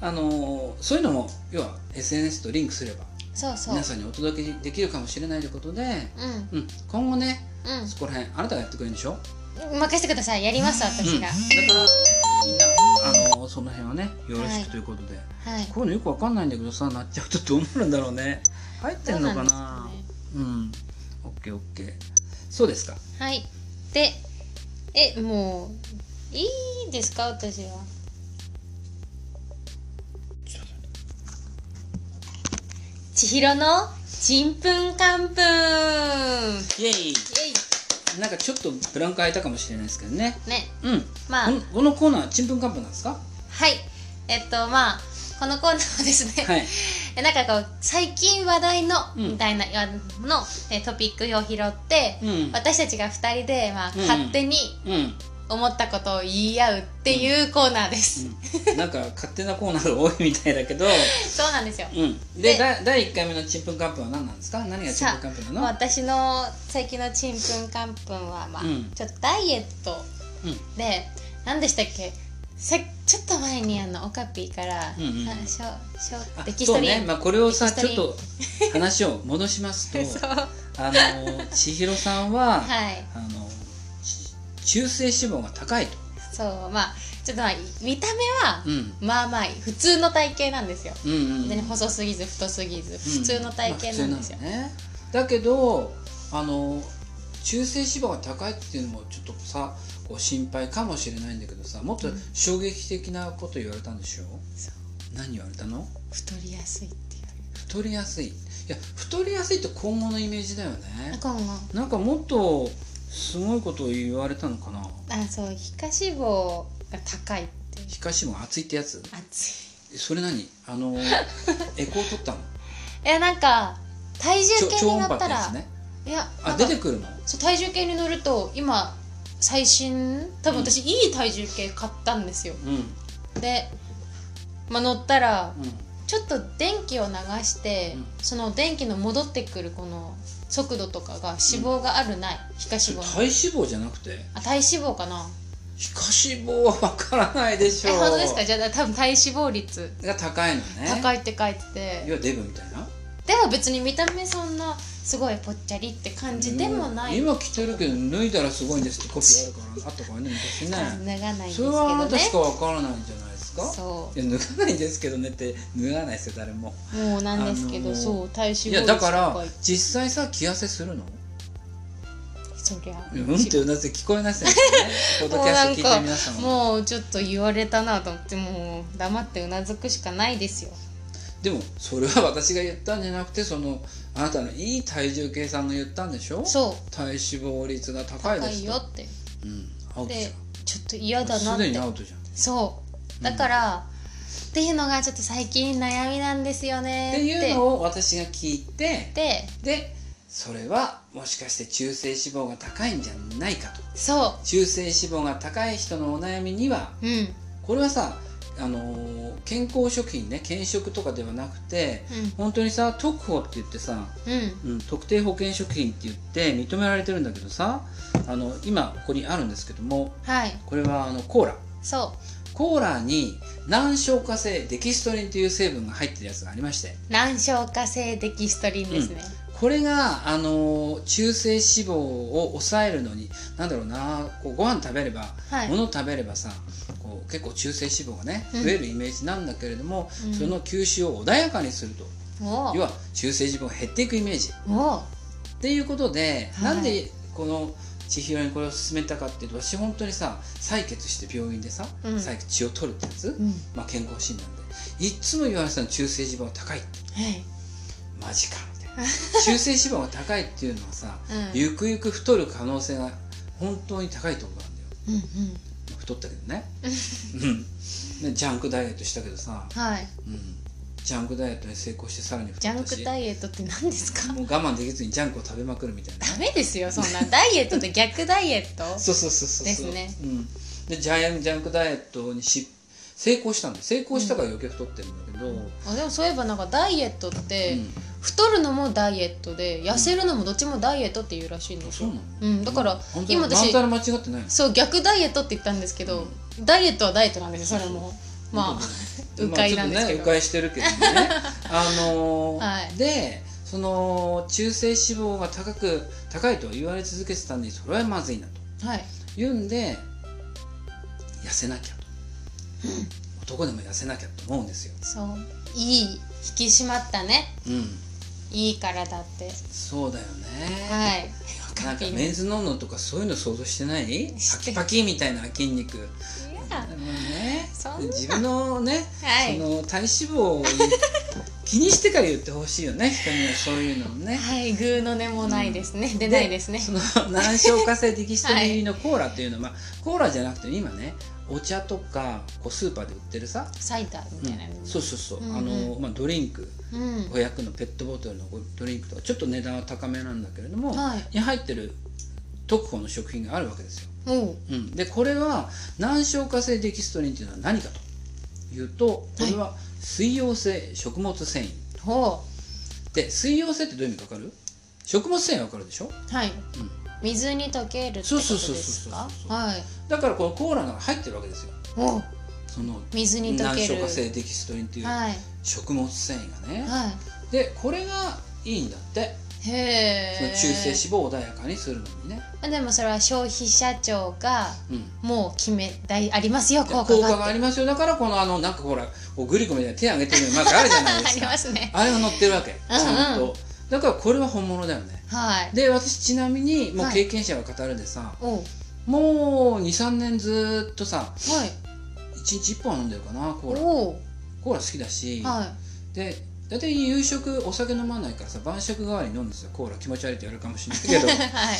Speaker 2: あのーそういうのも要は SNS とリンクすれば
Speaker 1: そうそう
Speaker 2: 皆さんにお届けできるかもしれないということで、
Speaker 1: うんうん
Speaker 2: うん、今後ねそこら辺あなたがやってくれるんでしょ、
Speaker 1: 任せてくださいやります
Speaker 2: うん、
Speaker 1: 私
Speaker 2: だ
Speaker 1: が、
Speaker 2: からみんな、あのーその辺はねよろしくということで、
Speaker 1: はい
Speaker 2: こういうのよくわかんないんだけどさなっちゃうとどうなるんだろうね入ってんの
Speaker 1: どう
Speaker 2: かなん
Speaker 1: ですか
Speaker 2: うんオッケーオッケーそうですか
Speaker 1: ねはいでえもういいですか私は
Speaker 2: ちょっと待って
Speaker 1: 千尋のちんぷんかんぷんイ
Speaker 2: イエイ
Speaker 1: エイ
Speaker 2: なんかちょっとブランク空いたかもしれないですけどね
Speaker 1: ね
Speaker 2: うん
Speaker 1: まあ
Speaker 2: このこのコーナーちんぷんかんぷんなんですか
Speaker 1: はいえっとまあこのコーナーはですね、
Speaker 2: はい
Speaker 1: えなんかこう最近話題の、
Speaker 2: うん
Speaker 1: みたいなあのえトピックを拾って、
Speaker 2: うん
Speaker 1: 私たちが2人で、まあ、
Speaker 2: うんうん
Speaker 1: 勝手に
Speaker 2: うん
Speaker 1: 思ったことを言い合うっていうコーナーです、
Speaker 2: うんなんか勝手なコーナーが多いみたいだけ ど、
Speaker 1: そうなんですよ
Speaker 2: うん、で
Speaker 1: で
Speaker 2: だ第1回目のちんぷんかんぷんは何なんですか何がちんぷんかんぷんなの
Speaker 1: 私の最近のちんぷんかんぷんは、まあ
Speaker 2: うん
Speaker 1: ちょっとダイエット
Speaker 2: うん
Speaker 1: で何でしたっけせちょっと前にあのオカピーから、
Speaker 2: うんうんうん
Speaker 1: あしょしょ
Speaker 2: あ
Speaker 1: デキス
Speaker 2: そ
Speaker 1: ト
Speaker 2: う
Speaker 1: リン
Speaker 2: ね、まあ、これをさ
Speaker 1: デ
Speaker 2: ち
Speaker 1: キ
Speaker 2: ょっ
Speaker 1: スト
Speaker 2: と話を戻します と
Speaker 1: そう
Speaker 2: あの千尋さんは、
Speaker 1: はい
Speaker 2: あのち中性脂肪が高いと、
Speaker 1: そうまあちょっとまあ見た目は、
Speaker 2: うん
Speaker 1: まあまあ普通の体型なんですよ、
Speaker 2: うんうん
Speaker 1: でね細すぎず太すぎず普通の体型なんですよ、
Speaker 2: まあ普通なのね、だけどあの中性脂肪が高いっていうのもちょっとさこう心配かもしれないんだけどさもっと
Speaker 1: うん
Speaker 2: 衝撃的なこと言われたんでしょ、
Speaker 1: そう
Speaker 2: 何言われたの
Speaker 1: 太りやすいって言われる
Speaker 2: 太りやすいいや太りやすいって今後のイメージだよね
Speaker 1: あ今後
Speaker 2: なんかもっとすごいことを言われたのかな
Speaker 1: あそう皮下脂肪が高いって
Speaker 2: 皮下脂肪が厚いってやつ
Speaker 1: 熱い
Speaker 2: それ何あ のエコー取ったの
Speaker 1: いやなんか体重
Speaker 2: ちょ
Speaker 1: 計
Speaker 2: 超
Speaker 1: に
Speaker 2: 音
Speaker 1: 乗
Speaker 2: 波
Speaker 1: っ
Speaker 2: って
Speaker 1: た
Speaker 2: や
Speaker 1: ら、
Speaker 2: つね
Speaker 1: いやな
Speaker 2: あ
Speaker 1: んか
Speaker 2: 出てくるの
Speaker 1: そう体重計に乗ると今最新多分私、いい体重計買ったんですよ
Speaker 2: うんうん
Speaker 1: で、まあ、乗ったらちょっと電気を流して、
Speaker 2: うん
Speaker 1: その電気の戻ってくるこの速度とかが脂肪があるない、皮
Speaker 2: そ
Speaker 1: 下
Speaker 2: れ
Speaker 1: 脂
Speaker 2: 体
Speaker 1: 肪の
Speaker 2: 脂肪じゃなくて
Speaker 1: あ体脂肪かな
Speaker 2: 皮下脂肪はわからないでしょ
Speaker 1: え本当ですかじゃあ多分体脂肪率
Speaker 2: が高いのね
Speaker 1: 高
Speaker 2: い
Speaker 1: いって書いて
Speaker 2: 要
Speaker 1: て
Speaker 2: はデブみたいな
Speaker 1: でも別に見た目そんなすごいぽっちゃりって感じでもない
Speaker 2: 今着てるけど脱いだらすごいんですってコピーあるからあったからね昔
Speaker 1: 脱が
Speaker 2: ね
Speaker 1: ないんですけ
Speaker 2: それはあな
Speaker 1: ど
Speaker 2: た
Speaker 1: ね
Speaker 2: しかわからないんじゃないですか
Speaker 1: そう
Speaker 2: いや脱がないんですけどねって脱がないですよ誰も
Speaker 1: もうなんですけど、
Speaker 2: あのー
Speaker 1: そう体脂肪
Speaker 2: いやだから
Speaker 1: 率
Speaker 2: 実際さ着痩せするの
Speaker 1: 高いそりゃ
Speaker 2: うんってうなずき聞こえませんけ どねポッドキャスト聞いてる皆さんも
Speaker 1: もうちょっと言われたなと思ってもう黙ってうなずくしかないですよ
Speaker 2: でもそれは私が言ったんじゃなくてそのあなたのいい体重計さんが言ったんでしょ
Speaker 1: そう
Speaker 2: 体脂肪率が高
Speaker 1: 高
Speaker 2: いです
Speaker 1: い
Speaker 2: と
Speaker 1: よって
Speaker 2: うんアウトじ
Speaker 1: で
Speaker 2: ゃ
Speaker 1: ちょっと嫌
Speaker 2: ん
Speaker 1: だなっ
Speaker 2: すでに
Speaker 1: て
Speaker 2: アウトじゃんっ
Speaker 1: そうだから、っていうのがちょっと最近悩みなんですよね
Speaker 2: ていうのを私が聞いて
Speaker 1: で
Speaker 2: でそれはもしかして中性脂肪が高いんじゃないかと
Speaker 1: そ
Speaker 2: 中性脂肪が高い人のお悩みには
Speaker 1: ううん
Speaker 2: これはさあのー健康食品ね健食とかではなくて本当にさ特保って言ってさ、
Speaker 1: うんうん
Speaker 2: うん、特定保険食品って言って認められてるんだけどさあの今ここにあるんですけども
Speaker 1: はい
Speaker 2: これはあのコーラ
Speaker 1: そ
Speaker 2: コーラに難消化性デキストリンという成分が入ってるやつがありまして
Speaker 1: う難消化性デキストリンですね、
Speaker 2: これが、あのー中性脂肪を抑えるのになんだろうなこうご飯食べれば、
Speaker 1: はい
Speaker 2: 物食べればさこう結構中性脂肪がね
Speaker 1: うん
Speaker 2: 増えるイメージなんだけれども、
Speaker 1: うん
Speaker 2: その吸収を穏やかにすると
Speaker 1: も
Speaker 2: 要は中性脂肪が減っていくイメージ
Speaker 1: うも
Speaker 2: っていうことで、
Speaker 1: はい
Speaker 2: なんでこの千尋にこれを勧めたかっていうと私本当にさ採血して病院でさ、
Speaker 1: うん
Speaker 2: 採血血を取るってやつ、
Speaker 1: う、うん、は
Speaker 2: まあ、健康診断でいっつも言われてたの中性脂肪が高い
Speaker 1: い、
Speaker 2: マジか みたいな中性脂肪が高いっていうのはさ、
Speaker 1: うん
Speaker 2: ゆくゆく太る可能性が本当に高いところなんだよ
Speaker 1: うんうん
Speaker 2: 太ったけど ねうんねジャンクダイエットしたけどさ、
Speaker 1: はい
Speaker 2: うん、ジャンクダイエットに成功してさらに
Speaker 1: ジ
Speaker 2: 太っ
Speaker 1: ャン
Speaker 2: たし
Speaker 1: クダイエットって何ですか
Speaker 2: もう我慢できずにジャンクを食べまくるみたいな
Speaker 1: ダ メですよそんなダイエットで逆ダイエ ット
Speaker 2: そうそうそうそうそう。
Speaker 1: ですね
Speaker 2: うん。でジャイアンジャンクダイエットにし成功したんだ。成功したから余計太ってるんだけど。うん。
Speaker 1: あでもそういえばなんかダイエットって、太るのもダイエットで痩せるのもどっちもダイエットっていうらしいんですよ、
Speaker 2: そうなの
Speaker 1: うん、だから
Speaker 2: 本当
Speaker 1: 今
Speaker 2: だ。
Speaker 1: 私
Speaker 2: 何たら間違ってないの。
Speaker 1: そう逆ダイエットって言ったんですけど、ダイエットはダイエットなんですよそれもま
Speaker 2: 本当
Speaker 1: あ迂
Speaker 2: だ
Speaker 1: 回なんです
Speaker 2: まあちょっ
Speaker 1: けど、
Speaker 2: とね、迂回してるけどね。あの ー
Speaker 1: はい
Speaker 2: で、その中性脂肪が高く高いと言われ続けてたんで、それはまずいなと。
Speaker 1: はい
Speaker 2: 言うんで、痩せな きゃと。男でも痩せなきゃと思うんですよ。
Speaker 1: そういい引き締まったね
Speaker 2: うん。
Speaker 1: いい体って
Speaker 2: そうだよね。
Speaker 1: はい
Speaker 2: なんかメンズノンノとかそういうの想像してないパ
Speaker 1: して
Speaker 2: キパキみたいな筋肉で
Speaker 1: いや
Speaker 2: もね
Speaker 1: そんな
Speaker 2: 自分のね、
Speaker 1: はい
Speaker 2: その体脂肪を気にしてから言ってほしいよ ね人にはそういうのもね
Speaker 1: はいグーの根もないですね、出ないですね
Speaker 2: その難消化性デキストリン入りのコーラっていうのは、まあ、コーラじゃなくて今ねお茶とかこうスーパーで売ってるさ、
Speaker 1: サイダーみたいなやつ、
Speaker 2: そうそうそう、
Speaker 1: うんうん
Speaker 2: あのまあ、ドリンク
Speaker 1: うん
Speaker 2: 500のペットボトルのドリンクとかちょっと値段は高めなんだけれども、
Speaker 1: はい
Speaker 2: に入ってる特保の食品があるわけですよ
Speaker 1: おう
Speaker 2: うん、でこれは難消化性デキストリンというのは何かというとこれは水溶性食物繊維、
Speaker 1: ほ
Speaker 2: で水溶性ってどういう意味かわかる食物繊維はわかるでしょ
Speaker 1: うはい、
Speaker 2: ん
Speaker 1: 水に溶けるってこと
Speaker 2: そう
Speaker 1: で
Speaker 2: そうそうそう
Speaker 1: すか
Speaker 2: そうそうそう
Speaker 1: はい
Speaker 2: だからこのコーラが入ってるわけですよ
Speaker 1: おう
Speaker 2: その
Speaker 1: 水に溶
Speaker 2: 難
Speaker 1: け
Speaker 2: 消
Speaker 1: る
Speaker 2: 化性デキストリンという
Speaker 1: はい
Speaker 2: 食物繊維がね、
Speaker 1: は
Speaker 2: でこれがいいんだって
Speaker 1: いへ
Speaker 2: その
Speaker 1: え
Speaker 2: 中性脂肪を穏やかにするのにね、
Speaker 1: まあでもそれは消費者庁が
Speaker 2: うん、
Speaker 1: もう決めだいありますよ
Speaker 2: 効
Speaker 1: 効果
Speaker 2: 果
Speaker 1: が
Speaker 2: がありますよだからこのあのなんかほらこうグリコみたいな手挙げてるのにまずあるじゃないで
Speaker 1: あ
Speaker 2: す
Speaker 1: り
Speaker 2: か
Speaker 1: ますね
Speaker 2: あれが載ってるわけちゃんと、
Speaker 1: うん
Speaker 2: だからこれは本物だよね
Speaker 1: はい
Speaker 2: で私ちなみにもう
Speaker 1: はい
Speaker 2: 経験者が語るでさ、
Speaker 1: おう
Speaker 2: もう23年ずっとさ
Speaker 1: はい
Speaker 2: 1日1本は飲んでるかなコーラ
Speaker 1: おう
Speaker 2: コーラ好きだし、
Speaker 1: は
Speaker 2: で大体夕食お酒飲まないからさ晩酌代わりに飲んでさコーラ気持ち悪いってやるかもしれない
Speaker 1: い
Speaker 2: け ど
Speaker 1: はい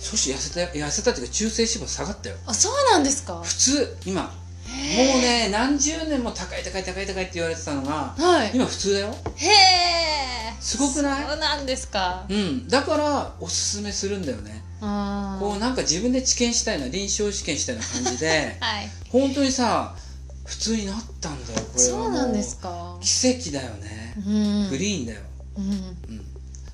Speaker 2: 少し痩せた痩せたっていうか中性脂肪下がったよ
Speaker 1: あそうなんですか
Speaker 2: 普通今もうね何十年も高い高い高い高いって言われてたのが
Speaker 1: はい
Speaker 2: 今普通だよ
Speaker 1: へえ
Speaker 2: すごくない
Speaker 1: そうなんですか
Speaker 2: うんだからおすすめするんだよね
Speaker 1: あー
Speaker 2: こうなんか自分で治験したいな臨床試験したいな感じで
Speaker 1: はい
Speaker 2: 本当にさ普通になったんだよこれはも
Speaker 1: そうなんですか
Speaker 2: 奇跡だよね
Speaker 1: う、ん
Speaker 2: グリーンだよ、
Speaker 1: うん
Speaker 2: うん、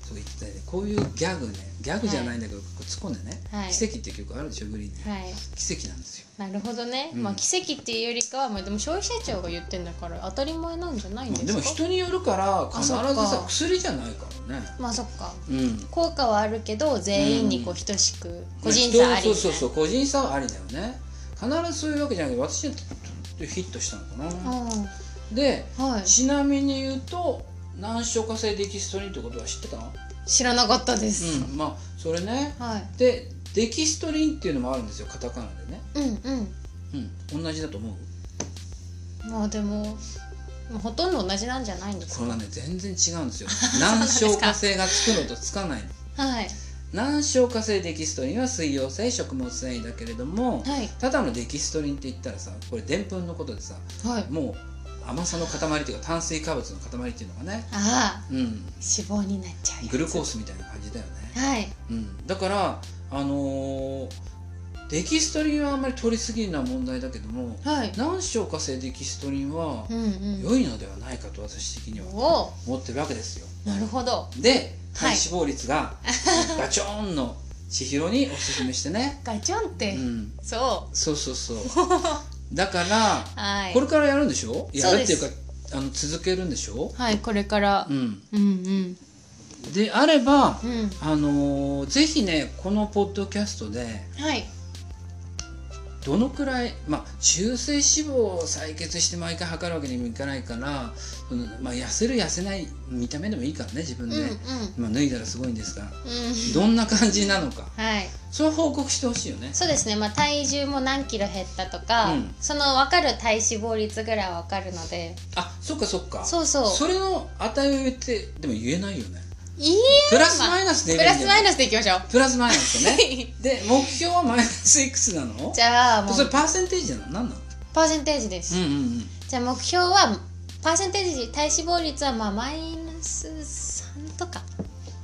Speaker 2: そう言ってたよねこういうギャグねギャグじゃないんだけど、こう突っ込んでね、
Speaker 1: はい
Speaker 2: 奇跡って曲あるでしょグリーンで、
Speaker 1: はい
Speaker 2: 奇跡なんですよ
Speaker 1: なるほどね、
Speaker 2: うん
Speaker 1: まあ奇跡っていうよりかは、まあ、でも消費者庁が言ってんだから当たり前なんじゃないん
Speaker 2: ま
Speaker 1: です
Speaker 2: あで
Speaker 1: か、
Speaker 2: も人によるから必ず
Speaker 1: そっか
Speaker 2: さ薬じゃないからね
Speaker 1: まあそっか
Speaker 2: うん
Speaker 1: 効果はあるけど全員にこう等しく、個人
Speaker 2: 人
Speaker 1: 差あり
Speaker 2: そうそうそう個人差はありだよね必ずそういうわけじゃないけど私にとってヒットしたのか
Speaker 1: う
Speaker 2: な、
Speaker 1: ん
Speaker 2: で
Speaker 1: はい
Speaker 2: ちなみに言うと難消化性デキストリンってことは知ってた
Speaker 1: 知らなかったです、
Speaker 2: うんまあそれね
Speaker 1: はい
Speaker 2: でデキストリンっていうのもあるんですよカタカナでね、
Speaker 1: うん
Speaker 2: うん、同じだと思う
Speaker 1: うんまあでもほとんど同じなんじゃないんです
Speaker 2: こ
Speaker 1: か
Speaker 2: れがね全然違うんですよ難消化性がつくのとつかないの
Speaker 1: はい
Speaker 2: 難消化性デキストリンは水溶性食物繊維だけれども、
Speaker 1: はい
Speaker 2: ただのデキストリンって言ったらさこれでんぷんのことでさ
Speaker 1: はい
Speaker 2: もう甘さの塊っていうか炭水化物の塊っていうのがね、
Speaker 1: ああ
Speaker 2: うん、
Speaker 1: 脂肪になっちゃうやつ
Speaker 2: グルコースみたいな感じだよね、
Speaker 1: はい
Speaker 2: うん、だからあのーデキストリンはあんまり取りすぎるのは問題だけども
Speaker 1: はい
Speaker 2: 難消化性デキストリンは
Speaker 1: うんうん
Speaker 2: 良いのではないかと私的には
Speaker 1: おお
Speaker 2: 思ってるわけですよ
Speaker 1: なるほど
Speaker 2: で体
Speaker 1: はい
Speaker 2: 脂肪 率がガチョーンの千尋におすすめしてね、
Speaker 1: ガチョンっ
Speaker 2: う
Speaker 1: て、
Speaker 2: ん、
Speaker 1: そ
Speaker 2: そうそ うそうだから
Speaker 1: うはい
Speaker 2: これからやるんでしょや
Speaker 1: そうで
Speaker 2: るって
Speaker 1: す
Speaker 2: いうかあの続けるんでしょ、
Speaker 1: はいこれから
Speaker 2: う、ん、
Speaker 1: うんうん
Speaker 2: であれば、
Speaker 1: うん
Speaker 2: あのーぜひねこのポッドキャストで
Speaker 1: はい
Speaker 2: どのくらい、まあ、中性脂肪を採血して毎回測るわけにもいかないからその、まあ、痩せる痩せない見た目でもいいからね自分
Speaker 1: うん
Speaker 2: で、
Speaker 1: うん
Speaker 2: まあ、脱いだらすごいんですが
Speaker 1: うん
Speaker 2: どんな感じなのか
Speaker 1: はい
Speaker 2: それを報告してほしいよね。
Speaker 1: そうですね、まあ、体重も何キロ減ったとか、
Speaker 2: うん
Speaker 1: その分かる体脂肪率ぐらい分かるので
Speaker 2: あそっかそっか
Speaker 1: そうそう
Speaker 2: それの値を言ってでも言えないよね
Speaker 1: いい
Speaker 2: プラスマイナスで
Speaker 1: プ
Speaker 2: 言えば
Speaker 1: ラスマイ
Speaker 2: いいんじゃない
Speaker 1: ナスでいきましょう
Speaker 2: プラスマイナスだね
Speaker 1: はい
Speaker 2: で目標はマイナスいくつな の
Speaker 1: じゃあもう
Speaker 2: それパーセンテージなの何なの
Speaker 1: パーセンテージです、
Speaker 2: んうんうん
Speaker 1: じゃあ目標はパーセンテージ体脂肪率はまあマイナス3とか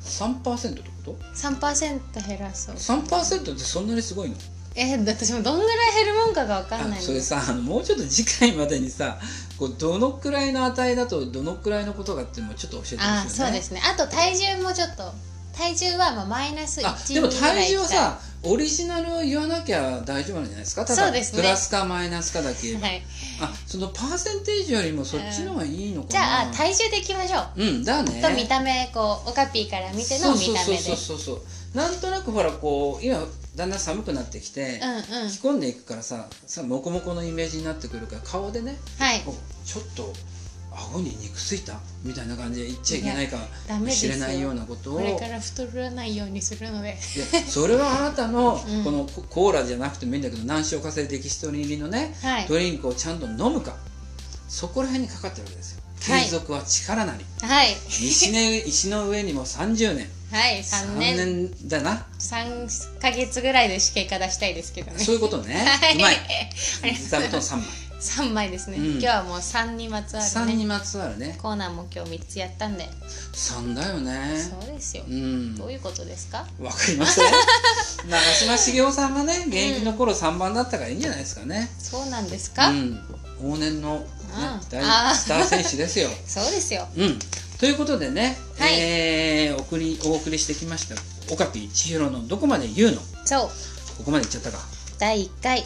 Speaker 2: 3%ってこと
Speaker 1: 3%減らそう
Speaker 2: ?3% ってそんなにすごいの
Speaker 1: えー私もどんぐらい減るもんかが分かん
Speaker 2: あ
Speaker 1: ないん
Speaker 2: それ
Speaker 1: です
Speaker 2: さあのもうちょっと次回までにさこうどのくらいの値だとどのくらいのことかっていうのをちょっと教えてほしいよね
Speaker 1: あそうですねあと体重もちょっと体重はまあマイナス
Speaker 2: あ
Speaker 1: 1
Speaker 2: でも体重は
Speaker 1: ぐらいいき
Speaker 2: さオリジナルを言わなきゃ大丈夫なんじゃないですかただ
Speaker 1: そうですね
Speaker 2: プラスかマイナスかだけ言えば、
Speaker 1: たいはい
Speaker 2: あそのパーセンテージよりもそっちの方がいいのかな、
Speaker 1: じゃあ体重でいきましょう
Speaker 2: うんだね
Speaker 1: と見た目こうオカピーから見ての見た目
Speaker 2: そう
Speaker 1: で
Speaker 2: そうそうそうそうなんとなくほらこう今だんだん寒くなってきて、
Speaker 1: うんうん
Speaker 2: 着込んでいくからささモコモコのイメージになってくるから顔でね
Speaker 1: はい
Speaker 2: こうちょっと顎に肉ついたみたいな感じで言っちゃいけないか
Speaker 1: ダメ
Speaker 2: も
Speaker 1: で
Speaker 2: し
Speaker 1: すよ
Speaker 2: れないようなことを
Speaker 1: こ
Speaker 2: い
Speaker 1: れ
Speaker 2: や
Speaker 1: から太らないようにするので
Speaker 2: それはあなたの
Speaker 1: うん
Speaker 2: このココーラじゃなくてもいいんだけど難消化性デキストリン入りのね
Speaker 1: はい
Speaker 2: ドリンクをちゃんと飲むかそこら辺にかかってるわけですよ
Speaker 1: はい
Speaker 2: 継続は力なり、
Speaker 1: はい
Speaker 2: 石 ね石の上にも30年
Speaker 1: はい3年
Speaker 2: 3年だな
Speaker 1: 3ヶ月ぐらいで試験化出したいですけどね
Speaker 2: そういうことね。
Speaker 1: はいう
Speaker 2: まい。
Speaker 1: ありがとうござ
Speaker 2: 座
Speaker 1: い
Speaker 2: 布
Speaker 1: ます
Speaker 2: 団三枚。
Speaker 1: 3枚ですね、
Speaker 2: うん
Speaker 1: 今日はもう3にまつわ
Speaker 2: 三
Speaker 1: る
Speaker 2: に
Speaker 1: ね
Speaker 2: まつわるね。
Speaker 1: コーナーも今日3つやったんで、
Speaker 2: 三だよね。
Speaker 1: そうですよ、
Speaker 2: うん。
Speaker 1: どういうことですか
Speaker 2: わかりま せん。長嶋茂雄さんがね、現役の頃三番だったからいいんじゃないですかね。
Speaker 1: そうなんです
Speaker 2: う
Speaker 1: か、
Speaker 2: ん。往年のね
Speaker 1: あーあー
Speaker 2: 大スター選手ですよ。
Speaker 1: そうですよ
Speaker 2: うん。ということでね、
Speaker 1: はい
Speaker 2: えーお送りお送りしてきました。オカピー千尋のどこまで言うの。
Speaker 1: そう
Speaker 2: ここまで言っちゃったか。
Speaker 1: 第1回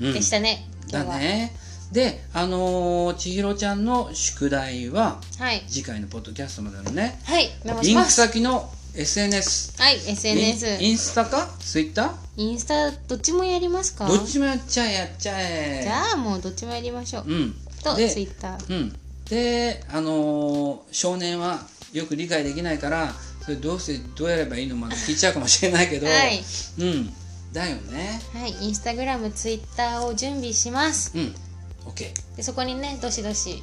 Speaker 2: うん
Speaker 1: でしたね、今
Speaker 2: だ
Speaker 1: 日は、
Speaker 2: ね。で、あのー、千尋ちゃんの宿題は。
Speaker 1: はい
Speaker 2: 次回のポッドキャストまでのね
Speaker 1: はいメモ
Speaker 2: リ
Speaker 1: し
Speaker 2: ン
Speaker 1: ま
Speaker 2: ク
Speaker 1: す
Speaker 2: 先の SNS
Speaker 1: はい SNS
Speaker 2: インインスタかツイッタ
Speaker 1: インスタどっちもやりますか
Speaker 2: ーどっちもやっちゃえやっちゃえ
Speaker 1: じゃあもうどっちもやりましょう、
Speaker 2: うん
Speaker 1: と
Speaker 2: で
Speaker 1: ツイッター
Speaker 2: うんであのー少年はよく理解できないからそれどうしてどうやればいいのまで聞いちゃうかもしれないけど、
Speaker 1: はい、
Speaker 2: うんだよね
Speaker 1: はい、インスタグラムツイッターを準備します
Speaker 2: うん OK
Speaker 1: でそこにねどしどし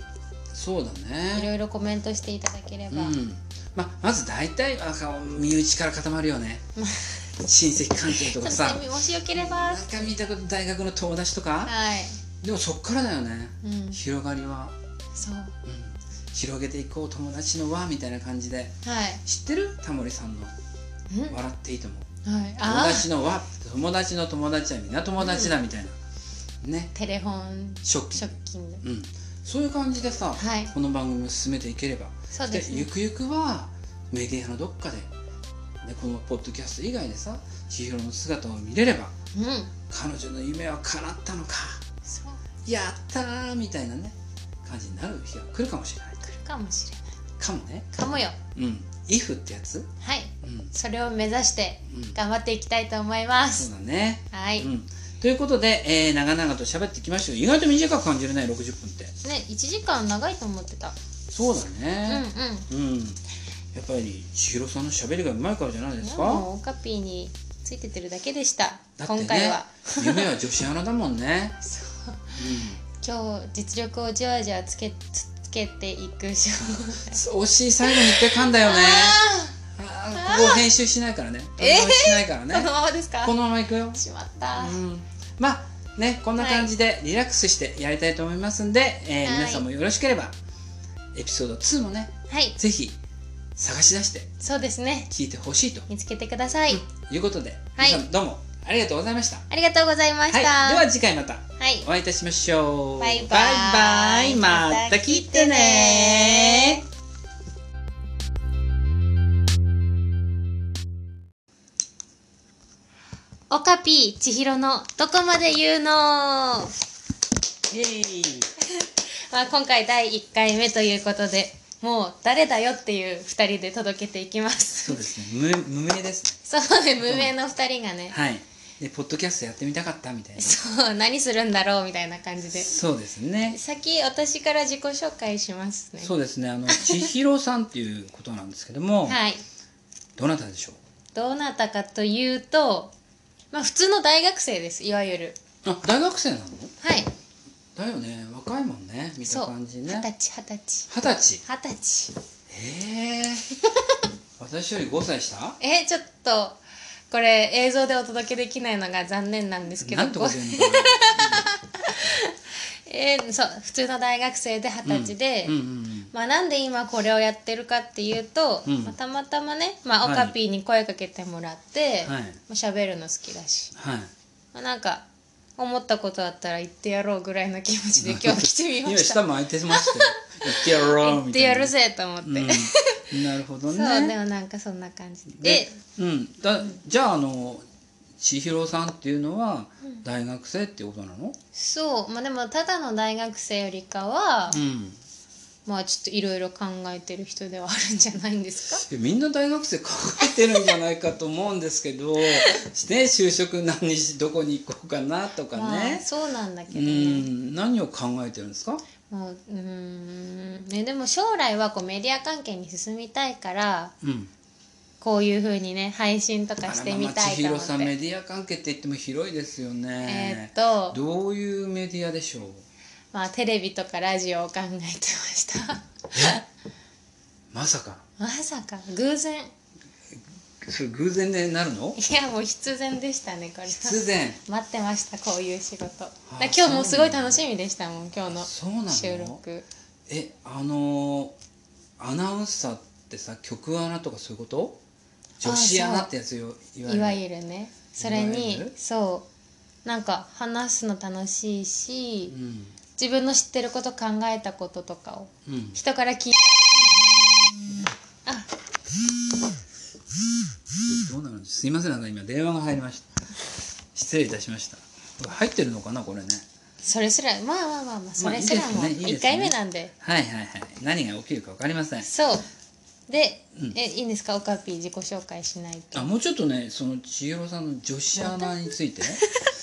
Speaker 2: そうだ
Speaker 1: いろ
Speaker 2: ね
Speaker 1: いろコメントしていただけれ
Speaker 2: う
Speaker 1: ば、
Speaker 2: んままず大体あ顔身内から固まる よね親戚関係と
Speaker 1: そう
Speaker 2: か
Speaker 1: です
Speaker 2: さ
Speaker 1: ねもしよければ
Speaker 2: な
Speaker 1: は
Speaker 2: んか見たこと大学の友達とか
Speaker 1: い、
Speaker 2: でもそっからだよね
Speaker 1: うん、
Speaker 2: 広がりは、
Speaker 1: そうは
Speaker 2: うん、広げていこう友達の輪みたいな感じで知ってるタモリさんの
Speaker 1: いん
Speaker 2: 「笑っていいと思う」
Speaker 1: はい
Speaker 2: 友
Speaker 1: あ
Speaker 2: 達の輪友達の友達はみんな友達だみたいな、ね
Speaker 1: ーテレフォン
Speaker 2: ショッキ
Speaker 1: ショッキング
Speaker 2: うん、そういう感じでさ、
Speaker 1: はい
Speaker 2: この番組を進めていければ
Speaker 1: そう
Speaker 2: で
Speaker 1: です
Speaker 2: ゆ
Speaker 1: ね
Speaker 2: くゆくはメディアのどっかで、ね、このポッドキャスト以外でさ千尋の姿を見れれば
Speaker 1: うん
Speaker 2: 彼女の夢は叶ったのか
Speaker 1: そう
Speaker 2: やったーみたいなね感じになる日が来るかもしれない
Speaker 1: 来るかもしれない
Speaker 2: かもね
Speaker 1: かもよ
Speaker 2: うん「if」ってやつ
Speaker 1: はい
Speaker 2: うん、
Speaker 1: それを目指して
Speaker 2: うん、
Speaker 1: 頑張っていきたいと思いま
Speaker 2: そう
Speaker 1: す
Speaker 2: だね、
Speaker 1: はい、
Speaker 2: う
Speaker 1: ね
Speaker 2: ん、ということで、えー長々と喋ってきましたけど意外と短く感じるね60分って
Speaker 1: 1時間長いと思ってた
Speaker 2: そうだ
Speaker 1: うんうん
Speaker 2: ねうん、やっぱり千尋さんの喋りがうまいからじゃないで
Speaker 1: い
Speaker 2: す
Speaker 1: や
Speaker 2: か
Speaker 1: もうオカピーについてってるだけでした、
Speaker 2: だってね
Speaker 1: 今回は
Speaker 2: 夢は女子アナだも んね、
Speaker 1: そう今日実力をじわじわつけつつけていくしょう
Speaker 2: うん、惜しい最後に一回噛んだよね
Speaker 1: あ
Speaker 2: あここ編集しないからね
Speaker 1: えー
Speaker 2: 取り直ししないからね
Speaker 1: そのままですか
Speaker 2: このままいくよ
Speaker 1: しまった、
Speaker 2: うんまあねこんな感じでリラックスしてやりたいと思いますんで、えー
Speaker 1: はい
Speaker 2: 皆さんもよろしければエピソード2もね
Speaker 1: はい
Speaker 2: ぜひ探し出して
Speaker 1: そうですね
Speaker 2: 聞いてほしいと
Speaker 1: 見つけてください、
Speaker 2: いうことで、
Speaker 1: はい
Speaker 2: 皆さんどうもありがとうございました。
Speaker 1: ありがとうございました、
Speaker 2: はい、では次回また
Speaker 1: はい
Speaker 2: お会いいたしましょう。
Speaker 1: バイバイ
Speaker 2: バイバイまた聞いてね
Speaker 1: オカピー千尋のどこまで言うのまあ
Speaker 2: イエーイ
Speaker 1: 今回第1回目ということでもう誰だよっていう2人で届けていきま
Speaker 2: そ
Speaker 1: す
Speaker 2: うですね無無名です
Speaker 1: そうね無名の2人が
Speaker 2: ね
Speaker 1: ね
Speaker 2: はいでポッドキャストやってみたかったみたいな
Speaker 1: そう何するんだろうみたいな感じで
Speaker 2: そうですね
Speaker 1: 先私から自己紹介しますね
Speaker 2: そうですねあの千尋さんっていうことなんですけども、
Speaker 1: はい
Speaker 2: どなたでしょ
Speaker 1: どなたかというとまあ普通の大学生ですいわゆる
Speaker 2: うあ大学生なの
Speaker 1: はい
Speaker 2: だよね若いもんね見た
Speaker 1: そう
Speaker 2: 感じ
Speaker 1: 二十
Speaker 2: ね
Speaker 1: 歳二十
Speaker 2: 二十歳
Speaker 1: 歳二十歳
Speaker 2: ええ 私より5歳下
Speaker 1: えーちょっとこれ映像でお届けできないのが残念なんですけど
Speaker 2: なんとか
Speaker 1: こ
Speaker 2: 言うのかな
Speaker 1: うえーそう普通の大学生で二十歳で、
Speaker 2: うんうん
Speaker 1: まあ、なんで今これをやってるかっていうと、
Speaker 2: うん
Speaker 1: まあたまたまね、まあ、オ
Speaker 2: は
Speaker 1: カ
Speaker 2: い
Speaker 1: ピーに声かけてもらって、
Speaker 2: うんはい
Speaker 1: まあ喋るの好きだし、
Speaker 2: はい
Speaker 1: まあ、なんか思ったことあったら言ってやろうぐらいの気持ち で今日来てみま
Speaker 2: 今
Speaker 1: し
Speaker 2: 下
Speaker 1: た
Speaker 2: も開いてましたよ言ってやろう
Speaker 1: 言っ
Speaker 2: み
Speaker 1: て
Speaker 2: たいな
Speaker 1: やるぜと思って、
Speaker 2: うん、なるほど
Speaker 1: そう
Speaker 2: ね
Speaker 1: でもなんかそんな感じで、
Speaker 2: うん、だじゃああの千尋さんっていうのは大学生ってことなの、
Speaker 1: そうまあでもただの大学生よりかは、
Speaker 2: ん、
Speaker 1: まあちょっといろいろ考えてる人ではあるんじゃないんですか
Speaker 2: みんな大学生考えてるんじゃないかと思うんですけ ど、ね、就職何にしどこに行こうかなとか
Speaker 1: まあ
Speaker 2: ね、
Speaker 1: そうなんだけ
Speaker 2: う
Speaker 1: どね
Speaker 2: ん、何を考えてるんですか、
Speaker 1: もううーんねでも将来はこうメディア関係に進みたいから
Speaker 2: うん、
Speaker 1: こういうふうにね配信と
Speaker 2: あ
Speaker 1: からして
Speaker 2: まあ
Speaker 1: み
Speaker 2: まあ
Speaker 1: たい
Speaker 2: 千
Speaker 1: と思
Speaker 2: 尋
Speaker 1: っ
Speaker 2: さんメ
Speaker 1: て
Speaker 2: ディア関係って言っても広いですよ
Speaker 1: え
Speaker 2: ね、
Speaker 1: ーっと
Speaker 2: どういうメディアでしょう
Speaker 1: まあテレビとかラジオを考えてました
Speaker 2: まさか
Speaker 1: まさか偶然
Speaker 2: それ偶然でなる
Speaker 1: い
Speaker 2: の
Speaker 1: やもう必然でしたねこれ
Speaker 2: 必然
Speaker 1: 待ってましたこういう仕事だ
Speaker 2: あ
Speaker 1: から今日もすごい楽しみでしたもん今日の
Speaker 2: そうなの
Speaker 1: 収録
Speaker 2: えあのーアナウンサーってさ曲アナとかそういうこと
Speaker 1: あ
Speaker 2: 女子アナってやつよいわゆ
Speaker 1: い
Speaker 2: る
Speaker 1: わゆるねそれ
Speaker 2: いわゆ
Speaker 1: に
Speaker 2: る
Speaker 1: そうなんか話すの楽しいし
Speaker 2: うん
Speaker 1: 自分の知ってること考えたこととかを
Speaker 2: うん
Speaker 1: 人から聞いたあ
Speaker 2: どうなるんですすいませんなんか今電話が入りました失礼いたしましたこれ入ってるのかなこれね
Speaker 1: それすらまあまあまあまあそれすらも
Speaker 2: まあいいですねいいですね
Speaker 1: 1回目なんで
Speaker 2: はいはいはい何が起きるか分かりません
Speaker 1: そうで
Speaker 2: うん
Speaker 1: えいいんですかオカピー自己紹介しないと
Speaker 2: あもうちょっとねその千尋さんの女子アナについて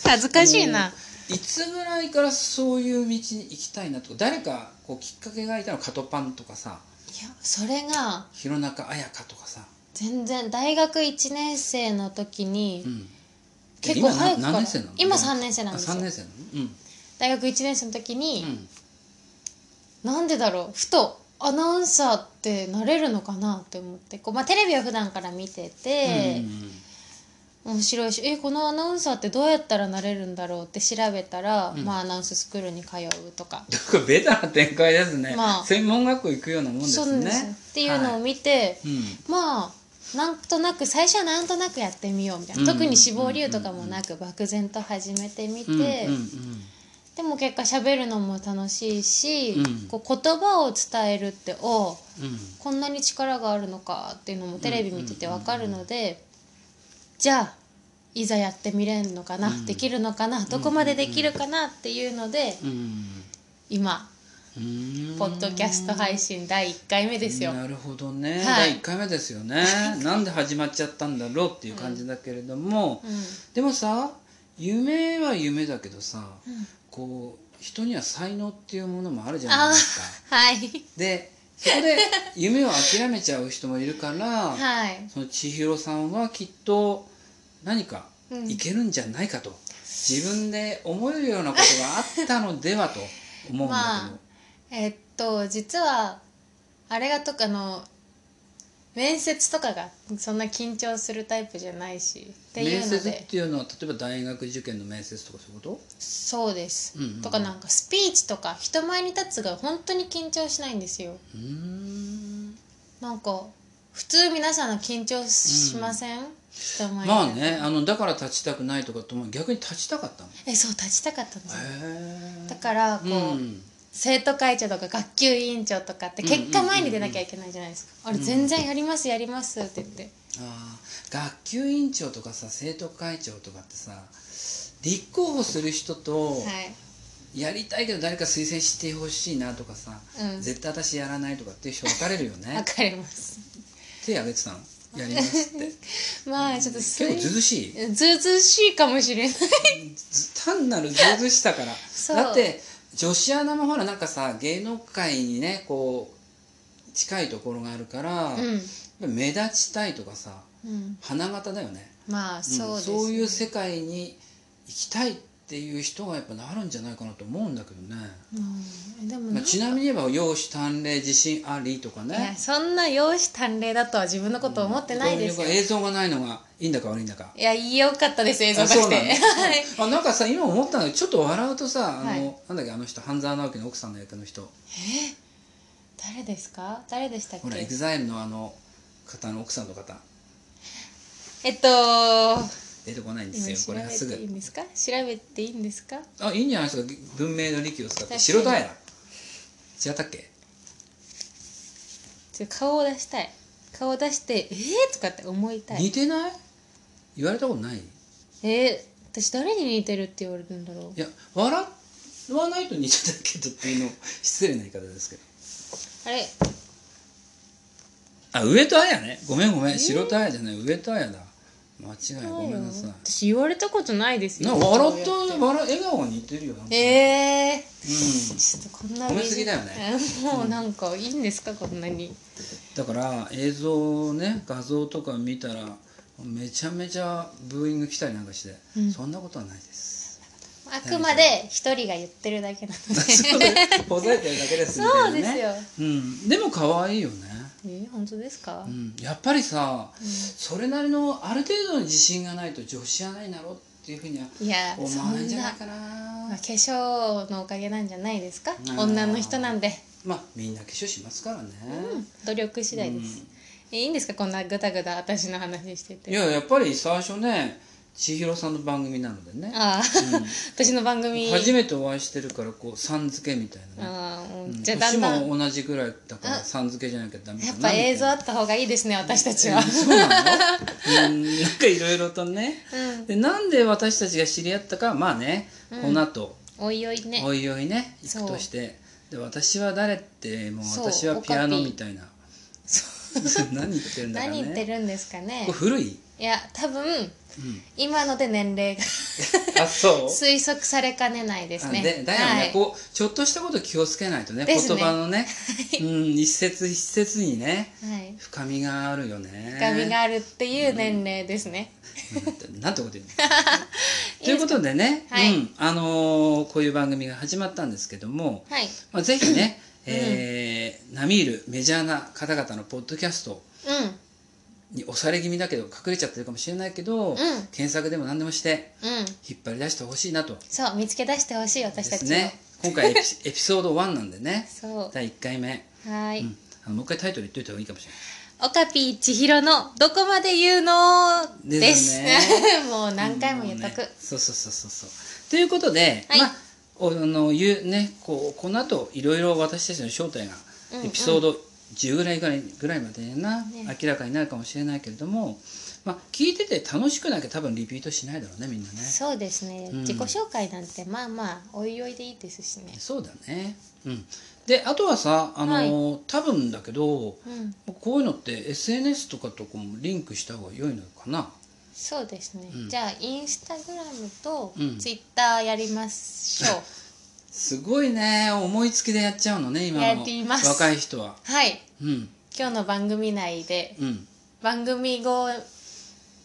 Speaker 1: 恥ずかしい
Speaker 2: あ
Speaker 1: な
Speaker 2: のいつぐらいからそういう道に行きたいなとか誰かこうきっかけがいたのカトパンとかさ
Speaker 1: いやそれが
Speaker 2: 弘中綾香とかさ、
Speaker 1: 全然大学1年生の時に
Speaker 2: うん、
Speaker 1: 結構早く
Speaker 2: 今
Speaker 1: か
Speaker 2: 何
Speaker 1: ら
Speaker 2: 年生なの
Speaker 1: 今3年生なんです
Speaker 2: あ
Speaker 1: よ
Speaker 2: 3年生なの
Speaker 1: 大学1年生の時に、
Speaker 2: うん、うん、
Speaker 1: なんでだろうふとアナウンサーってなれるのかなって思ってこう、まあ、テレビは普段から見てて
Speaker 2: うん、うんうん
Speaker 1: 面白いしえこのアナウンサーってどうやったらなれるんだろうって調べたら、
Speaker 2: うん
Speaker 1: まあ、アナウンススクールに通うとか。
Speaker 2: これベタな展開ですね、
Speaker 1: まあ
Speaker 2: 専門学校行くようなもんです
Speaker 1: そ
Speaker 2: ね
Speaker 1: うなんですよっていうのを
Speaker 2: は
Speaker 1: 見て、
Speaker 2: いうん
Speaker 1: まあなんとなく最初はなんとなくやってみようみたいな、
Speaker 2: うん
Speaker 1: 特に志望理由とかもなく漠然と始めてみて、
Speaker 2: うんうん
Speaker 1: でも結果喋るのも楽しいし、
Speaker 2: うん
Speaker 1: こう言葉を伝えるってお
Speaker 2: うんうん
Speaker 1: こんなに力があるのかっていうのもテレビ見ててわかるので、じゃあいざやってみれるのかな、
Speaker 2: うん
Speaker 1: できるのかなどこまでできるかなっていうので、
Speaker 2: うん
Speaker 1: 今
Speaker 2: うん
Speaker 1: ポッドキャスト配信第1回目ですよ。
Speaker 2: なるほどね、
Speaker 1: い
Speaker 2: 第1回目ですよ ねなんで始まっちゃったんだろうっていう感じだけれども、
Speaker 1: うん
Speaker 2: でもさ夢は夢だけどさ、
Speaker 1: ん
Speaker 2: こう人には才能っていうものもあるじゃないですか
Speaker 1: はい、
Speaker 2: でそこで夢を諦めちゃう人もいるから、
Speaker 1: はい、
Speaker 2: その千尋さんはきっと何か
Speaker 1: うん
Speaker 2: いけるんじゃないかと、自分で思えるようなことがあったのではと思うん だ
Speaker 1: まあえっと実はあれがとかあの面接とかがそんな緊張するタイプじゃないしってい
Speaker 2: 面
Speaker 1: うの
Speaker 2: 接
Speaker 1: で
Speaker 2: っていうのは例えば大学受験の面接とかそういうこ
Speaker 1: そうです、
Speaker 2: うんうんうん
Speaker 1: とかなんかスピーチとか人前に立つが本当に緊張しないんですよ
Speaker 2: とうーん
Speaker 1: なんか普通皆さん緊張しません、人前に
Speaker 2: まあねあのだから立ちたくないとかってもう逆に立ちたかったの
Speaker 1: えそう立ちたかったんですよ
Speaker 2: へえ
Speaker 1: だからこう、
Speaker 2: うん
Speaker 1: 生徒会長とか学級委員長とかって結果前に出なきゃいけないじゃないですか、
Speaker 2: うんうんうん
Speaker 1: あれ全然やりますやりますって言って
Speaker 2: あー学級委員長とかさ生徒会長とかってさ立候補する人と
Speaker 1: はい
Speaker 2: やりたいけど誰か推薦してほしいなとかさ、
Speaker 1: うん
Speaker 2: 絶対私やらないとかっていう人分かれるよね
Speaker 1: わかります
Speaker 2: 手挙げてたのやりますって
Speaker 1: まあちょっとす
Speaker 2: 結構ずうずしい
Speaker 1: ずうずうしいかもしれない
Speaker 2: ず単なるずうずうしさから
Speaker 1: そう
Speaker 2: だって女子アナもほらなんかさ芸能界にねこう近いところがあるから、やっぱ目立ちたいとかさ
Speaker 1: うん、うん、
Speaker 2: 花形だよね
Speaker 1: まあ
Speaker 2: うん
Speaker 1: そうです、
Speaker 2: そういう世界に行きたいっていう人がやっぱなるんじゃないかなと思うんだけどね、
Speaker 1: うん、でも
Speaker 2: まあ、ちな
Speaker 1: に
Speaker 2: みに言えば容姿端麗自信ありとか
Speaker 1: いや
Speaker 2: ね
Speaker 1: そんな容姿端麗だとは自分のこと思ってないです
Speaker 2: こ
Speaker 1: よ、
Speaker 2: うう映像がないのがいいんだか悪いんだか
Speaker 1: いや良かったです映像
Speaker 2: あ
Speaker 1: が来
Speaker 2: そう
Speaker 1: て
Speaker 2: な
Speaker 1: はい
Speaker 2: のあなんかさ今思ったのちょっと笑うとさあの、
Speaker 1: はい
Speaker 2: なんだっけあの人半沢直樹の奥さんの役の人
Speaker 1: 誰ですか誰でしたっ
Speaker 2: ほらエ
Speaker 1: け
Speaker 2: グザイルのあの方の奥さんの方
Speaker 1: えっと
Speaker 2: 出てこないんです
Speaker 1: 今
Speaker 2: よ
Speaker 1: 調
Speaker 2: これがす
Speaker 1: べていい
Speaker 2: ぐ
Speaker 1: んですか調べていいんですか
Speaker 2: あいいんじゃないですか文明の利器を使って
Speaker 1: 確
Speaker 2: 白平
Speaker 1: かに
Speaker 2: 違ったっけ
Speaker 1: ちょっと顔を出したい顔を出して「えー?」とかって思いた
Speaker 2: 似
Speaker 1: い
Speaker 2: てない言われたことないい
Speaker 1: えー、私誰に似てるって言われるんだろう
Speaker 2: や笑わないと似てたけどって いうの失礼な言い方ですけど
Speaker 1: あれ
Speaker 2: あ上戸彩ねごめんごめん白戸彩じゃない上戸彩だ間違いごめんなさい
Speaker 1: 私言われたことないです
Speaker 2: な
Speaker 1: よ
Speaker 2: んか笑った
Speaker 1: そうや
Speaker 2: 笑
Speaker 1: て
Speaker 2: 笑顔が似てるよなんか
Speaker 1: えー
Speaker 2: うん
Speaker 1: ちょっとこんな
Speaker 2: 褒めすぎだよね
Speaker 1: 美人もうなんかいいんですかこんなに
Speaker 2: だから映像をね画像とか見たらめちゃめちゃブーイング来たりなんかして、
Speaker 1: うん
Speaker 2: そんなことはな いです。
Speaker 1: あくまで一人が言ってるだけなので
Speaker 2: そうですほざいてるだけですみた
Speaker 1: そ
Speaker 2: いうな
Speaker 1: で
Speaker 2: ね。
Speaker 1: すよ
Speaker 2: うん、でも可愛いよね。
Speaker 1: えー、本当ですか、
Speaker 2: うん、やっぱりさ、それなりのある程度の自信がないと女子アナになろうっていうふうにはい
Speaker 1: やそ
Speaker 2: 思わないん
Speaker 1: ん
Speaker 2: じゃ
Speaker 1: な
Speaker 2: ないかな。
Speaker 1: まあ、化粧のおかげなんじゃないですか
Speaker 2: ー
Speaker 1: 女の人なんで
Speaker 2: まあみんな化粧しますからね。
Speaker 1: 努力次第です、えいいんですかこんなグダグダ私の話してて
Speaker 2: いややっぱり最初ね千尋さんの番組なのでね。
Speaker 1: ああ、私の番組
Speaker 2: 初めてお会いしてるからこうさん付けみたいなね。
Speaker 1: ああもう
Speaker 2: うん
Speaker 1: じゃあだんだん
Speaker 2: 年も同じぐらいだから
Speaker 1: あ
Speaker 2: さん付けじゃなきゃダメかな
Speaker 1: やっぱ映像あ
Speaker 2: み
Speaker 1: った方がいいですね私たち
Speaker 2: たい
Speaker 1: は
Speaker 2: なそうなのうんなんかいろいろとね
Speaker 1: うん
Speaker 2: でなんで私たちが知り合ったかはまあね、
Speaker 1: うん
Speaker 2: この後
Speaker 1: おいおいね
Speaker 2: おいおいね行
Speaker 1: そう
Speaker 2: くとしてで私は誰ってもう
Speaker 1: そう
Speaker 2: 私はピ
Speaker 1: オ
Speaker 2: ア
Speaker 1: カ
Speaker 2: ノ
Speaker 1: ピ
Speaker 2: みたいな 何言ってるんだかね
Speaker 1: 何言ってるんですかね
Speaker 2: これ古 い、
Speaker 1: いや多分
Speaker 2: うん、
Speaker 1: 今ので年齢が
Speaker 2: あそう
Speaker 1: 推測されかねないですね
Speaker 2: あでだよね、
Speaker 1: はい
Speaker 2: こうちょっとしたこと気をつけないとね
Speaker 1: ですね
Speaker 2: 言葉のね、うん、一節一節にね
Speaker 1: はい
Speaker 2: 深みがあるよね
Speaker 1: 深みがあるっていう年齢ですね、
Speaker 2: うんなんてこと 言うのということでね、
Speaker 1: はい
Speaker 2: うん、あのーこういう番組が始まったんですけども、
Speaker 1: はい
Speaker 2: まあ、ぜひね、えー並みいるメジャーな方々のポッドキャストに押され気味だけど隠れちゃってるかもしれないけど、
Speaker 1: ん
Speaker 2: 検索でも何でもして
Speaker 1: うんうん
Speaker 2: 引っ張り出してほしいなと
Speaker 1: そう見つけ出してほしい
Speaker 2: で
Speaker 1: 私たち
Speaker 2: す
Speaker 1: を
Speaker 2: ね 今回エピエピソード1なんでね
Speaker 1: そう
Speaker 2: 第1回目、
Speaker 1: はい、
Speaker 2: うん、あのもう一回タイトル言っといた方がいいかもしれない
Speaker 1: オカピー千尋のどこまで言うのです
Speaker 2: ですね
Speaker 1: もう何回も言っとく、
Speaker 2: うんねそうそうそうそうそうということで、
Speaker 1: はい
Speaker 2: まあおあの言うねこうこの後いろいろ私たちの正体が
Speaker 1: うんうん
Speaker 2: エピソード10ぐらいぐらいぐらいまでやな、
Speaker 1: ね
Speaker 2: 明らかになるかもしれないけれども、まあ、聞いてて楽しくなきゃ多分リピートしないだろうねみんなねそ
Speaker 1: そうですね、
Speaker 2: うん
Speaker 1: 自己紹介なんてまあまあおいおいでいいですしね
Speaker 2: うだねうんであとはさあの、多分だけど
Speaker 1: うん
Speaker 2: こういうのって SNS とかとこうリンクした方が良いのかな
Speaker 1: そうですね、
Speaker 2: うん
Speaker 1: じゃあインスタグラムと
Speaker 2: うん
Speaker 1: ツイッターやりまし ょう、
Speaker 2: すごいね思いつきでやっちゃうのね今
Speaker 1: や
Speaker 2: の
Speaker 1: ります
Speaker 2: 若い人は
Speaker 1: はい
Speaker 2: うん
Speaker 1: 今日の番組内で
Speaker 2: うん
Speaker 1: 番組後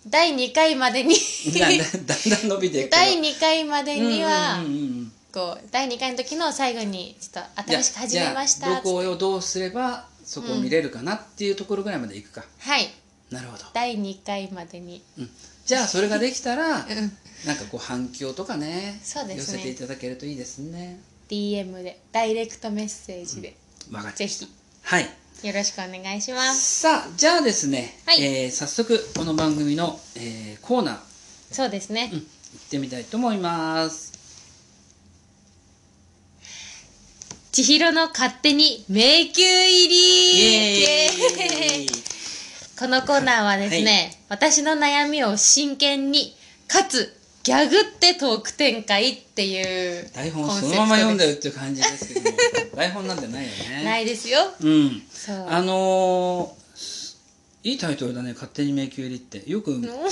Speaker 1: 第2回までに
Speaker 2: だんだんだんだん伸びていくけど
Speaker 1: 第2回までには、
Speaker 2: うんうんうんうん
Speaker 1: こう第2回の時の最後にちょっと新しく始めました
Speaker 2: じゃあじゃあどこをどうすればそこを見れるかなっていうところぐらいまでいくか、
Speaker 1: はい
Speaker 2: なるほど
Speaker 1: 第2回までに
Speaker 2: じゃあそれができた ら
Speaker 1: うん
Speaker 2: なんかこう反響とかね
Speaker 1: そうですね
Speaker 2: 寄せていただけるといいですね
Speaker 1: DM でダイレクトメッセージで、
Speaker 2: わかっ
Speaker 1: ぜひ
Speaker 2: はい
Speaker 1: よろしくお願いします
Speaker 2: さあじゃあですね、
Speaker 1: はい
Speaker 2: えー早速この番組の、えーコーナー
Speaker 1: そうですね、
Speaker 2: うん行ってみたいと思います
Speaker 1: 千尋の勝手に迷宮入
Speaker 2: イ
Speaker 1: り
Speaker 2: エ
Speaker 1: イエー
Speaker 2: ー
Speaker 1: イ
Speaker 2: イ
Speaker 1: このコーナーはですね、私の悩みを真剣にかつギャグってトーク展開っていう
Speaker 2: 台本をそのまま読んだ
Speaker 1: コンセプトで
Speaker 2: よっていう感じですけど も台本なんてないよ
Speaker 1: す
Speaker 2: ね
Speaker 1: ないですよ
Speaker 2: うん
Speaker 1: そう
Speaker 2: あのーいいタイトルだね「勝手に迷宮入り」ってよくあの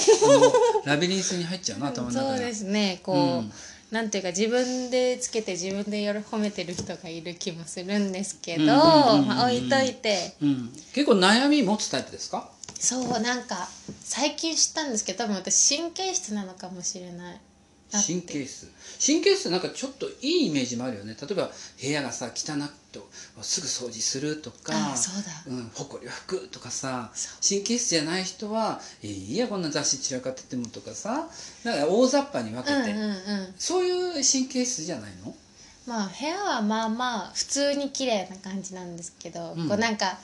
Speaker 2: ラビリンスに入っちゃうな頭 の
Speaker 1: そ
Speaker 2: 中
Speaker 1: う
Speaker 2: で
Speaker 1: ですねこう、
Speaker 2: うん
Speaker 1: なんていうか自分でつけて自分で喜褒めてる人がいる気もするんですけど、
Speaker 2: うんうんうんうん
Speaker 1: まあ、置いといて
Speaker 2: うん、結構悩み持つタイプですか
Speaker 1: そうなんか最近知ったんですけど多分私神経質なのかもしれないだって
Speaker 2: 神経質神経質なんかちょっといいイメージもあるよね例えば部屋がさ汚くとすぐ掃除するとか
Speaker 1: あそうだ
Speaker 2: うん、埃を拭くとかさ
Speaker 1: そ
Speaker 2: 神経質じゃない人は「いいやこんな雑誌散らかってても」とかさだから大雑把に分け
Speaker 1: うん
Speaker 2: て、
Speaker 1: うんうん
Speaker 2: そういう神経質じゃないの
Speaker 1: まあ部屋はまあまあ普通に綺麗な感じなんですけど、
Speaker 2: うん
Speaker 1: こうなんかあ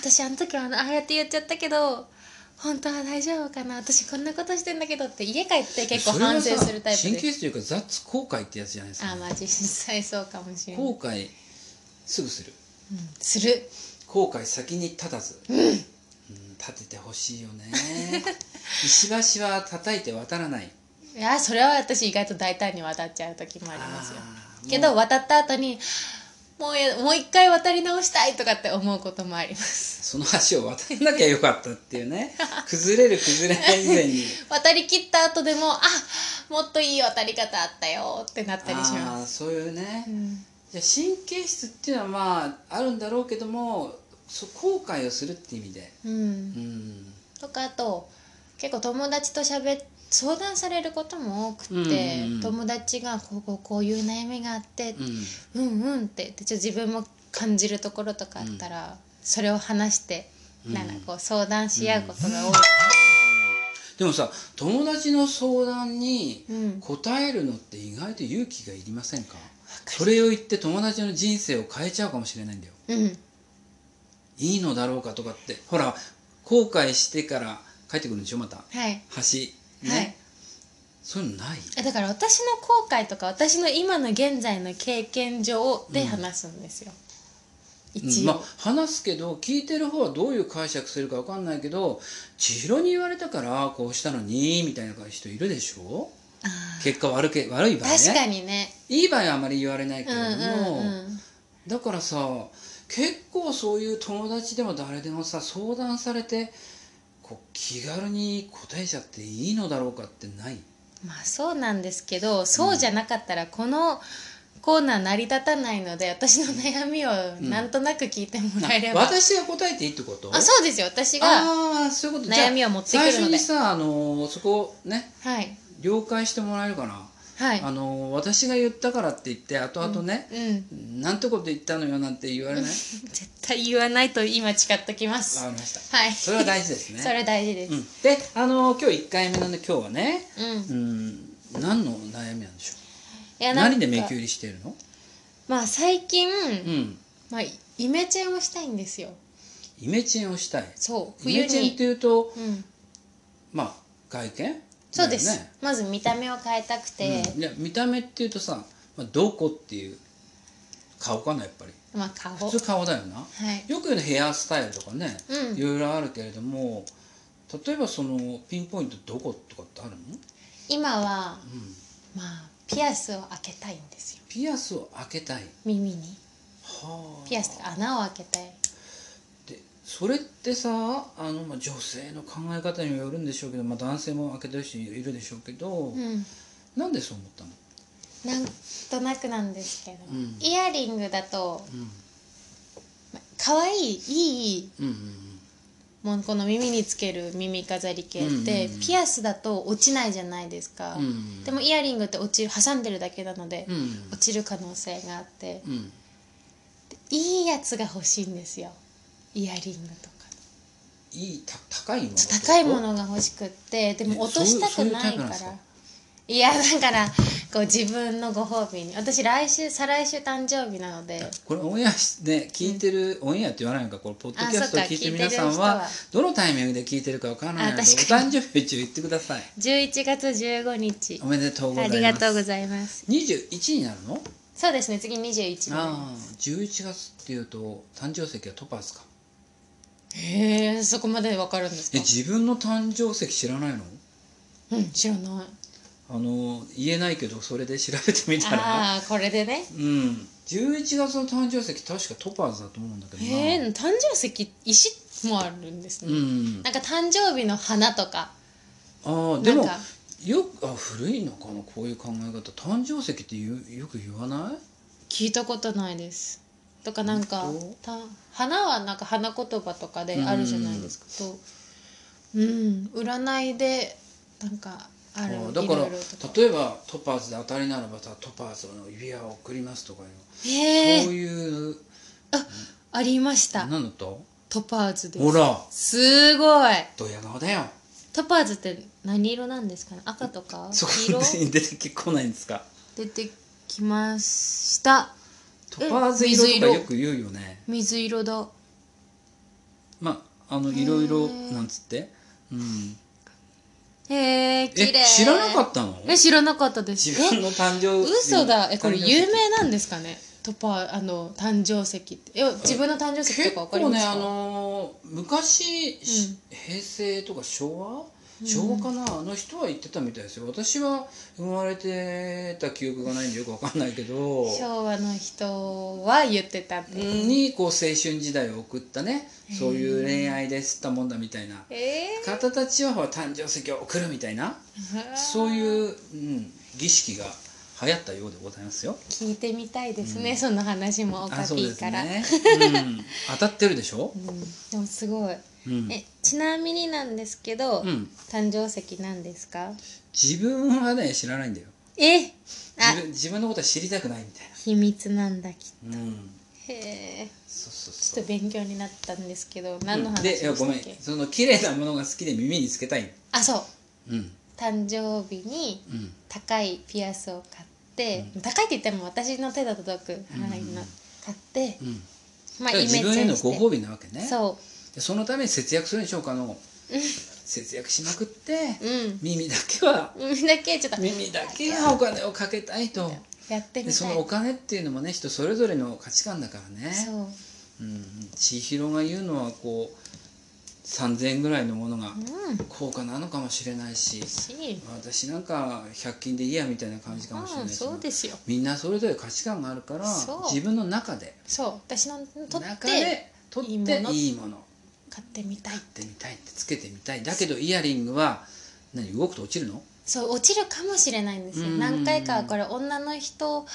Speaker 1: 私あの時はあのああやって言っちゃったけど本当は大丈夫かな私こんなことしてんだけどって家帰って結構
Speaker 2: それは
Speaker 1: 反
Speaker 2: さ
Speaker 1: 省するタイプ
Speaker 2: 神
Speaker 1: です
Speaker 2: 経質というか雑後悔ってやつじゃないですか、
Speaker 1: あまあ実際そうかもしれない、うん、
Speaker 2: 後悔すぐする
Speaker 1: する
Speaker 2: 後悔先に立たず、うん立ててほしいよね 石橋は叩いて渡らない
Speaker 1: いやそれは私意外と大胆に渡っちゃう時もありますよ
Speaker 2: あー
Speaker 1: けど
Speaker 2: もう
Speaker 1: 渡った後にもうやもう一回渡り直したいとかって思うこともあります
Speaker 2: その橋を渡らなきゃよかったっていうね崩れる崩れない以前に
Speaker 1: 渡りきった後でもあもっといい渡り方あったよってなったりし
Speaker 2: あ
Speaker 1: ま
Speaker 2: ー
Speaker 1: す、
Speaker 2: そういうね、
Speaker 1: うん、
Speaker 2: じゃあ神経質っていうのはまああるんだろうけどもそう後悔をするって意味で
Speaker 1: うん
Speaker 2: うん
Speaker 1: とかあと結構友達と喋っ相談されることも多くて、
Speaker 2: うんうん
Speaker 1: 友達がこうこうこういう悩みがあって、
Speaker 2: うん
Speaker 1: うんうんってでちょっと自分も感じるところとかあったら、それを話して、
Speaker 2: うん
Speaker 1: なんかこう相談し合うことが多い、
Speaker 2: でもさ友達の相談に
Speaker 1: うん
Speaker 2: 答えるのって意外と勇気がいりませんかそれを言って友達の人生を変えちゃうかもしれないんだよ
Speaker 1: うん、
Speaker 2: いいのだろうかとかってほら後悔してから帰ってくるんでしょまた
Speaker 1: はい、
Speaker 2: 橋ね、
Speaker 1: はい
Speaker 2: そういうのない
Speaker 1: えだから私の後悔とか私の今の現在の経験上で話すんですよ、
Speaker 2: うん
Speaker 1: 一
Speaker 2: ま
Speaker 1: 応、
Speaker 2: あ、話すけど聞いてる方はどういう解釈するか分かんないけど千尋に言われたからこうしたのにみたいな人いるでしょ
Speaker 1: あ
Speaker 2: 結果悪け悪い
Speaker 1: ー
Speaker 2: 場合ね
Speaker 1: 確かにね
Speaker 2: いい場合はあまり言われないけ
Speaker 1: う
Speaker 2: れ
Speaker 1: ん
Speaker 2: ども、
Speaker 1: うんうん
Speaker 2: だからさ結構そういう友達でも誰でもさ相談されてこう気軽に答えちゃっていいのだろうかってない
Speaker 1: まあそうなんですけどそうじゃなかったらこのコーナー成り立たないので私の悩みをなんとなく聞いてもらえれば、
Speaker 2: 私が答えていいってこと
Speaker 1: あそうですよ私が
Speaker 2: あーそういうこと
Speaker 1: 悩みを持ってくるので
Speaker 2: じゃあ最初にさ、あのーそこね
Speaker 1: はい
Speaker 2: 了解してもらえるかな
Speaker 1: はい
Speaker 2: あの私が言ったからって言って後々ね、
Speaker 1: うん
Speaker 2: なんてこと言ったのよなんて言われない
Speaker 1: 絶対言わないと今誓っときます
Speaker 2: わかりました
Speaker 1: はい
Speaker 2: それは大事です ね
Speaker 1: それ大事です、
Speaker 2: うん、であの今日1回目なんで今日はね
Speaker 1: うん
Speaker 2: うん何の悩みなんでしょ
Speaker 1: いや
Speaker 2: う
Speaker 1: なんか
Speaker 2: 何で迷宮入りしてるの
Speaker 1: まあ最近、
Speaker 2: うん
Speaker 1: まあ、イメチェンをしたいんですよ
Speaker 2: イメチェンをしたい
Speaker 1: そう
Speaker 2: イ
Speaker 1: 冬
Speaker 2: メチェンっ
Speaker 1: に、
Speaker 2: ていうと
Speaker 1: うん、
Speaker 2: まあ外見だよね
Speaker 1: そうです、まず見た目を変えたくて、
Speaker 2: うんいや見た目っていうとさ、まあ、どこっていう顔かなやっぱり
Speaker 1: まあ顔
Speaker 2: 普通顔だよな
Speaker 1: はい
Speaker 2: よく言うのヘアスタイルとかね、
Speaker 1: うん
Speaker 2: いろいろあるけれども例えばそのピンポイントどことかってあるの、
Speaker 1: 今は
Speaker 2: うん、
Speaker 1: まあピアスを開けたいんですよ
Speaker 2: ピアスを開けたい
Speaker 1: 耳に
Speaker 2: はあ
Speaker 1: ピアスって穴を開けたい
Speaker 2: でそれってさあの、まあ、女性の考え方にもよるんでしょうけど、まあ、男性も開けてる人いるでしょうけど、
Speaker 1: うん
Speaker 2: なんでそう思ったの、
Speaker 1: なんとなくなんですけど、
Speaker 2: うん
Speaker 1: イヤリングだと
Speaker 2: うん
Speaker 1: 可愛いいい
Speaker 2: うん
Speaker 1: もうこの耳につける耳飾り系
Speaker 2: うん
Speaker 1: っ
Speaker 2: うん
Speaker 1: て、
Speaker 2: うん
Speaker 1: ピアスだと落ちないじゃないですか、
Speaker 2: うんうん
Speaker 1: でもイヤリングって落ちる挟んでるだけなので、
Speaker 2: うん
Speaker 1: 落ちる可能性があって
Speaker 2: うん
Speaker 1: いいやつが欲しいんですよイヤリングとか
Speaker 2: いいた高いもの
Speaker 1: そう高いものが欲しくってでも落としたくないから
Speaker 2: そういうそういうタイプなんですか
Speaker 1: いやだからこう自分のご褒美に私来週再来週誕生日なので
Speaker 2: これオンエアしね聞いてる、オンエアって言わないのかこれポッドキャスト
Speaker 1: あそっか
Speaker 2: を聞いてる皆さんはどのタイミングで聞いてるかわからないのでお
Speaker 1: あ確か
Speaker 2: 誕生日中言ってください
Speaker 1: 11月15日
Speaker 2: おめでとうござ
Speaker 1: あ
Speaker 2: います
Speaker 1: りがとうございます
Speaker 2: 21になるの
Speaker 1: そうですね次21の
Speaker 2: ああ11月っていうと誕生石はトパーズか
Speaker 1: へえそこまでわかるんです
Speaker 2: え
Speaker 1: か
Speaker 2: 自分の誕生石知らないの
Speaker 1: うん知らない
Speaker 2: あの言えないけどそれで調べてみたら
Speaker 1: ああーこれでね
Speaker 2: うん11月の誕生石確かトパーズだと思うんだけどな、
Speaker 1: へえ誕生石石もあるんですね、
Speaker 2: うん
Speaker 1: なんか誕生日の花とか
Speaker 2: ああで
Speaker 1: なん
Speaker 2: も
Speaker 1: か
Speaker 2: よくあ古いのかなこういう考え方誕生石って言うよく言わない
Speaker 1: 聞いたことないですとかなんか
Speaker 2: 本
Speaker 1: た花はなんか花言葉とかであるじゃないですかとうん占いでなんかある
Speaker 2: ああだから
Speaker 1: いろいろとか
Speaker 2: 例えばトパーズで当たりならばさトパーズの指輪を贈りますとかいう、
Speaker 1: へ
Speaker 2: そう
Speaker 1: え
Speaker 2: いう
Speaker 1: ありました
Speaker 2: なんだと
Speaker 1: トパーズです
Speaker 2: ほら
Speaker 1: すごい
Speaker 2: ドヤ顔だよ
Speaker 1: トパーズって何色なんですかね赤とか
Speaker 2: そこ
Speaker 1: 黄色
Speaker 2: に出てこないんですか
Speaker 1: 出てきました
Speaker 2: トパーズ
Speaker 1: 水
Speaker 2: 色と
Speaker 1: 色
Speaker 2: かよく言うよね
Speaker 1: 水色だ
Speaker 2: まああのいろい
Speaker 1: へ
Speaker 2: ろ
Speaker 1: ー
Speaker 2: なんつってうん
Speaker 1: へえ
Speaker 2: え
Speaker 1: 綺麗
Speaker 2: 知らなかったの
Speaker 1: え知らなかったです
Speaker 2: 自分の誕生日
Speaker 1: 嘘だえこれ
Speaker 2: 誕生日
Speaker 1: 有名なんですかねトパあの誕生石ってえ自分の誕生石と
Speaker 2: 結
Speaker 1: かわかり
Speaker 2: 構
Speaker 1: ます
Speaker 2: ね
Speaker 1: か
Speaker 2: あのー昔、し
Speaker 1: うん
Speaker 2: 平成とか昭和昭和かな、あの人は言ってたみたいですよ私は生まれてた記憶がないんでよくわかんないけど
Speaker 1: 昭和の人は言ってたんで
Speaker 2: にこう青春時代を送ったねそういう恋愛で吸ったもんだみたいな
Speaker 1: え
Speaker 2: 方たちはほら誕生石を送るみたいな
Speaker 1: ー、
Speaker 2: そういう、うん、儀式が流行ったようでございますよ。
Speaker 1: 聞いてみたいですね、その話もオカ
Speaker 2: あそう
Speaker 1: ピ
Speaker 2: で
Speaker 1: ー
Speaker 2: す
Speaker 1: から
Speaker 2: ね、うん、当たってるでしょ
Speaker 1: う、ん、でもすごい
Speaker 2: う ん
Speaker 1: えちなみになんですけど、
Speaker 2: うん、
Speaker 1: 誕生石なんですか
Speaker 2: 自分はね知らないんだよ
Speaker 1: え
Speaker 2: 自
Speaker 1: あ
Speaker 2: 分自分のことは知りたくないみたい
Speaker 1: 秘密なんだき
Speaker 2: なうん
Speaker 1: へえ
Speaker 2: そうそう
Speaker 1: ち
Speaker 2: そ
Speaker 1: ょ
Speaker 2: う
Speaker 1: っと勉強になったんですけど何の
Speaker 2: うん
Speaker 1: 話で
Speaker 2: でいや
Speaker 1: した
Speaker 2: ごめ
Speaker 1: っ
Speaker 2: ん
Speaker 1: け、
Speaker 2: その綺麗なものが好きで耳につけたい
Speaker 1: あそう
Speaker 2: うん
Speaker 1: 誕生日に
Speaker 2: うん
Speaker 1: 高いピアスを買って、高いって言っても私の手だと届く範囲の買って
Speaker 2: う、ん
Speaker 1: ま
Speaker 2: だ
Speaker 1: あ
Speaker 2: から
Speaker 1: イメチ
Speaker 2: 自
Speaker 1: ェン
Speaker 2: 分への
Speaker 1: して
Speaker 2: ご褒美なわけね
Speaker 1: そ
Speaker 2: でそのために節約するにしようかの節約しまくって
Speaker 1: ううん
Speaker 2: 耳だけは
Speaker 1: 耳 だけちょっと
Speaker 2: 耳だけはお金をかけたいと
Speaker 1: やってみた
Speaker 2: で
Speaker 1: い
Speaker 2: そのお金っていうのもね人それぞれの価値観だからね
Speaker 1: そう
Speaker 2: うん、千尋が言うのはこう3,000円ぐらいのものが
Speaker 1: うん
Speaker 2: 高価なのかもしれないし
Speaker 1: し
Speaker 2: 私なんか100均でいいやみたいな感じかもしれ
Speaker 1: う
Speaker 2: ない
Speaker 1: ん
Speaker 2: し、
Speaker 1: そうですよ
Speaker 2: みんなそれぞれ価値観があるから
Speaker 1: そう
Speaker 2: 自分の中で
Speaker 1: そう私のとっ
Speaker 2: 中
Speaker 1: て
Speaker 2: で取
Speaker 1: いい
Speaker 2: っ
Speaker 1: も
Speaker 2: て
Speaker 1: の
Speaker 2: いいもの
Speaker 1: 買ってみたい
Speaker 2: ってみたいってつけてみたいだけどイヤリングは何動くと落ちるの
Speaker 1: そう落ちるかもしれないんですよ
Speaker 2: うん
Speaker 1: 何回かこれ女の人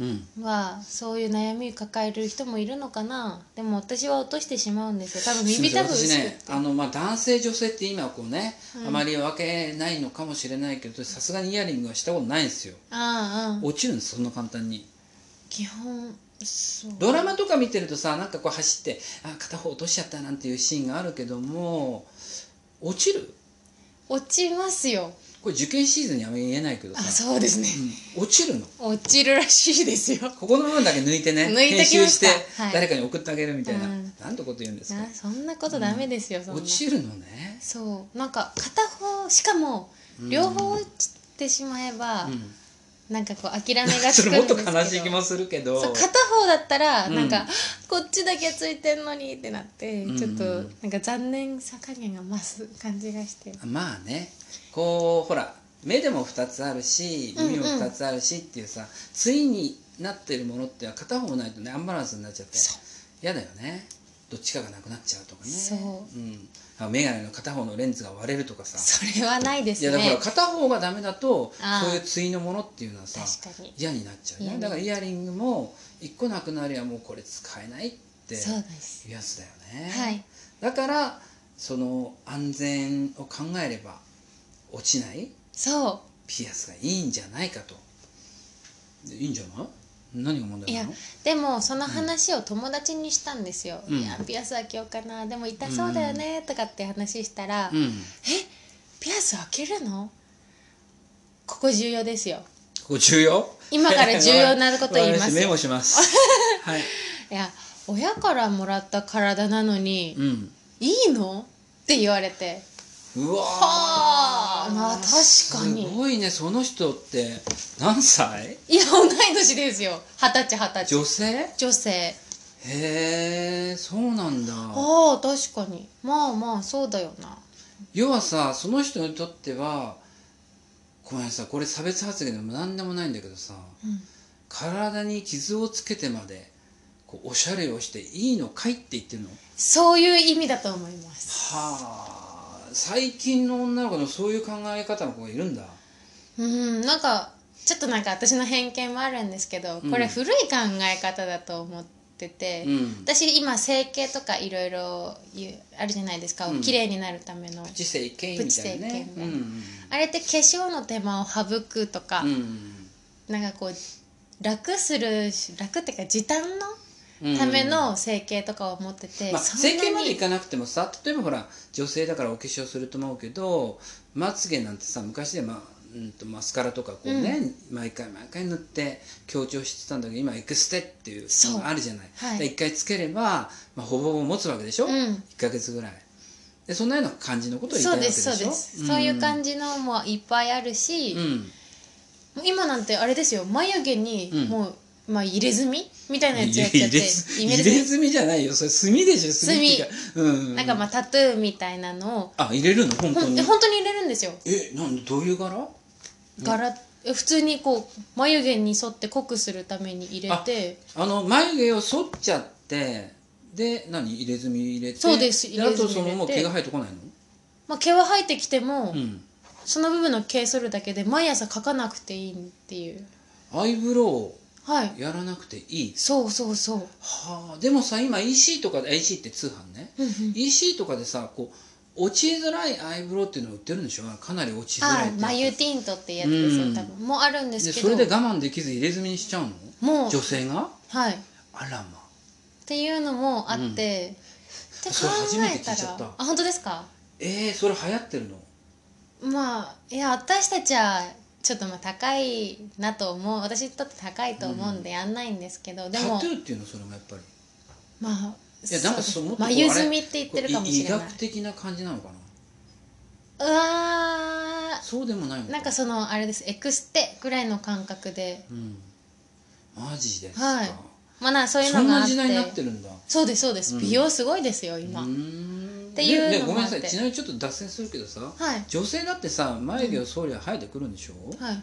Speaker 2: うん
Speaker 1: はそういう悩み抱える人もいるのかなでも私は落としてしまうんですよ多分耳たぶ
Speaker 2: すい
Speaker 1: 薄
Speaker 2: ませ
Speaker 1: く
Speaker 2: ん
Speaker 1: て、
Speaker 2: 私ねあの、まあ、男性女性って今はこうね、
Speaker 1: うん
Speaker 2: あまり分けないのかもしれないけどさすがにイヤリングはしたことないんですよ
Speaker 1: ああああ
Speaker 2: 落ちるんですそんな簡単に
Speaker 1: 基本そう
Speaker 2: ドラマとか見てるとさなんかこう走ってあ片方落としちゃったなんていうシーンがあるけども落ちる
Speaker 1: 落ちますよ
Speaker 2: これ受験シーズンには言えないけど
Speaker 1: あ
Speaker 2: さ
Speaker 1: そうですね
Speaker 2: うん落ちるの
Speaker 1: 落ちるらしいですよ
Speaker 2: ここの部分だけ抜いてね
Speaker 1: 抜い
Speaker 2: 編
Speaker 1: てき
Speaker 2: 集
Speaker 1: ま
Speaker 2: し
Speaker 1: してたはい
Speaker 2: 誰かに送ってあげるみたいな、
Speaker 1: うん
Speaker 2: なんてこと言うんですか
Speaker 1: なそんなことダメですよ、そんな
Speaker 2: 落ちるのね、
Speaker 1: そうなんか片方しかも
Speaker 2: うん
Speaker 1: 両方落ちてしまえば、
Speaker 2: うん
Speaker 1: なんかこう諦め がつ
Speaker 2: そ
Speaker 1: くん
Speaker 2: れも
Speaker 1: で
Speaker 2: っ
Speaker 1: すけ
Speaker 2: と
Speaker 1: ど
Speaker 2: 悲しい気もするけど
Speaker 1: そう片方だったら
Speaker 2: うん
Speaker 1: なんか、こっちだけついてんのにってなって、
Speaker 2: うん
Speaker 1: ちょっとなんか残念さ加減が増す感じがして
Speaker 2: まあねこうほら目でも2つあるし
Speaker 1: うんうん
Speaker 2: 耳も2つあるしっていうさ、ついになってるものって片方ないとねアンバランスになっちゃって
Speaker 1: そ
Speaker 2: 嫌だよねどっちかがなくなっちゃうとかね
Speaker 1: そう
Speaker 2: うん、あ眼鏡の片方のレンズが割れるとかさ、
Speaker 1: それはないで
Speaker 2: い
Speaker 1: す
Speaker 2: やだから
Speaker 1: ね
Speaker 2: 片方がダメだと
Speaker 1: あー
Speaker 2: そういうついのものっていうのはさ
Speaker 1: 確かに
Speaker 2: 嫌になっちゃう
Speaker 1: 嫌
Speaker 2: ね
Speaker 1: に
Speaker 2: だからイヤリングも1個なくなりゃもうこれ使えないって
Speaker 1: そうです
Speaker 2: いうやつだよね、
Speaker 1: はい
Speaker 2: だからその安全を考えれば落ちない
Speaker 1: そ
Speaker 2: ピアスがいいんじゃないかとでいいんじゃないう何が問題なの
Speaker 1: いでもその話を友達にしたんですよ「
Speaker 2: うん
Speaker 1: いやピアス開けようかなでも痛そうだよね」とかって話したら「
Speaker 2: うん
Speaker 1: えピアス開けるのここ重要ですよ
Speaker 2: ここ重要
Speaker 1: 今から重要なこと言います
Speaker 2: メ
Speaker 1: よ
Speaker 2: モ します はい
Speaker 1: いや親からもらった体なのに、
Speaker 2: うん
Speaker 1: いいのって言われて
Speaker 2: うわー
Speaker 1: はあまあ確かに
Speaker 2: すごいねその人って何歳
Speaker 1: いや同い年ですよ二十歳二十歳
Speaker 2: 女性
Speaker 1: 女性
Speaker 2: へえそうなんだ
Speaker 1: ああ確かにまあまあそうだよな
Speaker 2: 要はさその人にとってはごめんなさいこれ差別発言でも何でもないんだけどさ
Speaker 1: うん
Speaker 2: 体に傷をつけてまでこうおしゃれをしていいのかいって言ってるの
Speaker 1: そういう意味だと思います
Speaker 2: はあ最近の女の子のそういう考え方の子がいるんだ
Speaker 1: うんなんかちょっとなんか私の偏見もあるんですけどこ
Speaker 2: う
Speaker 1: れ
Speaker 2: ん
Speaker 1: 古い考え方だと思ってて、
Speaker 2: うん
Speaker 1: 私今整形とかいろいろあるじゃないですか、
Speaker 2: うん
Speaker 1: 綺麗になるための
Speaker 2: 知性権みたい
Speaker 1: プ
Speaker 2: な
Speaker 1: チ整形
Speaker 2: ね
Speaker 1: みたいなあれって化粧の手間を省くとか
Speaker 2: うん、うん
Speaker 1: なんかこう楽するし楽っていうか時短の
Speaker 2: うんうん
Speaker 1: ための整形とかを持ってて、
Speaker 2: まあ、
Speaker 1: そんな
Speaker 2: 整
Speaker 1: に
Speaker 2: 形までいかなくてもさ例えばほら女性だからお化粧すると思うけどまつげなんてさ昔で、まあうん、とマスカラとかこうね、毎回毎回塗って強調してたんだけど今エクステっていう
Speaker 1: そう
Speaker 2: のがあるじゃない、
Speaker 1: はい
Speaker 2: で一回つければ、まあ、ほぼほぼ持つわけでしょ、一
Speaker 1: うん
Speaker 2: 1か月ぐらいでそんなような感じのことを言いたい
Speaker 1: そう
Speaker 2: わけ
Speaker 1: で
Speaker 2: でし
Speaker 1: す
Speaker 2: ょ
Speaker 1: そうです、そういう感
Speaker 2: じ、
Speaker 1: じのもいっぱいあるし、
Speaker 2: うん、
Speaker 1: 今なんてあれですよ眉毛に
Speaker 2: うん
Speaker 1: もう、まあ、入れ墨みたいなやつ
Speaker 2: 入
Speaker 1: やっちゃって
Speaker 2: れ墨
Speaker 1: 入れ
Speaker 2: 入れ墨じゃないよそれ墨でしょ墨っていうかうん、
Speaker 1: なんかまあタトゥーみたいなのを
Speaker 2: あ入れるの本
Speaker 1: ほ
Speaker 2: 当
Speaker 1: ん
Speaker 2: に
Speaker 1: え本当に入れるんですよ
Speaker 2: えなんどういう柄
Speaker 1: 柄え普通にこう眉毛に沿って濃くするために入れて
Speaker 2: あの眉毛を剃っちゃってで何入れ墨入れて
Speaker 1: そうです入
Speaker 2: あ
Speaker 1: れ墨
Speaker 2: とそのも
Speaker 1: 入れ
Speaker 2: う毛
Speaker 1: て
Speaker 2: が生えてこないの
Speaker 1: まあ、毛は生えてきても、
Speaker 2: うん
Speaker 1: その部分の毛剃るだけで毎朝描かなくていいっていう
Speaker 2: アイブロウを
Speaker 1: はい
Speaker 2: やらなくていい
Speaker 1: そうそうそう
Speaker 2: はあでもさ今 EC とかで EC って通販ね、
Speaker 1: うんうん
Speaker 2: EC とかでさこう落ちづらいアイブロウっていうのを売ってるんでしょかなり落ちづらい
Speaker 1: ああ
Speaker 2: ってやつ
Speaker 1: 眉ティントっていうやつです
Speaker 2: う
Speaker 1: よ
Speaker 2: ん
Speaker 1: 多分もうあるんで
Speaker 2: です
Speaker 1: け
Speaker 2: そ
Speaker 1: ど
Speaker 2: れで我慢できず入れ墨にしちゃうの
Speaker 1: もう
Speaker 2: 女性が
Speaker 1: はいっ
Speaker 2: あらま
Speaker 1: ていうのもあって、
Speaker 2: うん
Speaker 1: って考
Speaker 2: それ初め
Speaker 1: え
Speaker 2: て聞
Speaker 1: た
Speaker 2: いちゃ
Speaker 1: ら
Speaker 2: った
Speaker 1: あ本当ですか
Speaker 2: えー、それ流行ってるの
Speaker 1: まあいや私たちはちょっとまあ高いなと思う私にとって高いと思うんでやんないんですけど、で
Speaker 2: タ
Speaker 1: も
Speaker 2: トゥーっていうのそれもやっぱり
Speaker 1: まあ
Speaker 2: いやなんかそうもっとこうあれ
Speaker 1: 眉墨って言ってるかもしれない
Speaker 2: こう医学的な感じなのかな
Speaker 1: うわ
Speaker 2: そうでもないの
Speaker 1: ーなんかそのあれですエクステぐらいの感覚で
Speaker 2: うん、マジですか、
Speaker 1: はいまあなそういう
Speaker 2: そ
Speaker 1: の
Speaker 2: ん
Speaker 1: があ
Speaker 2: な
Speaker 1: って
Speaker 2: 時代になってるんだ
Speaker 1: そうですそうです、
Speaker 2: うん
Speaker 1: 美容すごいですよ今、
Speaker 2: うーん
Speaker 1: っていうのもあって
Speaker 2: ねねごめんなさいちなみにちょっと脱線するけどさ
Speaker 1: はい
Speaker 2: 女性だってさ眉毛を総理は生えてくるんでしょ、
Speaker 1: はい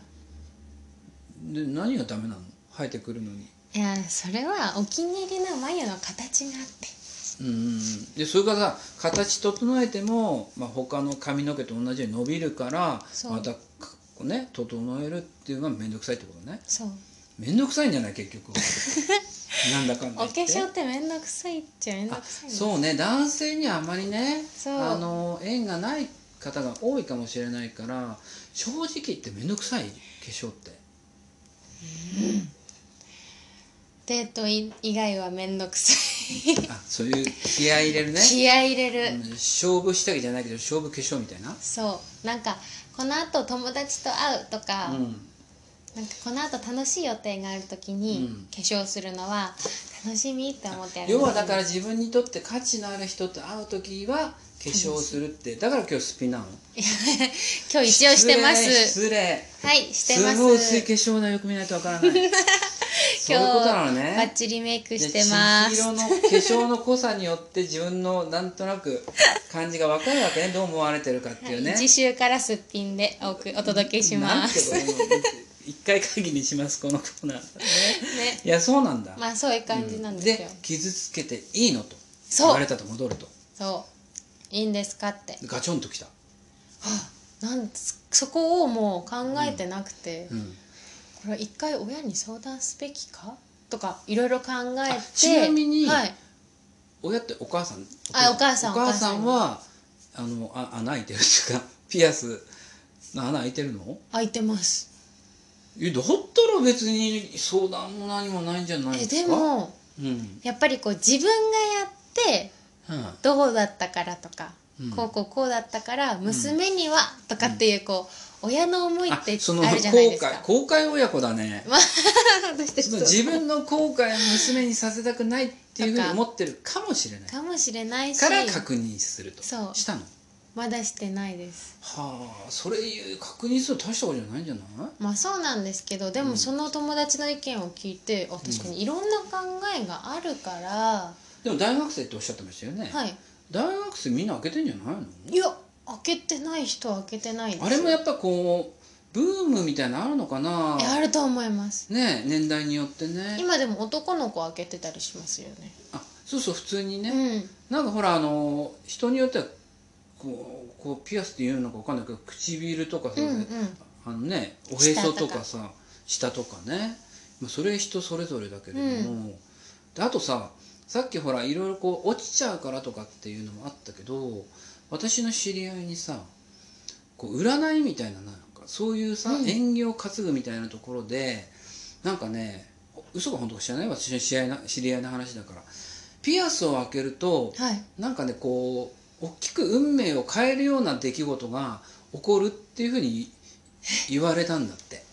Speaker 2: で何がダメなの生えてくるのに
Speaker 1: いやそれはお気に入りの眉の形があって
Speaker 2: うんでそれからさ形整えても、まあ、他の髪の毛と同じように伸びるから
Speaker 1: そう
Speaker 2: またこうね整えるっていうのが面倒くさいってことね
Speaker 1: そう
Speaker 2: 面倒くさいんじゃない 結局なんだかん
Speaker 1: お化
Speaker 2: だ言って
Speaker 1: 粧って面倒くさいっちゃ面倒
Speaker 2: あ
Speaker 1: くさいね
Speaker 2: そうね男性にはあまりね
Speaker 1: そう
Speaker 2: あの縁がない方が多いかもしれないから正直言って面倒くさい化粧って
Speaker 1: デートい以外は面倒くさい
Speaker 2: あそういう気合い入れるね、
Speaker 1: 気合い入れ
Speaker 2: う
Speaker 1: る、
Speaker 2: ん勝負下着じゃないけど勝負化粧みたいな
Speaker 1: そうなんかこのあと友達と会うとか、
Speaker 2: うん
Speaker 1: なんかこのあと楽しい予定がある時
Speaker 2: う
Speaker 1: に
Speaker 2: ん
Speaker 1: 化粧するのは楽しみって思ってやるんですよ
Speaker 2: 要はだから自分にとって価値のある人と会う時は化粧をするってだから今日スピなの
Speaker 1: 今日一応してます
Speaker 2: 失礼
Speaker 1: はいして
Speaker 2: 失
Speaker 1: ま
Speaker 2: 礼
Speaker 1: す
Speaker 2: すごい薄い化粧なよく見ないとわからな いそういうことなのね
Speaker 1: バッチリメイクしてます
Speaker 2: で千尋の化粧の濃さによって自分のなんとなく感じが分かるわけねどう思われてるかっていうね、
Speaker 1: はい次週からすっぴんでおくお届けし
Speaker 2: な
Speaker 1: ま
Speaker 2: んて
Speaker 1: す。
Speaker 2: ことなんて一回限りにしますこのコーナー、
Speaker 1: ね、
Speaker 2: いやそうなんだ、
Speaker 1: まあそういう感じなんですよ。
Speaker 2: 傷つけていいのと
Speaker 1: そう
Speaker 2: 言われたと戻ると
Speaker 1: そういいんですかって。
Speaker 2: ガチョンときた、
Speaker 1: なんそこをもう考えてなくて、
Speaker 2: うん
Speaker 1: これ一回親に相談すべきかとかいろいろ考えて
Speaker 2: あ。ちなみに
Speaker 1: はい、
Speaker 2: 親ってお母さん
Speaker 1: あお母さん
Speaker 2: お母さんはあの あ穴開いてるっていうかピアスの穴開いてるの
Speaker 1: 空いてます。
Speaker 2: えだったら別に相談も何もないんじゃない
Speaker 1: え
Speaker 2: ですか
Speaker 1: でも
Speaker 2: うん
Speaker 1: やっぱりこう自分がやって
Speaker 2: は
Speaker 1: どうだったからとか、
Speaker 2: うん
Speaker 1: こうこうこうだったから娘にはとかっていうこう、親の思い
Speaker 2: い
Speaker 1: って
Speaker 2: あその
Speaker 1: あるじゃない
Speaker 2: 後
Speaker 1: ですか
Speaker 2: 悔。後悔親子だ ね
Speaker 1: 私たち
Speaker 2: そ
Speaker 1: と
Speaker 2: の自分の後悔を娘にさせたくないっていうふうに思ってるかもしれない
Speaker 1: かもしれないし
Speaker 2: から確認すると
Speaker 1: そう
Speaker 2: したの
Speaker 1: まだしてないです。
Speaker 2: はあそれいう確認するの大したことじゃないんじゃない
Speaker 1: まあそうなんですけどで
Speaker 2: う
Speaker 1: も
Speaker 2: ん
Speaker 1: その友達の意見を聞いて、あ確かにいろんな考えがあるから、
Speaker 2: でも大学生っておっしゃってましたよね、
Speaker 1: はい
Speaker 2: 大学生みんな開けてんじゃないの
Speaker 1: いや開けてない人は開けてないです
Speaker 2: あれも
Speaker 1: や
Speaker 2: やっぱこうブームみたいなのあるのかな
Speaker 1: あると思います
Speaker 2: ねえ年代によってね
Speaker 1: 今でも男の子開けてたりしますよね
Speaker 2: あそうそう普通にね、
Speaker 1: うん
Speaker 2: なんかほらあの人によってはこうこうピアスっていうのかわかんないけど唇とかそうう、
Speaker 1: んうん
Speaker 2: あのねおへそ
Speaker 1: 下と
Speaker 2: とか
Speaker 1: か
Speaker 2: さ下とかね、まあ、それ人それぞれだけれども、であとささっきほらいろいろこう落ちちゃうからとかっていうのもあったけど私の知り合いにさこう占いみたいななんかそういうさ、
Speaker 1: うん
Speaker 2: 縁起を担ぐみたいなところでなんかね嘘か本当か知らない私の知り合いな知り合いの話だからピアスを開けると
Speaker 1: はい
Speaker 2: なんかねこう大きく運命を変えるような出来事が起こるっていうふうに言われたんだって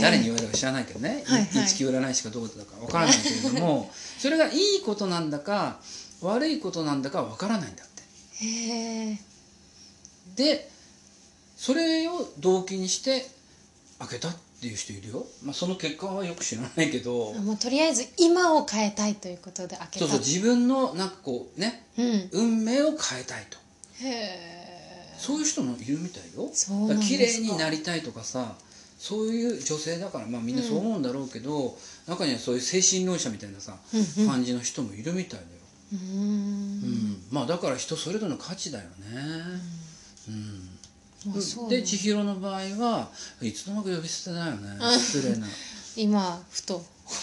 Speaker 2: 誰に言われたか知らないけどね
Speaker 1: はいはい
Speaker 2: 一木占い師かどうだかわからないけれど もそれがいいことなんだか悪いことなんだかわからないんだって。
Speaker 1: へえ
Speaker 2: でそれを動機にして開けたっていう人いるよ、まあ、その結果はよく知らないけど
Speaker 1: もうとりあえず今を変えたいということで開け
Speaker 2: そ
Speaker 1: た
Speaker 2: うそう自分のなんかこうね
Speaker 1: うんへ
Speaker 2: 運命を変えたいと
Speaker 1: え
Speaker 2: そういう人もいるみたいよ
Speaker 1: そうな
Speaker 2: だ
Speaker 1: ん
Speaker 2: から
Speaker 1: ですか
Speaker 2: 綺麗になりたいとかさそういう女性だからまあみんなそう思うんだろうけど、中にはそういう精神論者みたいなさ、
Speaker 1: うんうん
Speaker 2: 感じの人もいるみたいだよ、
Speaker 1: うー
Speaker 2: うん
Speaker 1: ん
Speaker 2: まあだから人それぞれの価値だよねうん
Speaker 1: まあそう
Speaker 2: で千尋の場合はいつの間にか呼び捨てだよね失礼な
Speaker 1: 今ふと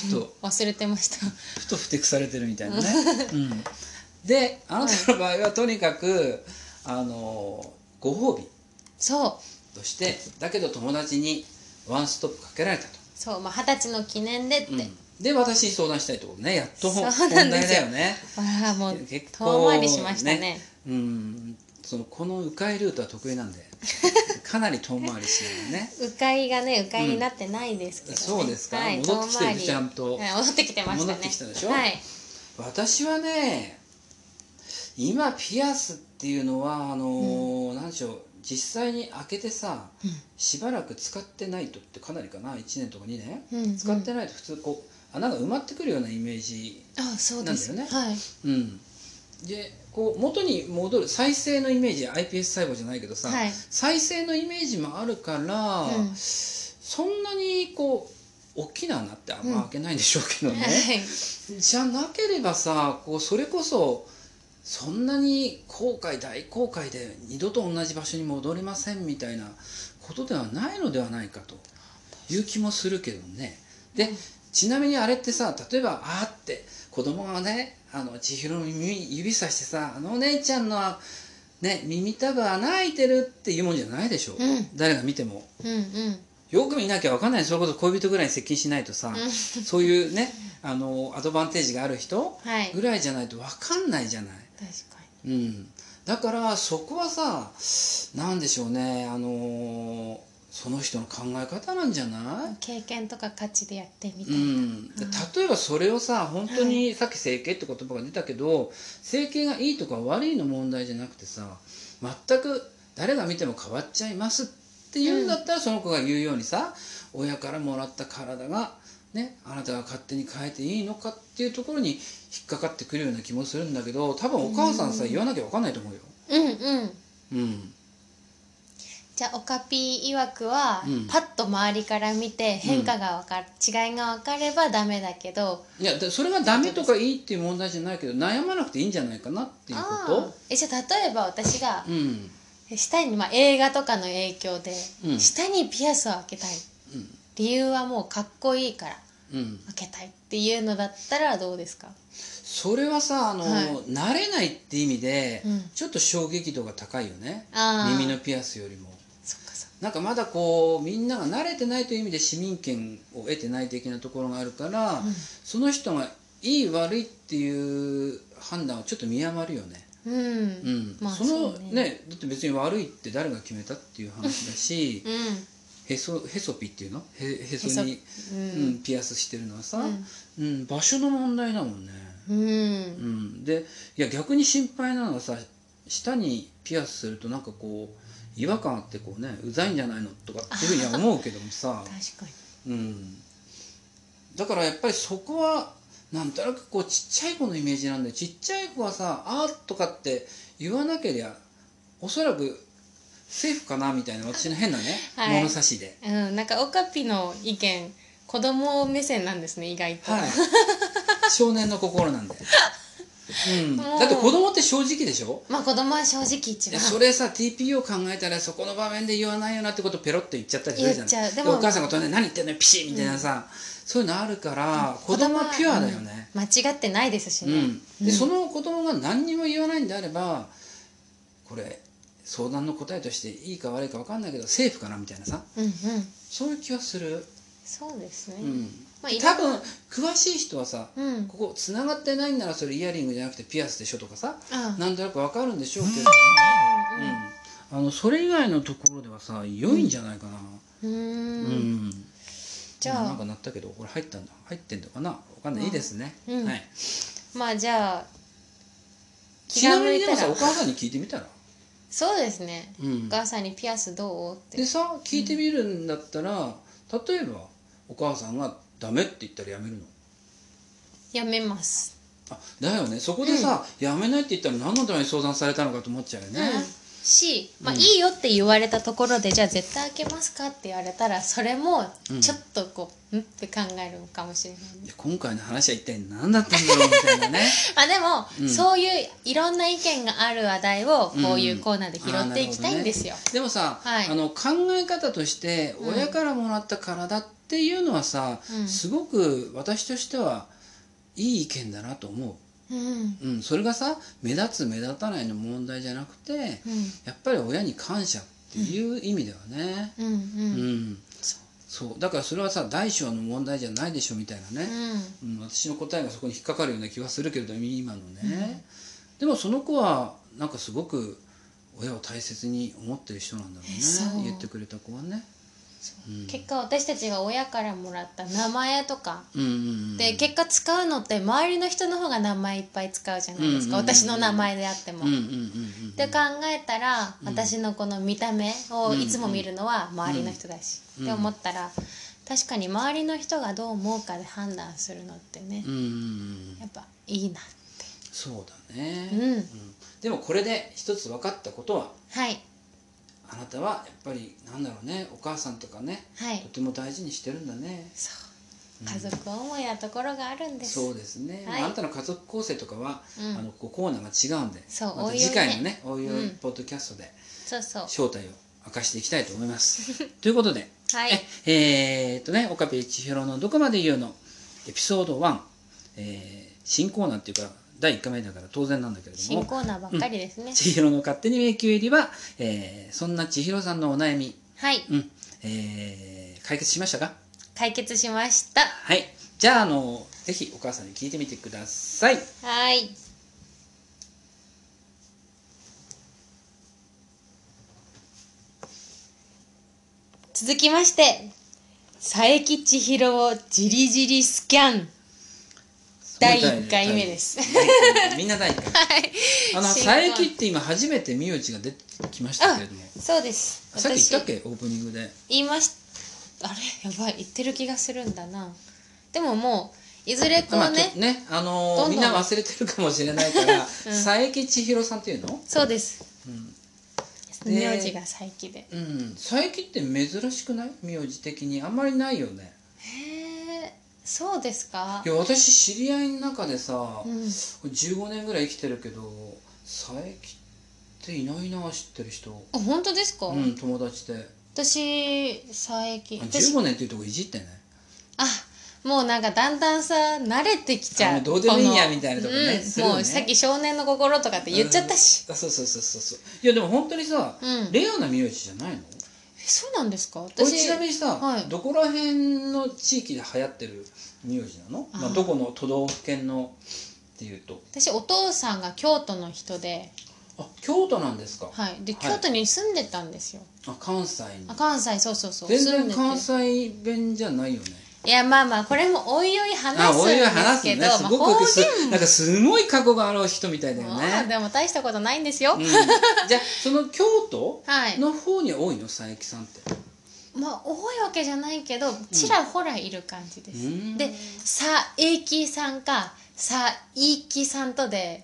Speaker 2: ふと
Speaker 1: 忘れてました
Speaker 2: ふとふてくされてるみたいなね、うん、であなたの場合はとにかくあのご褒美
Speaker 1: そう
Speaker 2: としてだけど友達にワンストップかけられたと、
Speaker 1: そうまあ二十歳の記念でって、
Speaker 2: うんで私に相談したいってことねやっと
Speaker 1: そう
Speaker 2: 本
Speaker 1: なんですよ
Speaker 2: 題だよね
Speaker 1: わあもう
Speaker 2: 結構
Speaker 1: 遠回りしましたね
Speaker 2: うんそのこの迂回ルートは得意 なんでかなり遠回りしながらね
Speaker 1: 迂回がね迂回になってないですけど、ね
Speaker 2: そうですか
Speaker 1: はい、
Speaker 2: 戻ってきて
Speaker 1: 遠
Speaker 2: る
Speaker 1: 回り
Speaker 2: ちゃんと
Speaker 1: はい、戻ってきてましたね
Speaker 2: 戻ってきたでしょ
Speaker 1: はい
Speaker 2: 私はね今ピアスっていうのはあのーなんでしょう実際に開けてさしばらく使ってないとってかなりかな1年とか2年
Speaker 1: うん、うん
Speaker 2: 使って
Speaker 1: うん
Speaker 2: ないと普通こう穴が埋まってくるようなイメージ
Speaker 1: あそうです
Speaker 2: なんだ
Speaker 1: はい
Speaker 2: うんでこう元に戻る再生のイメージ iPS 細胞じゃないけどさ、
Speaker 1: はい
Speaker 2: 再生のイメージもあるから、
Speaker 1: うん
Speaker 2: そんなにこう大きな穴ってあんま開けないんでしょう けどね、
Speaker 1: はい
Speaker 2: じゃなければさこうそれこそそんなに後悔大後悔で二度と同じ場所に戻れませんみたいなことではないのではないかという気もするけどね。でちなみにあれってさ例えば「あ」って子供がねあの千尋の耳指さしてさ「あのお姉ちゃんの、ね、耳たぶ穴開いてる」っていうもんじゃないでしょ、
Speaker 1: うん
Speaker 2: 誰が見ても。
Speaker 1: うんうん
Speaker 2: よく見なきゃ分かんないそれこそ恋人ぐらいに接近しないとさ、
Speaker 1: うん
Speaker 2: そういう ねあのアドバンテージがある人
Speaker 1: はい
Speaker 2: ぐらいじゃないと分かんないじゃない、
Speaker 1: 確か
Speaker 2: うん、だからそこはさなんでしょうねあのその人の考え方なんじゃな
Speaker 1: に経験とか価値でやってみ
Speaker 2: い、う
Speaker 1: たいな、
Speaker 2: ん、で例えばそれをさ本当にさっき整形って言葉が出たけど整形がいいとか悪いの問題じゃなくてさ全く誰が見ても変わっちゃいますって言うんだったら、その子が言うようにさ親からもらった体が、ね、あなたが勝手に変えていいのかっていうところに引っかかってくるような気もするんだけど多分お母さんさ言わなきゃ分かんないと思うよ。
Speaker 1: うん、うん
Speaker 2: うん、
Speaker 1: じゃあオカピ曰くは、
Speaker 2: うん
Speaker 1: パッと周りから見て変化が分かる、違いが分かればダメだけど
Speaker 2: いやだそれがダメとかいいっていう問題じゃないけど悩まなくていいんじゃないかなっていうこ
Speaker 1: あ
Speaker 2: と。
Speaker 1: ーえじゃあ例えば私が
Speaker 2: うん
Speaker 1: 下に、まあ、映画とかの影響で、
Speaker 2: うん
Speaker 1: 下にピアスを開けたい
Speaker 2: うん
Speaker 1: 理由はもうかっこいいから
Speaker 2: うん、
Speaker 1: 開けたいっていうのだったらどうですか
Speaker 2: それはさあの、
Speaker 1: はい
Speaker 2: 慣れないって意味で、
Speaker 1: うん
Speaker 2: ちょっと衝撃度が高いよね
Speaker 1: あー
Speaker 2: 耳のピアスよりも
Speaker 1: そっかそっか
Speaker 2: なんかまだこうみんなが慣れてないという意味で市民権を得てない的なところがあるから、その人がいい悪いっていう判断はちょっと見余るよね。
Speaker 1: うんうん
Speaker 2: うん
Speaker 1: まあ
Speaker 2: その
Speaker 1: そうね
Speaker 2: ねだって別に悪いって誰が決めたっていう話だしへそへそピっていうのへへそに
Speaker 1: うん
Speaker 2: うん、ピアスしてるのはさ、
Speaker 1: うん
Speaker 2: うん、場所の問題だもんね、
Speaker 1: うん
Speaker 2: うん、でいや逆に心配なのはさ舌にピアスするとなんかこう違和感あってこうねうざいんじゃないのとかっていうふうには思うけどもさ
Speaker 1: 確、かに
Speaker 2: うん、だからやっぱりそこはなんとなくこうちっちゃい子のイメージなんだよちっちゃい子はさ「あー」とかって言わなけりゃおそらくセーフかなみたいな私の変なね、
Speaker 1: はい
Speaker 2: 物差しで。
Speaker 1: うん、なんかオカピの意見子供目線なんですね意外と、
Speaker 2: はい。少年の心なんで。うん、だって子供って正直でしょ
Speaker 1: まあ子供は正直一
Speaker 2: いや
Speaker 1: 番
Speaker 2: それさ TPO 考えたらそこの場面で言わないよなってことペロッと言っちゃったりするじゃ
Speaker 1: 言
Speaker 2: ん
Speaker 1: っちゃうで
Speaker 2: で
Speaker 1: も
Speaker 2: お母さんが隣で「何言ってんのよピシッ」みたいなさ、そういうのあるから、子供はピュアだよね、、
Speaker 1: うん間違ってないですし
Speaker 2: うん
Speaker 1: ね、
Speaker 2: でその子供が何にも言わないんであればこれ相談の答えとしていいか悪いか分かんないけどセーフかなみたいなさ
Speaker 1: うんうん
Speaker 2: そういう気はする、
Speaker 1: そうですね、
Speaker 2: うん
Speaker 1: まあいろ
Speaker 2: 多分詳しい人はさ
Speaker 1: うん
Speaker 2: ここ繋がってないんならそれイヤリングじゃなくてピアスでしょとかさ
Speaker 1: ああ
Speaker 2: なんとなくわかるんでしょうけど、うんあのそれ以外のところではさ良いんじゃないかな
Speaker 1: うん
Speaker 2: うん、
Speaker 1: うんじゃあ
Speaker 2: なんか鳴ったけどこれ入ったんだ入ってんのかなわかんないいいですね、
Speaker 1: うん
Speaker 2: はい、
Speaker 1: まあじゃあ気
Speaker 2: ち
Speaker 1: が
Speaker 2: な
Speaker 1: 向
Speaker 2: み
Speaker 1: い
Speaker 2: にで
Speaker 1: た
Speaker 2: もさお
Speaker 1: ら
Speaker 2: 母さんに聞いてみたら、
Speaker 1: そうですね、
Speaker 2: うん
Speaker 1: お母さんにピアスどうって
Speaker 2: でさ聞いてみるんだったら例えばお母さんが「ダメ」って言ったらやめるの
Speaker 1: やめます、
Speaker 2: あだよねそこでさ、やめないって言ったら何のために相談されたのかと思っちゃうよね、
Speaker 1: うんし、まあ、
Speaker 2: うん
Speaker 1: いいよって言われたところで、じゃあ絶対開けますかって言われたらそれも
Speaker 2: うん
Speaker 1: ちょっとこう、うん、って考えるのかもしれない
Speaker 2: いや今回の話は一体何だったんだろうみたいなね
Speaker 1: まあでも、
Speaker 2: うん
Speaker 1: そういういろんな意見がある話題をこういうコーナーで拾
Speaker 2: あー
Speaker 1: っていきたいんですよ。
Speaker 2: なるほどねでもさ、
Speaker 1: はい
Speaker 2: あの考え方として
Speaker 1: うん
Speaker 2: 親からもらった体っていうのはさ、
Speaker 1: うん
Speaker 2: すごく私としてはいい意見だなと思
Speaker 1: うん
Speaker 2: う、うん、それがさ目立つ目立たないの問題じゃなくて
Speaker 1: うん
Speaker 2: やっぱり親に感謝っていう意味ではね、
Speaker 1: うん
Speaker 2: うん
Speaker 1: うん
Speaker 2: そうだからそれはさ大小の問題じゃないでしょみたいなね、うん、私の答えがそこに引っかかるような気はするけれど今のね、でもその子はなんかすごく親を大切に思ってる人なんだろ
Speaker 1: えそうう
Speaker 2: ね言ってくれた子はね。うん
Speaker 1: 結果私たちが親からもらった名前とか
Speaker 2: うんうんうん、
Speaker 1: で結果使うのって周りの人の方が名前いっぱい使うじゃないですか、
Speaker 2: うんうんうん
Speaker 1: 私の名前であっても。
Speaker 2: うんうんう
Speaker 1: っ
Speaker 2: んうん、
Speaker 1: て考えたら、私のこの見た目をいつも見るのは周りの人だし、
Speaker 2: うん
Speaker 1: って思ったら確かに周りの人がどう思うかで判断するのってね、
Speaker 2: うんうんうん
Speaker 1: やっぱいいな。
Speaker 2: そうだね、
Speaker 1: うん
Speaker 2: でもこれで一つ分かったことは
Speaker 1: はい
Speaker 2: あなたはやっぱりなんだろうねお母さんとかね
Speaker 1: はい
Speaker 2: とても大事にしてるんだね。
Speaker 1: そう家族思いなところがあるんです、
Speaker 2: そうですね、
Speaker 1: はい
Speaker 2: まああんたの家族構成とかは、
Speaker 1: うん
Speaker 2: あのこうコーナーが違うんで
Speaker 1: そう
Speaker 2: ま
Speaker 1: おいお
Speaker 2: た
Speaker 1: いね
Speaker 2: 次回のねおいお
Speaker 1: う
Speaker 2: い
Speaker 1: ん
Speaker 2: ポッドキャストで
Speaker 1: そうそう
Speaker 2: 正体を明かしていきたいと思います。 ということで、
Speaker 1: はい
Speaker 2: ええーっとね、岡部千尋のどこまで言うの、エピソード1、えー新コーナーっていうか、第1回目だから当然なんだけれど
Speaker 1: 新
Speaker 2: も、
Speaker 1: コーナーばっかりですね、
Speaker 2: 千尋の勝手に迷宮入りは、えーそんな千尋さんのお悩み、
Speaker 1: はい
Speaker 2: うん、えー解決しましたか
Speaker 1: 解決しました
Speaker 2: はい。じゃあ、あの、ぜひお母さんに聞いてみてください。
Speaker 1: はい続きまして佐伯千尋をじりじりスキャン第1回目です
Speaker 2: はい。みんな第1回目。
Speaker 1: はい
Speaker 2: あの、
Speaker 1: 新
Speaker 2: 佐
Speaker 1: 婚
Speaker 2: 伯って今初めて名字が出てきましたけれども。
Speaker 1: そうです
Speaker 2: さっき言ったっけオープニングで
Speaker 1: 言いましあれやばい言ってる気がするんだなでももういずれこ
Speaker 2: まあ
Speaker 1: うね
Speaker 2: とねあのー
Speaker 1: どんどん
Speaker 2: みんな忘れてるかもしれないから、 佐伯千尋さんっていうの、
Speaker 1: そうです
Speaker 2: うんで
Speaker 1: 名字が佐伯で
Speaker 2: うん、佐伯って珍しくない名字的にあんまりないよね
Speaker 1: へえそうですか
Speaker 2: いや私知り合いの中でさ、
Speaker 1: うん
Speaker 2: 15年ぐらい生きてるけど佐伯っていないな知ってる人
Speaker 1: あ本当ですか、
Speaker 2: うん友達で
Speaker 1: 私佐伯
Speaker 2: あ
Speaker 1: 私
Speaker 2: 15年っていうとこいじってね
Speaker 1: あもうなんかだんだんさ慣れてきちゃ
Speaker 2: あ
Speaker 1: う
Speaker 2: もうどうでもいいや
Speaker 1: この
Speaker 2: みたいなとこね
Speaker 1: うん
Speaker 2: するよね
Speaker 1: もうさっき少年の心とかって言っちゃったし、
Speaker 2: あそうそうそうそうそういやでも本当にさ、
Speaker 1: うん
Speaker 2: レアな名字じゃないの
Speaker 1: そうなんですか
Speaker 2: これ
Speaker 1: 私
Speaker 2: ちなみにさ、
Speaker 1: はい
Speaker 2: どこら辺の地域で流行ってる名字なの
Speaker 1: あー
Speaker 2: まあ、どこの都道府県のっていうと
Speaker 1: 私お父さんが京都の人で,、
Speaker 2: あ京都なんですか、
Speaker 1: はい、で
Speaker 2: はい
Speaker 1: 京都に住んでたんですよ、
Speaker 2: あ関西に
Speaker 1: あ関西そうそうそう
Speaker 2: 全
Speaker 1: 住ん
Speaker 2: 然
Speaker 1: でて
Speaker 2: 関西弁じゃないよね
Speaker 1: いやまあまあこれもおいおい
Speaker 2: あ
Speaker 1: 話すん
Speaker 2: おいおい話
Speaker 1: ですすけ
Speaker 2: ね
Speaker 1: ど
Speaker 2: す
Speaker 1: まあ
Speaker 2: ご
Speaker 1: 方
Speaker 2: くす
Speaker 1: 言
Speaker 2: なんかすごい過去がある人みたいだよ
Speaker 1: も、
Speaker 2: ね、
Speaker 1: でも大したことないんですよ、
Speaker 2: うん、じゃあその京都
Speaker 1: はい
Speaker 2: の方には多いの佐伯さんって
Speaker 1: まあ多いわけじゃないけどちらほらいる感じです、
Speaker 2: うん
Speaker 1: で「さえきさん」か「さいきさん」とで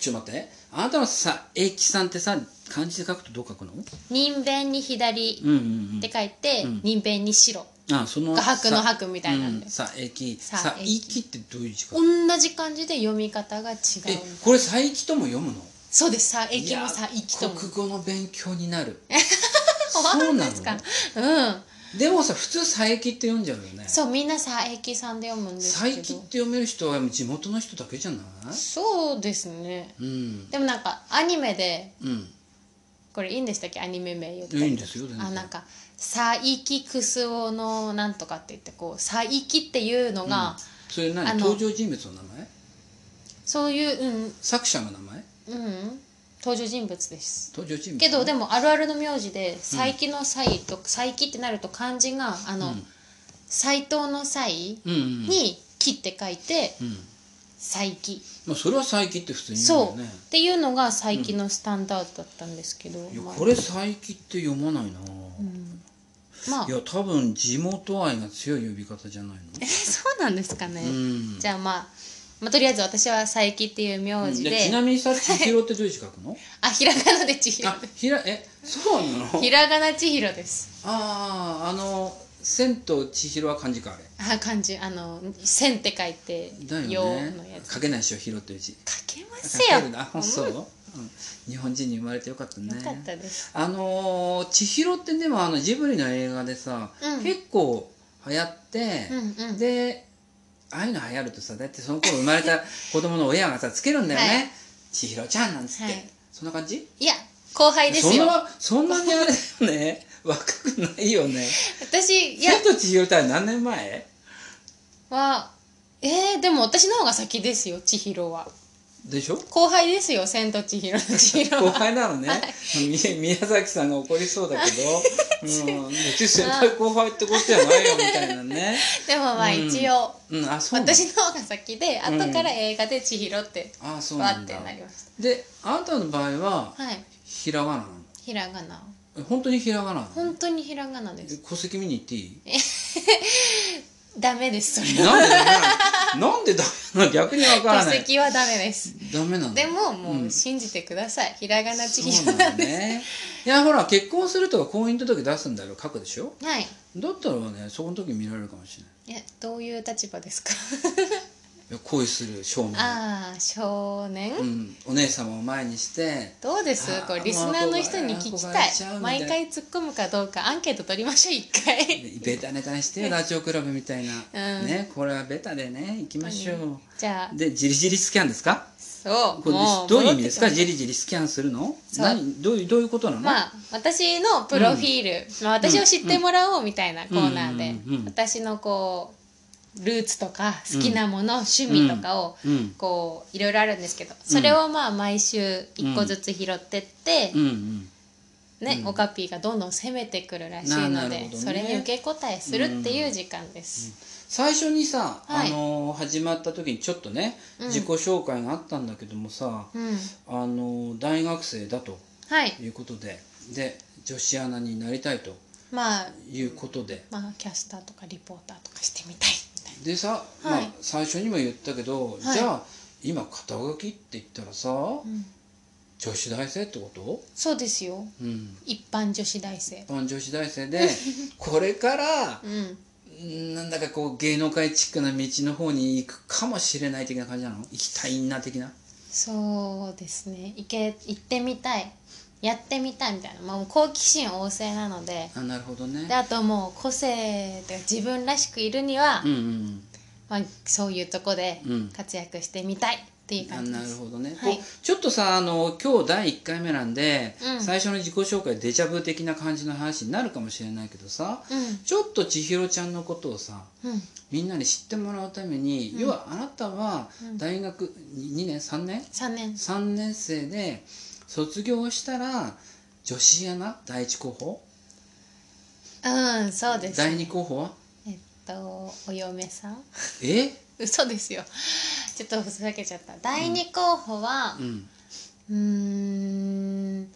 Speaker 2: ちょっと待ってあなたのさ英樹さんってさ漢字で書くとどう書くのう
Speaker 1: 「人弁に左」
Speaker 2: んうんうん
Speaker 1: って書いて
Speaker 2: う
Speaker 1: 「
Speaker 2: ん
Speaker 1: 人弁に白
Speaker 2: あそ」の
Speaker 1: が「白の
Speaker 2: さ
Speaker 1: 白」みたいなんで
Speaker 2: うん、さ駅
Speaker 1: さ
Speaker 2: さ
Speaker 1: 駅
Speaker 2: 駅ってどういう字か
Speaker 1: 同じ漢字で読み方が違う
Speaker 2: えこれ佐伯とも読むの
Speaker 1: そうです「さえき」
Speaker 2: い
Speaker 1: も「
Speaker 2: や
Speaker 1: さいき」とも
Speaker 2: 国語の勉強にな る
Speaker 1: そうなんですか うん
Speaker 2: でもさ普通佐伯って読んじゃうよね
Speaker 1: そうみんな「さえきさん」で読むんです
Speaker 2: 佐
Speaker 1: け
Speaker 2: 伯って
Speaker 1: ど
Speaker 2: 読める人は地元の人だけじゃない
Speaker 1: そうですね
Speaker 2: うん
Speaker 1: でもなんかアニメで
Speaker 2: うん
Speaker 1: これいいんでしたっけアニメ名言った
Speaker 2: い
Speaker 1: り
Speaker 2: いんですよ全然
Speaker 1: あなんか「サイキクスオのなんとか」って言ってこう「サイキ」っていうのが、
Speaker 2: それ
Speaker 1: あ
Speaker 2: 何
Speaker 1: の
Speaker 2: 登場人物の名前
Speaker 1: そういう
Speaker 2: 作者の名前
Speaker 1: うんうん登場人物です
Speaker 2: 登場人物
Speaker 1: けどでもあるあるの名字で「サイキの「サイ」と「サイキ」ってなると漢字があの、
Speaker 2: うん
Speaker 1: 斎藤の「サイ
Speaker 2: うんうん」
Speaker 1: に「キ」って書いて
Speaker 2: うん
Speaker 1: 「サイキ
Speaker 2: まあそれは佐伯って普通」に言うよ
Speaker 1: そう
Speaker 2: ね
Speaker 1: っていうのがサイキのスタンダードだったんですけど、
Speaker 2: いや
Speaker 1: まあ
Speaker 2: これ佐伯って読まないな
Speaker 1: うんまあ
Speaker 2: いや多分地元愛が強い呼び方じゃないの
Speaker 1: えそうなんですかね、
Speaker 2: うん
Speaker 1: じゃあまあ、まあ、とりあえず私は佐伯っていう名字で、
Speaker 2: ちなみにさ千尋ってどういう字書くの
Speaker 1: あひらがなで千尋
Speaker 2: あひらえそうなの
Speaker 1: ひらがな千尋です
Speaker 2: あああの千と千尋は漢字かあれ
Speaker 1: あ漢字あの「千」って書いて
Speaker 2: だ
Speaker 1: 洋
Speaker 2: よ
Speaker 1: のや
Speaker 2: ね
Speaker 1: つ
Speaker 2: 書けないでしょ拾ってる字
Speaker 1: 書けま
Speaker 2: 書
Speaker 1: すよ
Speaker 2: けるなあそう、うん、日本人に生まれてよかったね
Speaker 1: よかったです
Speaker 2: あのー千尋ってでもあのジブリの映画でさ、
Speaker 1: うん
Speaker 2: 結構流行って
Speaker 1: う、んうん
Speaker 2: でああいうの流行るとさだってその頃生ま れた子供の親がさつけるんだよね、
Speaker 1: はい
Speaker 2: 千尋ちゃんなんつって、
Speaker 1: はい
Speaker 2: そんな感じ
Speaker 1: いや後輩ですよ
Speaker 2: そんなそんなにあれだよね 若くないよね
Speaker 1: 私いや
Speaker 2: 千と千尋ってあれ何年前
Speaker 1: はえー、でも私の方が先ですよ千尋は
Speaker 2: でしょ
Speaker 1: 後輩ですよ千と千尋の千尋
Speaker 2: 後
Speaker 1: は
Speaker 2: 輩なのね、み宮崎さんが怒りそうだけ ど、うん、別に先輩後輩ってことじゃないよみたいなね、
Speaker 1: でもまあ
Speaker 2: うん
Speaker 1: 一応、
Speaker 2: うん、あそうなんだ
Speaker 1: 私の方が先で
Speaker 2: うん
Speaker 1: 後から映画で千尋って
Speaker 2: あそう
Speaker 1: わ
Speaker 2: な
Speaker 1: っ
Speaker 2: んだ
Speaker 1: てなりまし
Speaker 2: であなたの場合は
Speaker 1: たはい
Speaker 2: ひらがななの
Speaker 1: ひらがな
Speaker 2: え本当にひらがななの
Speaker 1: 本当にひらがなで
Speaker 2: え
Speaker 1: す
Speaker 2: 戸籍見に行っていい
Speaker 1: ダメですそれ
Speaker 2: なんでダメなのなんでダメなの逆にわから
Speaker 1: 戸
Speaker 2: ない
Speaker 1: 籍はダメです
Speaker 2: ダメなの
Speaker 1: でももう信じてください、ひらがなちひろなん
Speaker 2: だ
Speaker 1: で
Speaker 2: ねいやほら結婚するとか婚姻届出すんだけど書くでしょ
Speaker 1: はい
Speaker 2: だったらねそこの時見られるかもしれな
Speaker 1: いや
Speaker 2: い
Speaker 1: どういう立場 ですか
Speaker 2: いや恋する少年
Speaker 1: ああ少年、
Speaker 2: うん、お姉様を前にして
Speaker 1: どうです
Speaker 2: あー
Speaker 1: これリスナーの人に聞きたい
Speaker 2: 憧れちゃうんだよ
Speaker 1: 毎回突っ込むかどうかアンケート取りましょう一回
Speaker 2: ベタネタにしてよダチョウ倶楽部みたいな、
Speaker 1: うん
Speaker 2: ねこれはベタでね行きましょう、
Speaker 1: じゃあ
Speaker 2: でジリジリスキャンですか
Speaker 1: そう
Speaker 2: これ
Speaker 1: もう
Speaker 2: どういう意味ですか
Speaker 1: 戻って
Speaker 2: ジリジリスキャンするの
Speaker 1: そう
Speaker 2: 何どういうどういうことなの、
Speaker 1: きまあ私のプロフィール、まあ、私を知ってもらおうみたいなコーナーで、
Speaker 2: うんうんうん
Speaker 1: 私のこうルーツとか好きなもの、趣味とかを、
Speaker 2: うん
Speaker 1: こういろいろあるんですけどそれをまあ毎週1個ずつ拾ってって
Speaker 2: う、んうん
Speaker 1: ねオカピーがどんどん攻めてくるらしい
Speaker 2: な
Speaker 1: の
Speaker 2: な
Speaker 1: で、
Speaker 2: るほどね
Speaker 1: それに受け答えするっていう時間です、
Speaker 2: 最初にさ、
Speaker 1: はい
Speaker 2: あのー始まった時にちょっとね、
Speaker 1: うん
Speaker 2: 自己紹介があったんだけどもさ、
Speaker 1: うん
Speaker 2: あのー大学生だと
Speaker 1: はい
Speaker 2: いうことでで女子アナになりたいと
Speaker 1: まあ
Speaker 2: いうことで
Speaker 1: まあキャスターとかリポーターとかしてみたいみたい
Speaker 2: でさ、
Speaker 1: はい
Speaker 2: まあ、最初にも言ったけど、
Speaker 1: い
Speaker 2: じゃあ今肩書きって言ったらさ、
Speaker 1: な、うん、
Speaker 2: 女子大生ってこと、
Speaker 1: そうですよ
Speaker 2: うん、
Speaker 1: 一般女子大生
Speaker 2: 一般女子大 生でこれから
Speaker 1: うん
Speaker 2: うんなんだかこう芸能界チックな道の方に行くかもしれない的な感じなの行きたいな的な
Speaker 1: そうですね行け行ってみたいやってみたいみたいな、まあ、もう好奇心旺盛なので
Speaker 2: あなるほどね
Speaker 1: であともう個性というか自分らしくいるには、
Speaker 2: うんうん
Speaker 1: まあ、そういうとこで
Speaker 2: うん
Speaker 1: 活躍してみたいっっていう感じ
Speaker 2: な
Speaker 1: で
Speaker 2: る
Speaker 1: す。
Speaker 2: ほどね、
Speaker 1: はい
Speaker 2: こうちょっとさあの今日第1回目なんで、
Speaker 1: うん
Speaker 2: 最初の自己紹介デジャブ的な感じの話になるかもしれないけどさ
Speaker 1: うん
Speaker 2: ちょっと千尋ちゃんのことをさ
Speaker 1: うん
Speaker 2: みんなに知ってもらうために、
Speaker 1: うん
Speaker 2: 要はあなたは
Speaker 1: うん
Speaker 2: 大学2年3年
Speaker 1: 3年
Speaker 2: 3年生で卒業したら女子アナ第一候補
Speaker 1: うんそうです
Speaker 2: 第二候補は
Speaker 1: えっとお嫁さん
Speaker 2: え
Speaker 1: 嘘ですよちょっとふざけちゃった第二候補は
Speaker 2: うん
Speaker 1: うーん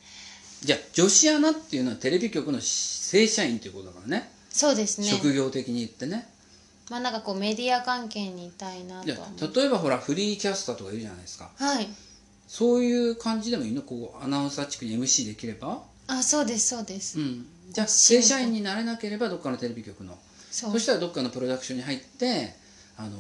Speaker 2: じゃあ女子アナっていうのはテレビ局の正社員っていうことだからね
Speaker 1: そうですね
Speaker 2: 職業的に言ってね
Speaker 1: まあなんかこうメディア関係にいたいなと
Speaker 2: いや
Speaker 1: は思う
Speaker 2: 例えばほらフリーキャスターとかいるじゃないですか
Speaker 1: はい
Speaker 2: そういう感じでもいいのこうアナウンサー地区に MC できれば
Speaker 1: あそうですそうです、
Speaker 2: うんじゃあ正社員になれなければどっかのテレビ局の
Speaker 1: そう
Speaker 2: そしたらどっかのプロダクションに入ってあの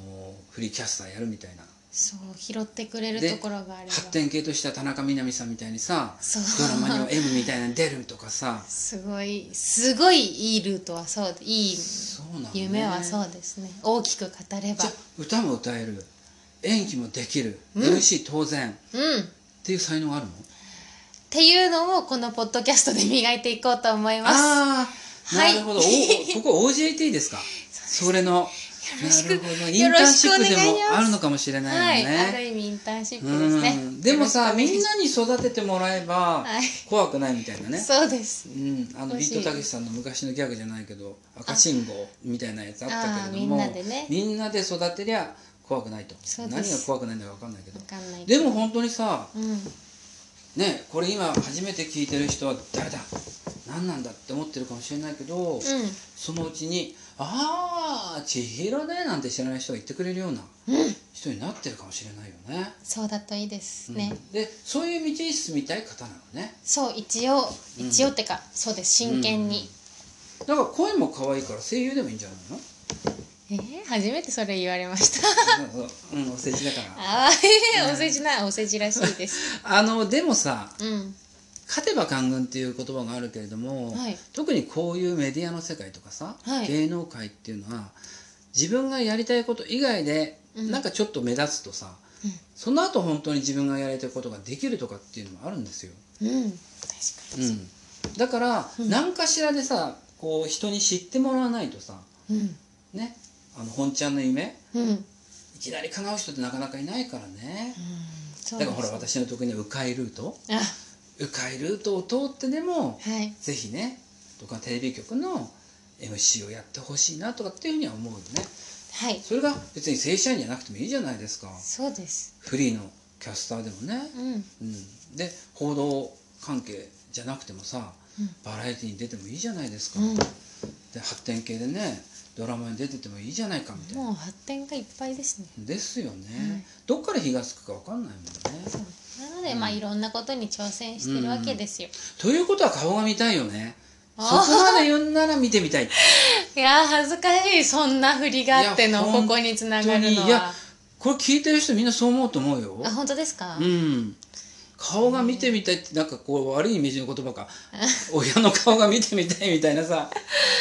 Speaker 2: フリーキャスターやるみたいな
Speaker 1: そう拾ってくれる
Speaker 2: で
Speaker 1: ところがあれば
Speaker 2: 発展系とした田中みな実さんみたいにさ
Speaker 1: そう
Speaker 2: ドラマにも M みたいなの出るとかさ
Speaker 1: すごいすごいいいルートはそうでいい
Speaker 2: そうなのね
Speaker 1: 夢はそうですね大きく語れば
Speaker 2: じゃあ歌も歌える演技もできる、
Speaker 1: うん
Speaker 2: MC 当然っ
Speaker 1: うんって
Speaker 2: いう才能があるの
Speaker 1: ていうのをこのポッドキャストで磨いていこうと思います
Speaker 2: ああ
Speaker 1: は
Speaker 2: ないるほど、おここ OJT で すかそれの
Speaker 1: ろしく
Speaker 2: なるほどイ
Speaker 1: よ
Speaker 2: ン
Speaker 1: ろ
Speaker 2: ターン
Speaker 1: し
Speaker 2: シ
Speaker 1: く
Speaker 2: ッ
Speaker 1: お願い
Speaker 2: プ
Speaker 1: しま
Speaker 2: で
Speaker 1: す
Speaker 2: もあるのかもしれな
Speaker 1: はいい、
Speaker 2: よね、
Speaker 1: ある意味インターンシップですね
Speaker 2: うんでもさ
Speaker 1: よろ
Speaker 2: み
Speaker 1: しくお願いし
Speaker 2: んなに育ててもらえば
Speaker 1: はい
Speaker 2: 怖くないみたいな
Speaker 1: ま
Speaker 2: ね
Speaker 1: すそうです
Speaker 2: うん、あの
Speaker 1: 欲
Speaker 2: ビ
Speaker 1: しい
Speaker 2: ートたけしさんの昔のギャグじゃないけど赤信号みたいなやつあったけれど
Speaker 1: あー
Speaker 2: も
Speaker 1: みんなでね
Speaker 2: みんなで育てりゃ怖くないと
Speaker 1: そう
Speaker 2: 何
Speaker 1: で
Speaker 2: が
Speaker 1: す
Speaker 2: 怖くないんだか分かんないけど
Speaker 1: わかんないけ
Speaker 2: で
Speaker 1: ど
Speaker 2: も本当にさ
Speaker 1: うん
Speaker 2: ねこれ今初めて聞いてる人は誰だ何なんだって思ってるかもしれないけど、そのうちに「ああ千尋ね」なんて知らない人が言ってくれるような
Speaker 1: うんうん
Speaker 2: 人になってるかもしれないよね。
Speaker 1: そうだといいです
Speaker 2: うん
Speaker 1: ね、
Speaker 2: でそういう道に進みたい方なのね。
Speaker 1: そう一応
Speaker 2: うん
Speaker 1: 一応ってか、そうです真剣に、
Speaker 2: うんだから声も可愛いから声優でもいいんじゃないの
Speaker 1: えー初めてそれ言われました
Speaker 2: うん、うんお世辞だから。
Speaker 1: あーえーお世辞なお世辞らしいです
Speaker 2: あの、でもさ、
Speaker 1: うん
Speaker 2: 勝てば官軍っていう言葉があるけれども、
Speaker 1: はい
Speaker 2: 特にこういうメディアの世界とかさ、
Speaker 1: はい
Speaker 2: 芸能界っていうのは、自分がやりたいこと以外で、
Speaker 1: うん
Speaker 2: なんかちょっと目立つとさ、
Speaker 1: うん
Speaker 2: その後本当に自分がやりたいことができるとかっていうのもあるんですよ。
Speaker 1: うん確かに、
Speaker 2: うん、だから、
Speaker 1: うん
Speaker 2: 何かしらでさ、こう人に知ってもらわないとさ、
Speaker 1: うん
Speaker 2: ね、あの本ちゃんの夢、
Speaker 1: うん、うん、
Speaker 2: いきなり叶う人ってなかなかいないからね。
Speaker 1: そう
Speaker 2: だ
Speaker 1: です
Speaker 2: からほら私の得意な迂回ルート
Speaker 1: あ
Speaker 2: 迂回ルートを通ってでも
Speaker 1: はい
Speaker 2: ぜひねとかテレビ局の MC をやってほしいなとかっていうふうには思うよね
Speaker 1: はい
Speaker 2: それが別に正社員じゃなくてもいいじゃないですか
Speaker 1: そうです
Speaker 2: フリーのキャスターでもね、
Speaker 1: うんうん
Speaker 2: うん、で報道関係じゃなくてもさバラエティに出てもいいじゃないですか、
Speaker 1: うん
Speaker 2: で発展系でねドラマに出ててもいいじゃないかみたいな
Speaker 1: もう発展がいっぱいですね
Speaker 2: ですよね、
Speaker 1: はい
Speaker 2: どっから火がつくか分かんないもんね
Speaker 1: そうなので、まあいろんなことに挑戦してるわけですよ、
Speaker 2: ということは顔が見たいよねそ
Speaker 1: あー
Speaker 2: こまで言うんなら見てみたい
Speaker 1: いやー恥ずかしいそんな振りがあって
Speaker 2: い
Speaker 1: の
Speaker 2: や
Speaker 1: ここにつながるの
Speaker 2: 本当
Speaker 1: は
Speaker 2: にいやこれ聞いてる人みんなそう思うと思うよ
Speaker 1: あ本当ですか、
Speaker 2: うん顔が見てみたいってなんかこう悪いイメージの言葉か親の顔が見てみたいみたいな さ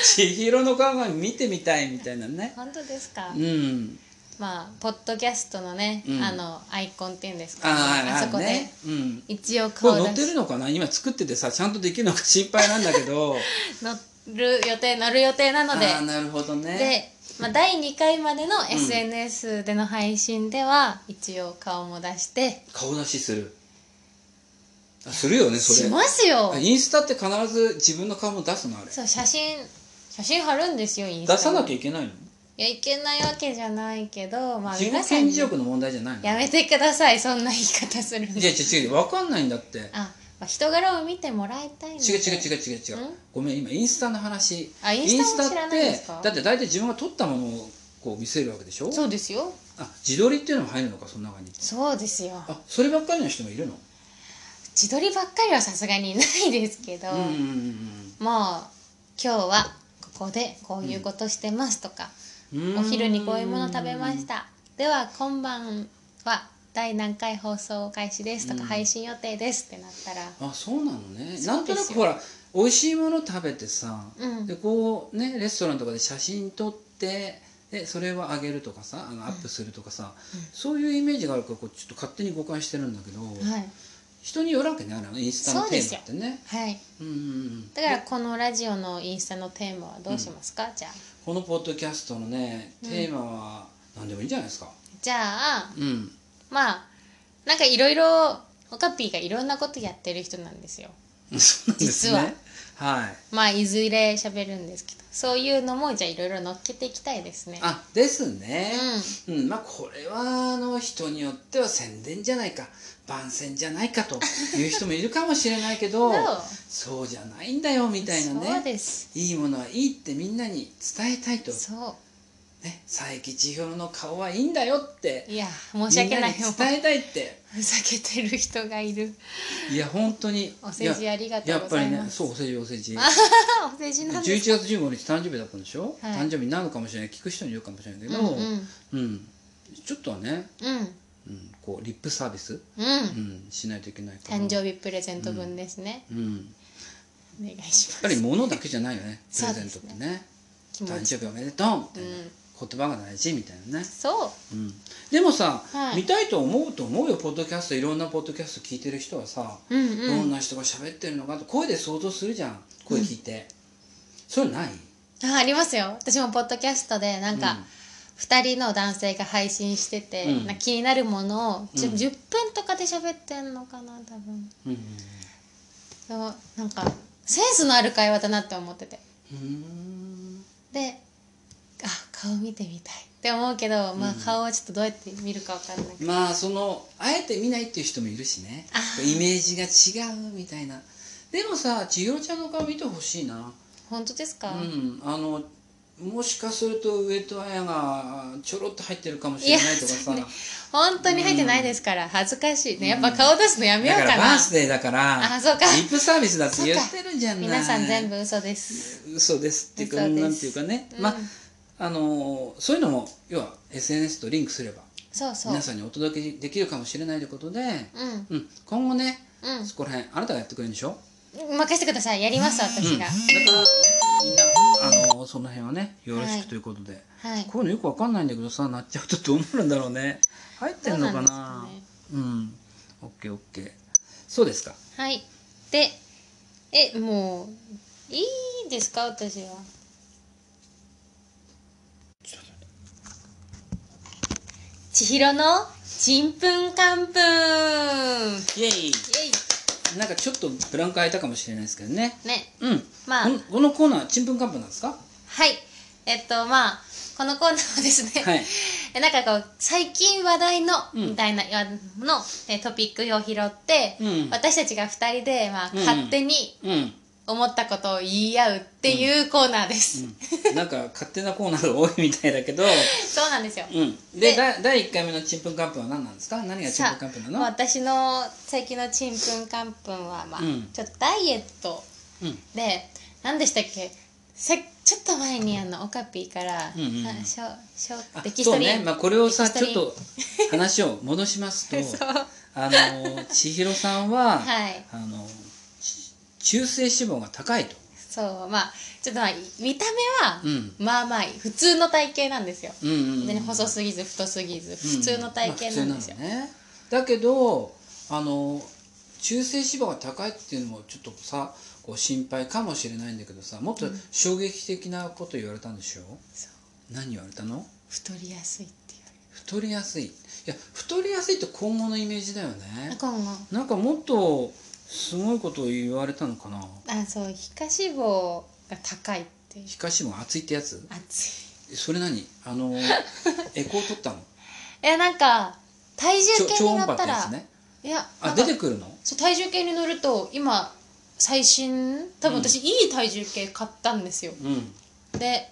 Speaker 2: 千尋の顔が見てみたいみたいなね
Speaker 1: 本当ですか、
Speaker 2: うん
Speaker 1: まあポッドキャストのね、
Speaker 2: うん
Speaker 1: あのアイコンっていうんですか、
Speaker 2: あー
Speaker 1: あ
Speaker 2: あ
Speaker 1: そこ
Speaker 2: る
Speaker 1: で、
Speaker 2: ねうん
Speaker 1: 一応
Speaker 2: こ
Speaker 1: 顔
Speaker 2: れ
Speaker 1: 出
Speaker 2: 載って
Speaker 1: し
Speaker 2: るのかな今作っててさちゃんとできるのか心配なんだけど
Speaker 1: 乗る予定乗る予定なので
Speaker 2: ああなるほどね
Speaker 1: で、まあ、第2回までの SNS での配信では、一応顔も出して
Speaker 2: 顔出しするあするよねそれ
Speaker 1: しますよ
Speaker 2: あインスタって必ず自分の顔も出すのあれ
Speaker 1: そう写真写真貼るんですよインスタ
Speaker 2: 出さなき
Speaker 1: ゃ
Speaker 2: ゃいけないの、
Speaker 1: いやいけないわけじゃないけどまあ
Speaker 2: 自己
Speaker 1: 皆
Speaker 2: 顕
Speaker 1: さんに
Speaker 2: 示欲の問題じゃないの
Speaker 1: やめてくださいそんな言い方するの
Speaker 2: 違う違う違う分かんないんだって
Speaker 1: あ、まあ、人柄を見てもらいたいので
Speaker 2: 違う違う違う違う違
Speaker 1: ん
Speaker 2: うごめん今インスタの話
Speaker 1: あインスタも知らないん
Speaker 2: イン
Speaker 1: で
Speaker 2: ス
Speaker 1: す
Speaker 2: タ
Speaker 1: か
Speaker 2: ってだって大体自分が撮ったものをこう見せるわけでしょ
Speaker 1: そうですよ
Speaker 2: あ自撮りっていうのも入るのかその中に
Speaker 1: そうですよ
Speaker 2: あそればっかりの人もいるの
Speaker 1: 自撮りばっかりはさすがにないですけど、
Speaker 2: うんうんう
Speaker 1: もう
Speaker 2: ん
Speaker 1: 今日はここでこういうことしてますとか、
Speaker 2: うんうん
Speaker 1: お昼にこういうもの食べましたでは今晩は第何回放送開始ですとか、
Speaker 2: うん
Speaker 1: 配信予定ですってなったら
Speaker 2: あそうなのね
Speaker 1: すよ
Speaker 2: なんとなくほら美味しいもの食べてさ、
Speaker 1: うん
Speaker 2: でこうねレストランとかで写真撮ってでそれを上げるとかさあのアップするとかさ、そういうイメージがあるからこうちょっと勝手に誤解してるんだけど、
Speaker 1: はい
Speaker 2: 人によるわけねあのインスタのテーマってね。
Speaker 1: はい
Speaker 2: うんうんうん
Speaker 1: だからこのラジオのインスタのテーマはどうしますか、じゃあ
Speaker 2: このポッドキャストのねテーマは何でもいいんじゃないですか。
Speaker 1: じゃあ
Speaker 2: うん、
Speaker 1: まあなんかいろいろオカピーがいろんなことやってる人なんですよ
Speaker 2: そうなんですね。はい。
Speaker 1: まあいずれ喋るんですけどそういうのもじゃあいろいろ乗っけていきたいですね
Speaker 2: あです
Speaker 1: う
Speaker 2: ね
Speaker 1: ん。
Speaker 2: うん、まあこれはあの人によっては宣伝じゃないか番宣じゃないかという人もいるかもしれないけ ど
Speaker 1: どう
Speaker 2: そうじゃないんだよみたいな
Speaker 1: そう
Speaker 2: ね
Speaker 1: です
Speaker 2: いいものはいいってみんなに伝えたいと、
Speaker 1: そ
Speaker 2: ね、佐伯千尋の顔はいいんだよって
Speaker 1: ういや申し訳ない
Speaker 2: みん
Speaker 1: よ
Speaker 2: なに伝えたいって
Speaker 1: ふざけてる人がいる
Speaker 2: いや本当に
Speaker 1: お世辞
Speaker 2: や
Speaker 1: ありがと
Speaker 2: や
Speaker 1: うご
Speaker 2: っぱ
Speaker 1: ざ
Speaker 2: り
Speaker 1: い
Speaker 2: ね
Speaker 1: ます
Speaker 2: そうお世辞お 世辞
Speaker 1: お世辞なん
Speaker 2: 11
Speaker 1: です
Speaker 2: 月15日誕生日だったんでしょ、
Speaker 1: はい
Speaker 2: 誕生日になるかもしれない聞く人によるかもしれないけど、
Speaker 1: うんうん
Speaker 2: うん、ちょっとはね、
Speaker 1: うん
Speaker 2: うん、こうリップサービス、
Speaker 1: うん
Speaker 2: うん、しないといけないから
Speaker 1: 誕生日プレゼント分ですね、
Speaker 2: うん、や
Speaker 1: お願いしま
Speaker 2: っ
Speaker 1: す
Speaker 2: ぱり物だけじゃないよねプ
Speaker 1: そう
Speaker 2: レ
Speaker 1: で
Speaker 2: ゼン
Speaker 1: す
Speaker 2: ト
Speaker 1: ね
Speaker 2: ってね
Speaker 1: 気
Speaker 2: 誕
Speaker 1: 持ち
Speaker 2: 生日おめでとうみた
Speaker 1: う
Speaker 2: いな、
Speaker 1: ん
Speaker 2: 言葉が大事みたいなね、
Speaker 1: そ
Speaker 2: うん、でもさ、
Speaker 1: はい
Speaker 2: 見たいと思うと思うよポッドキャストいろんなポッドキャスト聞いてる人はさ、
Speaker 1: ううんう
Speaker 2: どん
Speaker 1: ん
Speaker 2: な人が喋ってるのかと声で想像するじゃん声聞いて、それない
Speaker 1: あありますよ私もポッドキャストでなんか、2人の男性が配信してて、
Speaker 2: うん
Speaker 1: なんか気になるものを、じゅ
Speaker 2: うん
Speaker 1: 10分とかで喋ってんのかな多分
Speaker 2: うんうん
Speaker 1: でもなんかセンスのある会話だなって思ってて
Speaker 2: うん
Speaker 1: であ顔見てみたいって思うけど、まあ
Speaker 2: うん
Speaker 1: 顔はちょっとどうやって見るか分かんないけど、
Speaker 2: まあそのあえて見ないっていう人もいるしね
Speaker 1: あー
Speaker 2: イメージが違うみたいなでもさ千尋ちゃんの顔見てほしいな
Speaker 1: 本当ですか、
Speaker 2: うんあのもしかすると上戸彩がちょろっと入ってるかもしれないとかさ、
Speaker 1: いや本当に入ってないですから、恥ずかしいねやっぱ
Speaker 2: うん
Speaker 1: 顔出すのやめよ
Speaker 2: だ
Speaker 1: う
Speaker 2: か
Speaker 1: から
Speaker 2: バ
Speaker 1: な
Speaker 2: ースデーだから
Speaker 1: あそうか
Speaker 2: リップサービスだって言ってるじゃない
Speaker 1: 皆さん全部嘘です
Speaker 2: 嘘ですっていう
Speaker 1: 嘘
Speaker 2: か
Speaker 1: です
Speaker 2: なんていうかね、まあ
Speaker 1: うん
Speaker 2: あのそういうのも要は SNS とリンクすれば
Speaker 1: そうそう
Speaker 2: 皆さんにお届けできるかもしれないということで、
Speaker 1: うん
Speaker 2: うん、今後ね
Speaker 1: うん
Speaker 2: そこら辺あなたがやってくれるんでしょ
Speaker 1: 任せてくださいやります私が、
Speaker 2: だからみんなあのその辺はねよろしくということで、
Speaker 1: はい
Speaker 2: こういうのよくわかんないんだけどさなっちゃうとどうなるんだろうね入ってんのか
Speaker 1: どうな
Speaker 2: なん
Speaker 1: です
Speaker 2: うんオッケーオッケーそうですか
Speaker 1: はいでえもういいですか私は千尋のちんぷんかんぷんイ
Speaker 2: イ
Speaker 1: エ
Speaker 2: エイ
Speaker 1: イ
Speaker 2: なんかちょっとブランク空いたかもしれないですけどね
Speaker 1: ね
Speaker 2: うん
Speaker 1: まあ
Speaker 2: このこのコーナーちんぷんかんぷんなんですか
Speaker 1: はいえっとまあこのコーナーはですね、
Speaker 2: はい
Speaker 1: え なんかこう最近話題の、
Speaker 2: うん
Speaker 1: みたいなやの、えトピックを拾って、
Speaker 2: うん
Speaker 1: 私たちが2人で、まあ
Speaker 2: うん
Speaker 1: 勝手に
Speaker 2: うん
Speaker 1: 思ったことを言い合うっていうコーナーです、
Speaker 2: うんなんか勝手なコーナーが多いみたいだけど、
Speaker 1: そうなんですよ、
Speaker 2: うん、で
Speaker 1: で
Speaker 2: だ第1回目のちんぷんかんぷんは何なんですか何がちんぷんかんぷんなの
Speaker 1: 私の最近のちんぷんかんぷんは、まあ
Speaker 2: うん
Speaker 1: ちょっとダイエット
Speaker 2: うん
Speaker 1: で何でしたっけせちょっと前にあのオカピーから、
Speaker 2: うんうんうん
Speaker 1: あしょしょ
Speaker 2: あ
Speaker 1: デキス
Speaker 2: そ
Speaker 1: ト
Speaker 2: う
Speaker 1: リン
Speaker 2: ね、まあ、これをさ
Speaker 1: デキ
Speaker 2: ち
Speaker 1: ス
Speaker 2: ょっ
Speaker 1: トリン
Speaker 2: と話を戻します
Speaker 1: そ
Speaker 2: と
Speaker 1: う
Speaker 2: あの千尋さんは、
Speaker 1: はい
Speaker 2: あのち中性脂肪が高いと、
Speaker 1: そうまあちょっとまあい見た
Speaker 2: う
Speaker 1: 目は、
Speaker 2: ん
Speaker 1: まあまあ普通の体型なんですよ、
Speaker 2: うんうん
Speaker 1: でね細すぎず太すぎず普通の体型なんですよ、
Speaker 2: まあ普通なのね、だけどあの中性脂肪が高いっていうのもちょっとさこう心配かもしれないんだけどさもっと衝撃的なこと言われたんでしょ、
Speaker 1: そう
Speaker 2: 何言われたの
Speaker 1: 太りやすいって言わ
Speaker 2: 太りやすいいや太りやすいって今後のイメージだよ
Speaker 1: れる
Speaker 2: ね
Speaker 1: 今後
Speaker 2: なんかもっとすごいことを言われたのかな
Speaker 1: あそう皮下脂肪が高いっていう
Speaker 2: 皮下脂肪が厚いってやつ
Speaker 1: 熱い
Speaker 2: えそれ何 あのエコー取ったの
Speaker 1: えなんか体重
Speaker 2: ちょ
Speaker 1: 計
Speaker 2: 超
Speaker 1: に
Speaker 2: 音
Speaker 1: 乗
Speaker 2: 波
Speaker 1: っ
Speaker 2: って
Speaker 1: たら
Speaker 2: やつね
Speaker 1: いやな
Speaker 2: あ
Speaker 1: んか
Speaker 2: 出てくるの
Speaker 1: そう体重計に乗ると今最新多分私、いい体重計買ったんですよ
Speaker 2: うん
Speaker 1: で、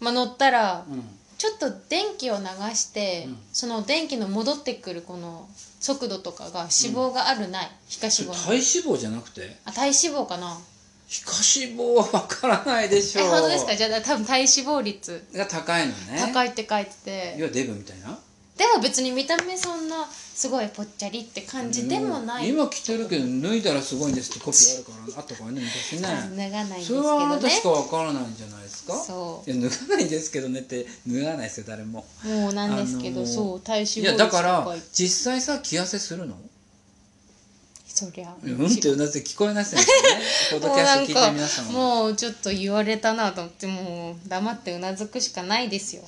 Speaker 1: まあ、乗ったら
Speaker 2: うん
Speaker 1: ちょっと電気を流して、
Speaker 2: うん
Speaker 1: その電気の戻ってくるこの速度とかが脂肪があるない、皮下
Speaker 2: それ
Speaker 1: 脂肪
Speaker 2: 体
Speaker 1: の
Speaker 2: 脂肪じゃなくて
Speaker 1: あ体脂肪かな
Speaker 2: 皮下脂肪はわからないでし
Speaker 1: え
Speaker 2: ょう
Speaker 1: 本当ですかじゃあ多分体脂肪率
Speaker 2: が高いのね
Speaker 1: 高いって書いてて
Speaker 2: 要はデブみたいな
Speaker 1: でもは別に見た目そんなすごいぽっちゃりって感じでもない
Speaker 2: 今着てるけど脱いだらすごいんですってコピーあるからあったからね昔ね
Speaker 1: あ脱がないんです
Speaker 2: そ
Speaker 1: け
Speaker 2: れはあ
Speaker 1: ど
Speaker 2: なた
Speaker 1: ね
Speaker 2: しかわからないんじゃないですか
Speaker 1: そう
Speaker 2: いや脱がないんですけどねって脱がないですよ誰も
Speaker 1: もうなんですけど、
Speaker 2: あのー
Speaker 1: そう体脂肪
Speaker 2: い
Speaker 1: 率
Speaker 2: や
Speaker 1: と
Speaker 2: だから
Speaker 1: い
Speaker 2: 実際さ着痩せするの
Speaker 1: そりゃ
Speaker 2: うんってうなずいて聞こえないですよねポッ ドキャスト聞いてる皆さんは
Speaker 1: もうちょっと言われたなと思ってもう黙ってうなずくしかないですよ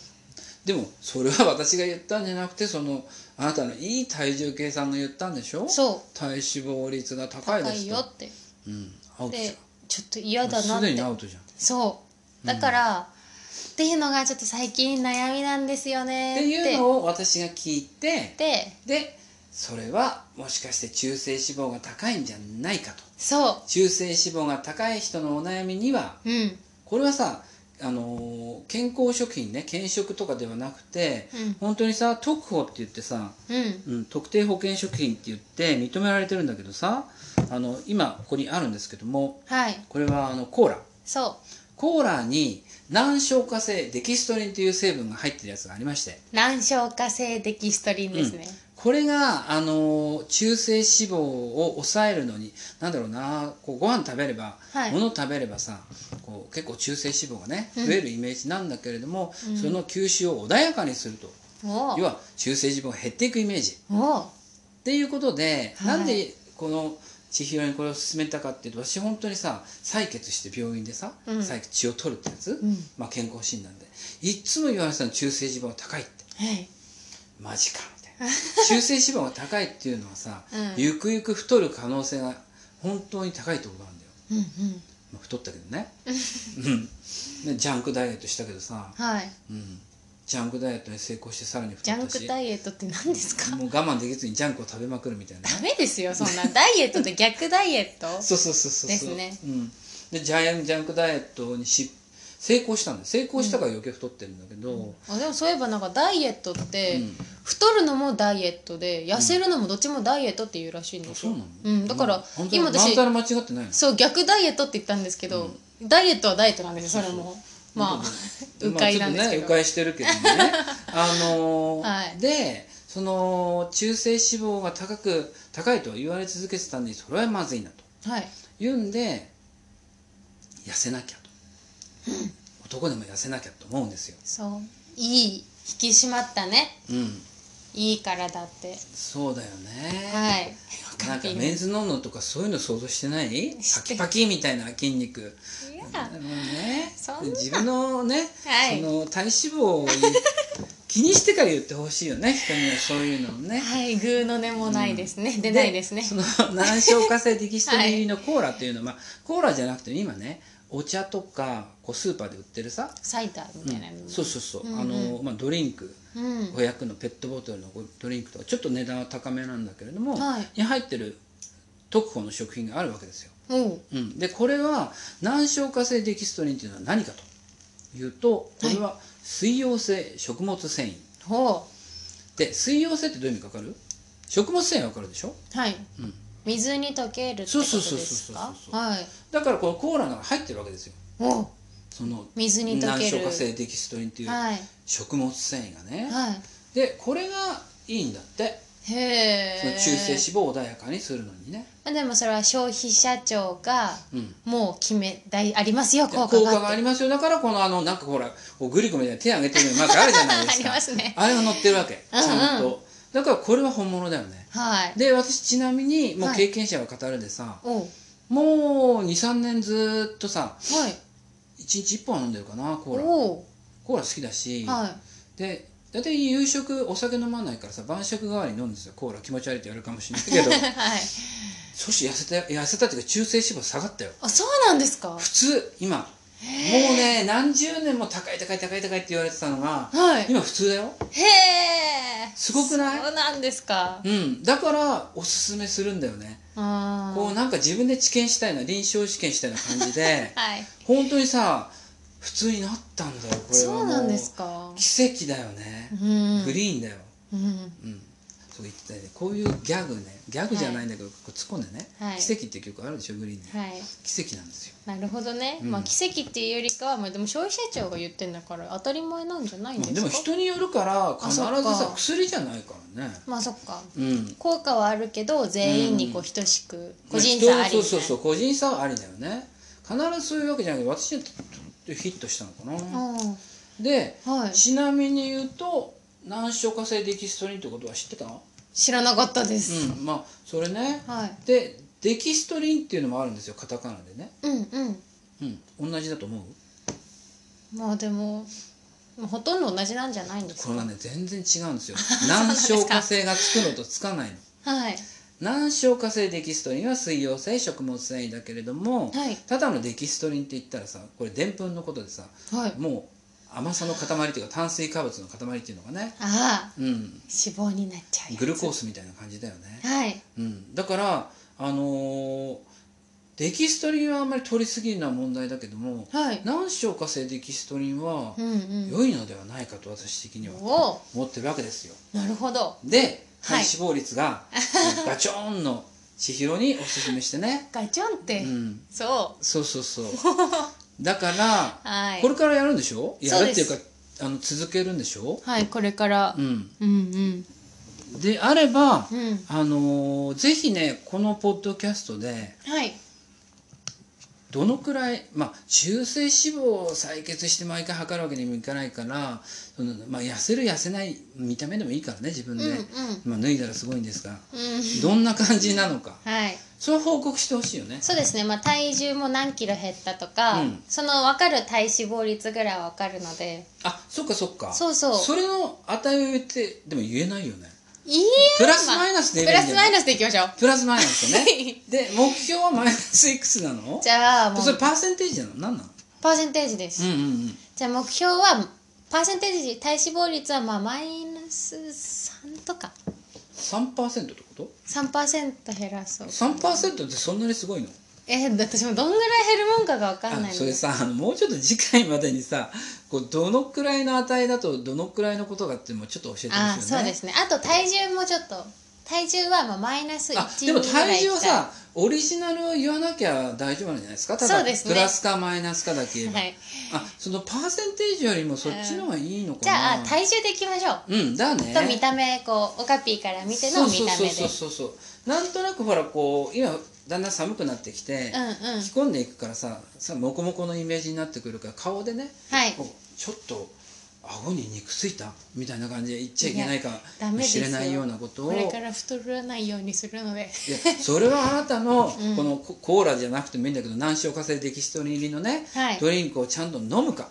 Speaker 2: でもそれは私が言ったんじゃなくてそのあなたのいい体重計さんが言ったんでしょ
Speaker 1: そう
Speaker 2: 体脂肪率が高いで
Speaker 1: 高い
Speaker 2: す
Speaker 1: よ
Speaker 2: と
Speaker 1: って
Speaker 2: うんアウトじゃん
Speaker 1: でちょっと嫌だな
Speaker 2: す
Speaker 1: っ
Speaker 2: でに
Speaker 1: て
Speaker 2: アウトじゃんっ
Speaker 1: そうだから、っていうのがちょっと最近悩みなんですよね
Speaker 2: て
Speaker 1: って
Speaker 2: いうのを私が聞いて
Speaker 1: で
Speaker 2: でそれはもしかして中性脂肪が高いんじゃないかと
Speaker 1: そ
Speaker 2: 中性脂肪が高い人のお悩みには
Speaker 1: ううん
Speaker 2: これはさあのー健康食品ね健食とかではなくて
Speaker 1: うん
Speaker 2: 本当にさ特保って言ってさ、
Speaker 1: うん
Speaker 2: うん、特定保険食品って言って認められてるんだけどさあの今ここにあるんですけども
Speaker 1: はい
Speaker 2: これはあのコーラ
Speaker 1: そ
Speaker 2: コーラに難消化性デキストリンという成分が入ってるやつがありまして
Speaker 1: う難消化性デキストリンですね、
Speaker 2: これが、あの中性脂肪を抑えるのになんだろうなこうご飯食べれば、
Speaker 1: はい
Speaker 2: 物食べればさこう結構中性脂肪がね
Speaker 1: うん
Speaker 2: 増えるイメージなんだけれども、
Speaker 1: うん
Speaker 2: その吸収を穏やかにすると、
Speaker 1: おう
Speaker 2: 要は中性脂肪が減っていくイメージっ
Speaker 1: おう
Speaker 2: ていうことで、
Speaker 1: はい
Speaker 2: なんでこの千尋にこれを勧めたかっていうと私本当にさ採血して病院でさ、
Speaker 1: うん
Speaker 2: 採血血を取るってやつ、
Speaker 1: うん
Speaker 2: まあ、健康診断でいっつも言われてたの中性脂肪が高いって。
Speaker 1: はい
Speaker 2: マジか みたいな中性脂肪が高いっていうのはさ、
Speaker 1: うん
Speaker 2: ゆくゆく太る可能性が本当に高いってことなんだよ、
Speaker 1: うんうん
Speaker 2: まあ、太ったけどね、うん、でジャンクダイエットしたけどさ、
Speaker 1: はい
Speaker 2: うん、ジャンクダイエットに成功してさらに
Speaker 1: ジ
Speaker 2: 太
Speaker 1: ャ
Speaker 2: っ
Speaker 1: ン
Speaker 2: たし
Speaker 1: クダイエットって何ですか
Speaker 2: もう我慢できずにジャンクを食べまくるみたいな
Speaker 1: ダ メですよそんなダイエットで逆ダイエット
Speaker 2: そうそうそうそうそう
Speaker 1: ですね
Speaker 2: うん、でジャイアンジャンクダイエットにし成功したんだよ成功したから余計太ってるんだけど、
Speaker 1: あでもそういえばなんかダイエットって、
Speaker 2: うん
Speaker 1: 太るのもダイエットで痩せるのもどっちもダイエットっていうらしいんで
Speaker 2: あ
Speaker 1: す
Speaker 2: そう
Speaker 1: よ、
Speaker 2: なの、
Speaker 1: うんだから
Speaker 2: 本当
Speaker 1: 今
Speaker 2: だ
Speaker 1: 私
Speaker 2: 何たら間違ってないの
Speaker 1: そう逆ダイエットって言ったんですけど、ダイエットはダイエットなんですよそれも まあ
Speaker 2: う
Speaker 1: 迂回なんですけ
Speaker 2: まあちょっとね、迂
Speaker 1: ど、
Speaker 2: 回してるけどね あのー
Speaker 1: はい
Speaker 2: でその中性脂肪が高く高いと言われ続けてたんでそれはまずいなと
Speaker 1: はい
Speaker 2: 言うんで痩せなきゃと男でも痩せなきゃと思うんですよ、
Speaker 1: そういい引き締まったね
Speaker 2: うん、
Speaker 1: いい体って
Speaker 2: そうだよね、
Speaker 1: はい
Speaker 2: なんかメンズノンノとかそういうの想像してない
Speaker 1: し
Speaker 2: パ
Speaker 1: て
Speaker 2: キパキみたいな筋肉
Speaker 1: いや
Speaker 2: もうね
Speaker 1: そんな
Speaker 2: 自分のね、
Speaker 1: はい
Speaker 2: その体脂肪を気にしてから言ってほしいよね人にはそういうのをね。
Speaker 1: はいグーの根もないですね、出ないですね
Speaker 2: その難消化性デキストリン入りのコーラっていうのは、まあ、コーラじゃなくて今ねお茶とかこうスーパーで売ってるさ、
Speaker 1: サイダーみたいなの、
Speaker 2: そうそうそう、
Speaker 1: うんうん
Speaker 2: あのまあ、ドリンク
Speaker 1: うん
Speaker 2: 500のペットボトルのドリンクとかちょっと値段は高めなんだけれども、
Speaker 1: はい
Speaker 2: に入ってる特保の食品があるわけですよ。
Speaker 1: おう
Speaker 2: うん、でこれは難消化性デキストリンというのは何かというとこれは水溶性食物繊維、
Speaker 1: ほ
Speaker 2: で水溶性ってどういう意味か分かる食物繊維分かるでしょ
Speaker 1: うはい、
Speaker 2: うん
Speaker 1: 水に溶けるってことですか
Speaker 2: そうそうそうそうそうそう
Speaker 1: はい
Speaker 2: だからこのコーラが入ってるわけですよ
Speaker 1: おう
Speaker 2: その
Speaker 1: 水に溶
Speaker 2: 難
Speaker 1: ける
Speaker 2: 消化性デキストリンという
Speaker 1: はい
Speaker 2: 食物繊維がね、
Speaker 1: は
Speaker 2: でこれがいいんだって
Speaker 1: いへ
Speaker 2: その
Speaker 1: え
Speaker 2: 中性脂肪を穏やかにするのにね、
Speaker 1: まあでもそれは消費者庁が
Speaker 2: うん、
Speaker 1: もう決めだいありますよ
Speaker 2: で効
Speaker 1: 効果
Speaker 2: 果が
Speaker 1: が
Speaker 2: あ
Speaker 1: って
Speaker 2: りますよだからこのあのなんかほらこうグリコみたいな手上げてるのまずあるじゃないで
Speaker 1: あ
Speaker 2: す
Speaker 1: り
Speaker 2: か
Speaker 1: ますね
Speaker 2: あれが乗ってるわけち
Speaker 1: うんうん
Speaker 2: ゃんと、だからこれは本物だよね
Speaker 1: はい
Speaker 2: で私ちなみにもう
Speaker 1: はい
Speaker 2: 経験者が語るでさ、
Speaker 1: おう
Speaker 2: もう23年ずーっとさ
Speaker 1: はい
Speaker 2: 1日1本は飲んでるかなコーラ
Speaker 1: おう
Speaker 2: コーラ好きだ し、
Speaker 1: は
Speaker 2: で大体夕食お酒飲まないからさ晩酌代わりに飲むんですよコーラ気持ち悪いってやるかもしれない け
Speaker 1: い
Speaker 2: ど
Speaker 1: はい
Speaker 2: そして痩せた痩せたっていうか中性脂肪下がったよ
Speaker 1: あそうなんですか
Speaker 2: 普通今もうね何十年も高い高い高い高いって言われてたのが
Speaker 1: はい
Speaker 2: 今普通だよ
Speaker 1: へえ
Speaker 2: すごくない
Speaker 1: そうなんですか
Speaker 2: うんだからおすすめするんだよね
Speaker 1: あ
Speaker 2: こうなんか自分で治験したいな臨床試験したいな感 じで
Speaker 1: はい
Speaker 2: 本当にさ普通になったんだよこれは
Speaker 1: そう
Speaker 2: も
Speaker 1: なんですか
Speaker 2: 奇跡だよね
Speaker 1: う、ん
Speaker 2: グリーンだよ、
Speaker 1: うん
Speaker 2: うん、そう言ってたよねこういうギャグねギャグじゃないんだけど、こう突っ込んでね、
Speaker 1: はい
Speaker 2: 奇跡」って曲あるでしょグリーンに、
Speaker 1: はい
Speaker 2: 奇跡なんですよ
Speaker 1: なるほどね、
Speaker 2: うん
Speaker 1: まあ奇跡っていうよりかは、まあ、でも消費者庁が言ってんだから当たり前なんじゃないん
Speaker 2: ま
Speaker 1: で
Speaker 2: あ
Speaker 1: すか、
Speaker 2: でも人によるから必ず
Speaker 1: あそっ
Speaker 2: さ
Speaker 1: か
Speaker 2: 薬じゃないからね
Speaker 1: まあそっか
Speaker 2: うん
Speaker 1: 効果はあるけど全員にこう等しく個人
Speaker 2: 人
Speaker 1: 差
Speaker 2: の
Speaker 1: あり
Speaker 2: そ
Speaker 1: み
Speaker 2: う
Speaker 1: た
Speaker 2: そうそ
Speaker 1: いう
Speaker 2: 個人差はありだよね必ずそういうわけじゃなくて私にとってヒットしたのか
Speaker 1: な
Speaker 2: な、
Speaker 1: うん
Speaker 2: で
Speaker 1: はい
Speaker 2: ちなみに言うと難所化性デキストリンってことは知ってたの
Speaker 1: 知らなかったです、
Speaker 2: うんまあそれね
Speaker 1: はい
Speaker 2: でデキストリンっていうのもあるんですよカタカナでね、
Speaker 1: うんうん
Speaker 2: うん、同じだと思う
Speaker 1: まあでもまあほとんど同じなんじゃないんです
Speaker 2: これ
Speaker 1: か
Speaker 2: がね全然違うんで すよ難消化性がつくのとつかないの
Speaker 1: はい
Speaker 2: 難消化性デキストリンは水溶性食物繊維だけれども、
Speaker 1: はい
Speaker 2: ただのデキストリンって言ったらさこれでんぷんのことでさ
Speaker 1: はい
Speaker 2: もう甘さの塊っていうか炭水化物の塊っていうのがね、
Speaker 1: ああ
Speaker 2: うん、
Speaker 1: 脂肪になっちゃうやつ
Speaker 2: グルコースみたいな感じだよね、
Speaker 1: はい
Speaker 2: うん、だからあのーデキストリンはあんまり取りすぎるのは問題だけども
Speaker 1: はい
Speaker 2: 難消化性デキストリンは
Speaker 1: うんうん
Speaker 2: 良いのではないかと私的には
Speaker 1: おお
Speaker 2: 思ってるわけですよ。
Speaker 1: なるほど
Speaker 2: で体
Speaker 1: はい
Speaker 2: 脂肪率がガチョンの千尋におすすめしてね、
Speaker 1: ガチョンっ
Speaker 2: う
Speaker 1: て、
Speaker 2: ん、
Speaker 1: そ
Speaker 2: そうそうそう だから
Speaker 1: うはい
Speaker 2: これからやるんでしょやるっていうか
Speaker 1: そ
Speaker 2: あの続けるんでしょ、
Speaker 1: はいこれから
Speaker 2: う、ん、
Speaker 1: うん、うん
Speaker 2: であれば、
Speaker 1: うん
Speaker 2: あのーぜひねこのポッドキャストで
Speaker 1: はい
Speaker 2: どのくらい、まあ、中性脂肪を採血して毎回測るわけにもいかないからその、まあ、痩せる痩せない見た目でもいいからね自分
Speaker 1: うん
Speaker 2: で、
Speaker 1: うん
Speaker 2: まあ、脱いだらすごいんですが
Speaker 1: うん
Speaker 2: どんな感じなのか
Speaker 1: はい
Speaker 2: それは報告してほしいよね。
Speaker 1: そうですね、まあ、体重も何キロ減ったとか、
Speaker 2: うん
Speaker 1: その分かる体脂肪率ぐらいは分かるので
Speaker 2: あそっかそっか
Speaker 1: そうそう
Speaker 2: それの値を言ってでも言えないよね
Speaker 1: いい
Speaker 2: プラスマイナスで
Speaker 1: プ
Speaker 2: 言えば
Speaker 1: ラ
Speaker 2: い
Speaker 1: スマイ
Speaker 2: いんだよね
Speaker 1: ナスでいきましょう
Speaker 2: プラスマイナスだね
Speaker 1: じ
Speaker 2: で目標はマイナスいくつなの
Speaker 1: ゃあも
Speaker 2: それ
Speaker 1: う
Speaker 2: パーセンテージなの何なの
Speaker 1: パーセンテージです、
Speaker 2: うんうんうん
Speaker 1: じゃあ目標はパーセンテージ体脂肪率はまあマイナス3とか
Speaker 2: 3%ってこと
Speaker 1: 3%減らそう
Speaker 2: 3%ってそんなにすごいの
Speaker 1: えー、私もどんぐらい減るもんかが分かんない
Speaker 2: あ
Speaker 1: の
Speaker 2: そ
Speaker 1: で
Speaker 2: れさあのもうちょっと次回までにさこうどのくらいの値だとどのくらいのことがっていうのもちょっと教えてほしいよね
Speaker 1: あーそうですねあと体重もちょっと体重はまあマイナス
Speaker 2: あ
Speaker 1: 1
Speaker 2: でも
Speaker 1: ぐらい
Speaker 2: 体
Speaker 1: いきた
Speaker 2: 重はいさオリジナルを言わなきゃ大丈夫なんじゃないですかただ
Speaker 1: そうですね
Speaker 2: プラスかマイナスかだけ言えば、
Speaker 1: はい
Speaker 2: あそのパーセンテージよりもそっちの方がいいのか
Speaker 1: じゃ
Speaker 2: な、
Speaker 1: あ体重でいきましょう
Speaker 2: うんだね
Speaker 1: と見た目こうオカピーから見ての見た目で
Speaker 2: そうそうそうそうそうなんとなくほらこう今だんだん寒くなってきて、
Speaker 1: うんうん
Speaker 2: 着込んでいくからささモコモコのイメージになってくるから顔でね
Speaker 1: はい
Speaker 2: こうちょっと顎に肉ついたみたいな感じで言っちゃいけないか
Speaker 1: ダメ
Speaker 2: も
Speaker 1: です
Speaker 2: し
Speaker 1: よ
Speaker 2: れないようなことを
Speaker 1: これから太らないようにするので
Speaker 2: いやそれはあなたの
Speaker 1: うん
Speaker 2: このココーラじゃなくてもいいんだけど難消化性デキストリン入りのね、
Speaker 1: はい
Speaker 2: ドリンクをちゃんと飲むか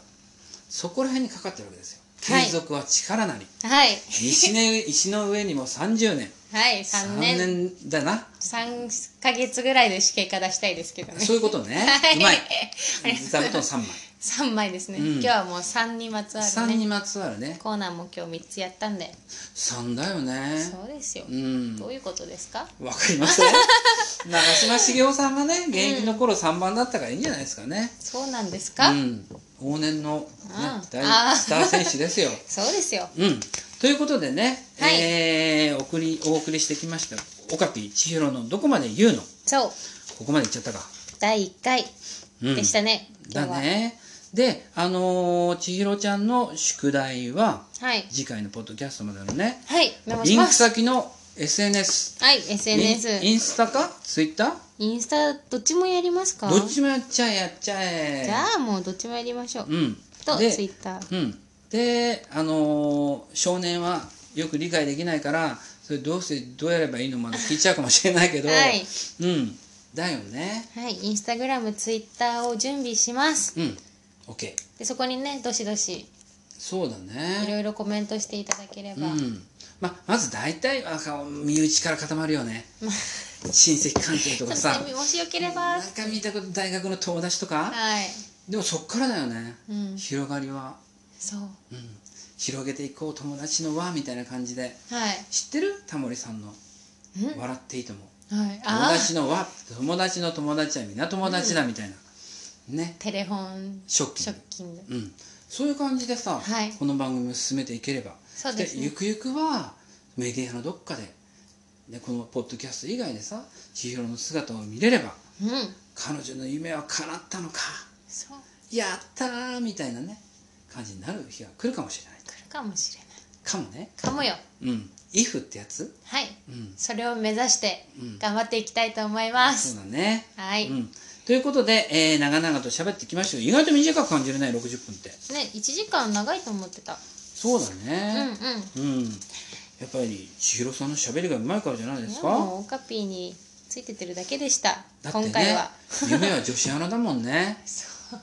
Speaker 2: そこら辺にかかってるわけですよ
Speaker 1: はい
Speaker 2: 継続は力なり、
Speaker 1: はい
Speaker 2: 石ね 石の上にも30年
Speaker 1: はい3年
Speaker 2: だな
Speaker 1: 3ヶ月ぐらいで試験化出したいですけどね
Speaker 2: そういうこと ね、
Speaker 1: はいう
Speaker 2: まい
Speaker 1: ありがとうござ
Speaker 2: 座
Speaker 1: い
Speaker 2: 布団
Speaker 1: ます
Speaker 2: 3枚
Speaker 1: 3枚ですね、
Speaker 2: うん
Speaker 1: 今日はもう3にまつわる
Speaker 2: 3
Speaker 1: ね
Speaker 2: にまつわるね
Speaker 1: コーナーも今日3つやったんで、
Speaker 2: 3だよね
Speaker 1: そうですよ、
Speaker 2: うん
Speaker 1: どういうことですか
Speaker 2: わかりま せん長嶋茂雄さんがね現役の頃3番だったからいいんじゃないですかね
Speaker 1: そうなんです
Speaker 2: う
Speaker 1: か、
Speaker 2: ん往年の、ね
Speaker 1: あーあー
Speaker 2: 大スター選 手ですよ
Speaker 1: そうですよ
Speaker 2: うん、ということでね、
Speaker 1: はい
Speaker 2: えー、お送りお送りしてきました「オカピ千尋のどこまで言うの?
Speaker 1: そう」
Speaker 2: ここまで言っちゃったか、
Speaker 1: 第1回
Speaker 2: うん
Speaker 1: でしたね、今
Speaker 2: だ
Speaker 1: 日は
Speaker 2: ねであのー、千尋ちゃんの宿題は
Speaker 1: はい
Speaker 2: 次回のポッドキャストまでのね
Speaker 1: はいメモし
Speaker 2: リン
Speaker 1: ま
Speaker 2: ク
Speaker 1: す
Speaker 2: 先の SNS
Speaker 1: はい
Speaker 2: インイ
Speaker 1: SNS
Speaker 2: ンスタかツイッター
Speaker 1: インスタどっちもやりますか
Speaker 2: どっちもやっちゃえやっちゃえ
Speaker 1: じゃあもうどっちもやりましょう。
Speaker 2: うん
Speaker 1: と
Speaker 2: で
Speaker 1: ツイッター。
Speaker 2: うん、で、あのー少年はよく理解できないからそれどうしてどうやればいいのまだ聞いちゃうかもしれないけど、
Speaker 1: はい
Speaker 2: うん、だよね
Speaker 1: はい、インスタグラム、ツイッターを準備します。
Speaker 2: うん OK
Speaker 1: でそこにね、どしどし
Speaker 2: そうだ
Speaker 1: いろ
Speaker 2: ね
Speaker 1: いろコメントしていただけれ
Speaker 2: う
Speaker 1: ば。
Speaker 2: んままず大体は顔身内から固まる よね親戚関係と
Speaker 1: そ
Speaker 2: か
Speaker 1: し
Speaker 2: さ
Speaker 1: てもしよければ、
Speaker 2: な
Speaker 1: は
Speaker 2: んか見たこと大学の友達とか
Speaker 1: い、
Speaker 2: でもそっからだよね、
Speaker 1: うん
Speaker 2: 広がりは、
Speaker 1: そう、
Speaker 2: うん、広げていこう友達の輪みたいな感じで
Speaker 1: はい、
Speaker 2: 知ってるタモリさんの「
Speaker 1: ん
Speaker 2: 笑っていいと思う」
Speaker 1: はい、
Speaker 2: 友
Speaker 1: あ
Speaker 2: 達のわ友達の友達はみんな友達だみたいな、ね
Speaker 1: ーテレフォン
Speaker 2: ショッキング
Speaker 1: ショッキング。
Speaker 2: うんそういう感じでさ、
Speaker 1: はい
Speaker 2: この番組を進めていければ
Speaker 1: そうですね
Speaker 2: ゆくゆくはメディアのどっかで、ね、このポッドキャスト以外でさ千尋の姿を見れれば
Speaker 1: うん
Speaker 2: 彼女の夢は叶ったのか
Speaker 1: そう
Speaker 2: やったーみたいなね感じになる日が来るかもしれない
Speaker 1: 来るかもしれない
Speaker 2: かもね
Speaker 1: かもよ
Speaker 2: うん「if」ってやつ
Speaker 1: はい
Speaker 2: うん
Speaker 1: それを目指して
Speaker 2: うん
Speaker 1: 頑張っていきたいと思いま
Speaker 2: そう
Speaker 1: す、
Speaker 2: だね
Speaker 1: はい、
Speaker 2: う
Speaker 1: ね
Speaker 2: んということで、えー長々と喋ってきましたけど意外と短く感じるね60分って
Speaker 1: 1時間長いと思ってた
Speaker 2: そうだ
Speaker 1: うんうん
Speaker 2: ねうん、やっぱり千尋さんの喋りがうまいからじゃないで
Speaker 1: い
Speaker 2: す
Speaker 1: や
Speaker 2: か
Speaker 1: もうオカピーについてってるだけでした、
Speaker 2: だってね
Speaker 1: 今回は
Speaker 2: 夢は女子アナだもんね
Speaker 1: そう
Speaker 2: う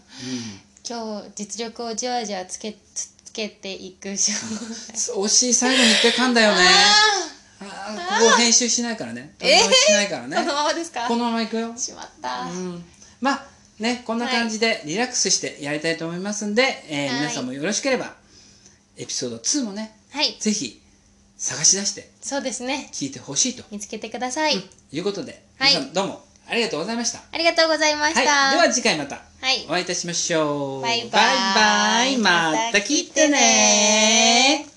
Speaker 1: 今日実力をじわじわつけつつけていくしょ
Speaker 2: ん惜しい最後に一回噛んだよねあーここ編集しないからね
Speaker 1: えー
Speaker 2: 録音しない からね、
Speaker 1: このままですか
Speaker 2: このままいくよ
Speaker 1: しまった、
Speaker 2: うん、まあねこんな感じでリラックスしてやりたいと思いますんで、えー
Speaker 1: はい
Speaker 2: 皆さんもよろしければエピソード2もね
Speaker 1: はい
Speaker 2: ぜひ探し出して
Speaker 1: そうですね
Speaker 2: 聞いてほしいと
Speaker 1: 見つけてください、
Speaker 2: いうことで、
Speaker 1: はい
Speaker 2: 皆さんどうもありがとうございました。
Speaker 1: ありがとうございました、
Speaker 2: はい、では次回また
Speaker 1: はい
Speaker 2: お会いいたしましょう。
Speaker 1: バイバイ
Speaker 2: バイバイまた来てね
Speaker 1: また来てね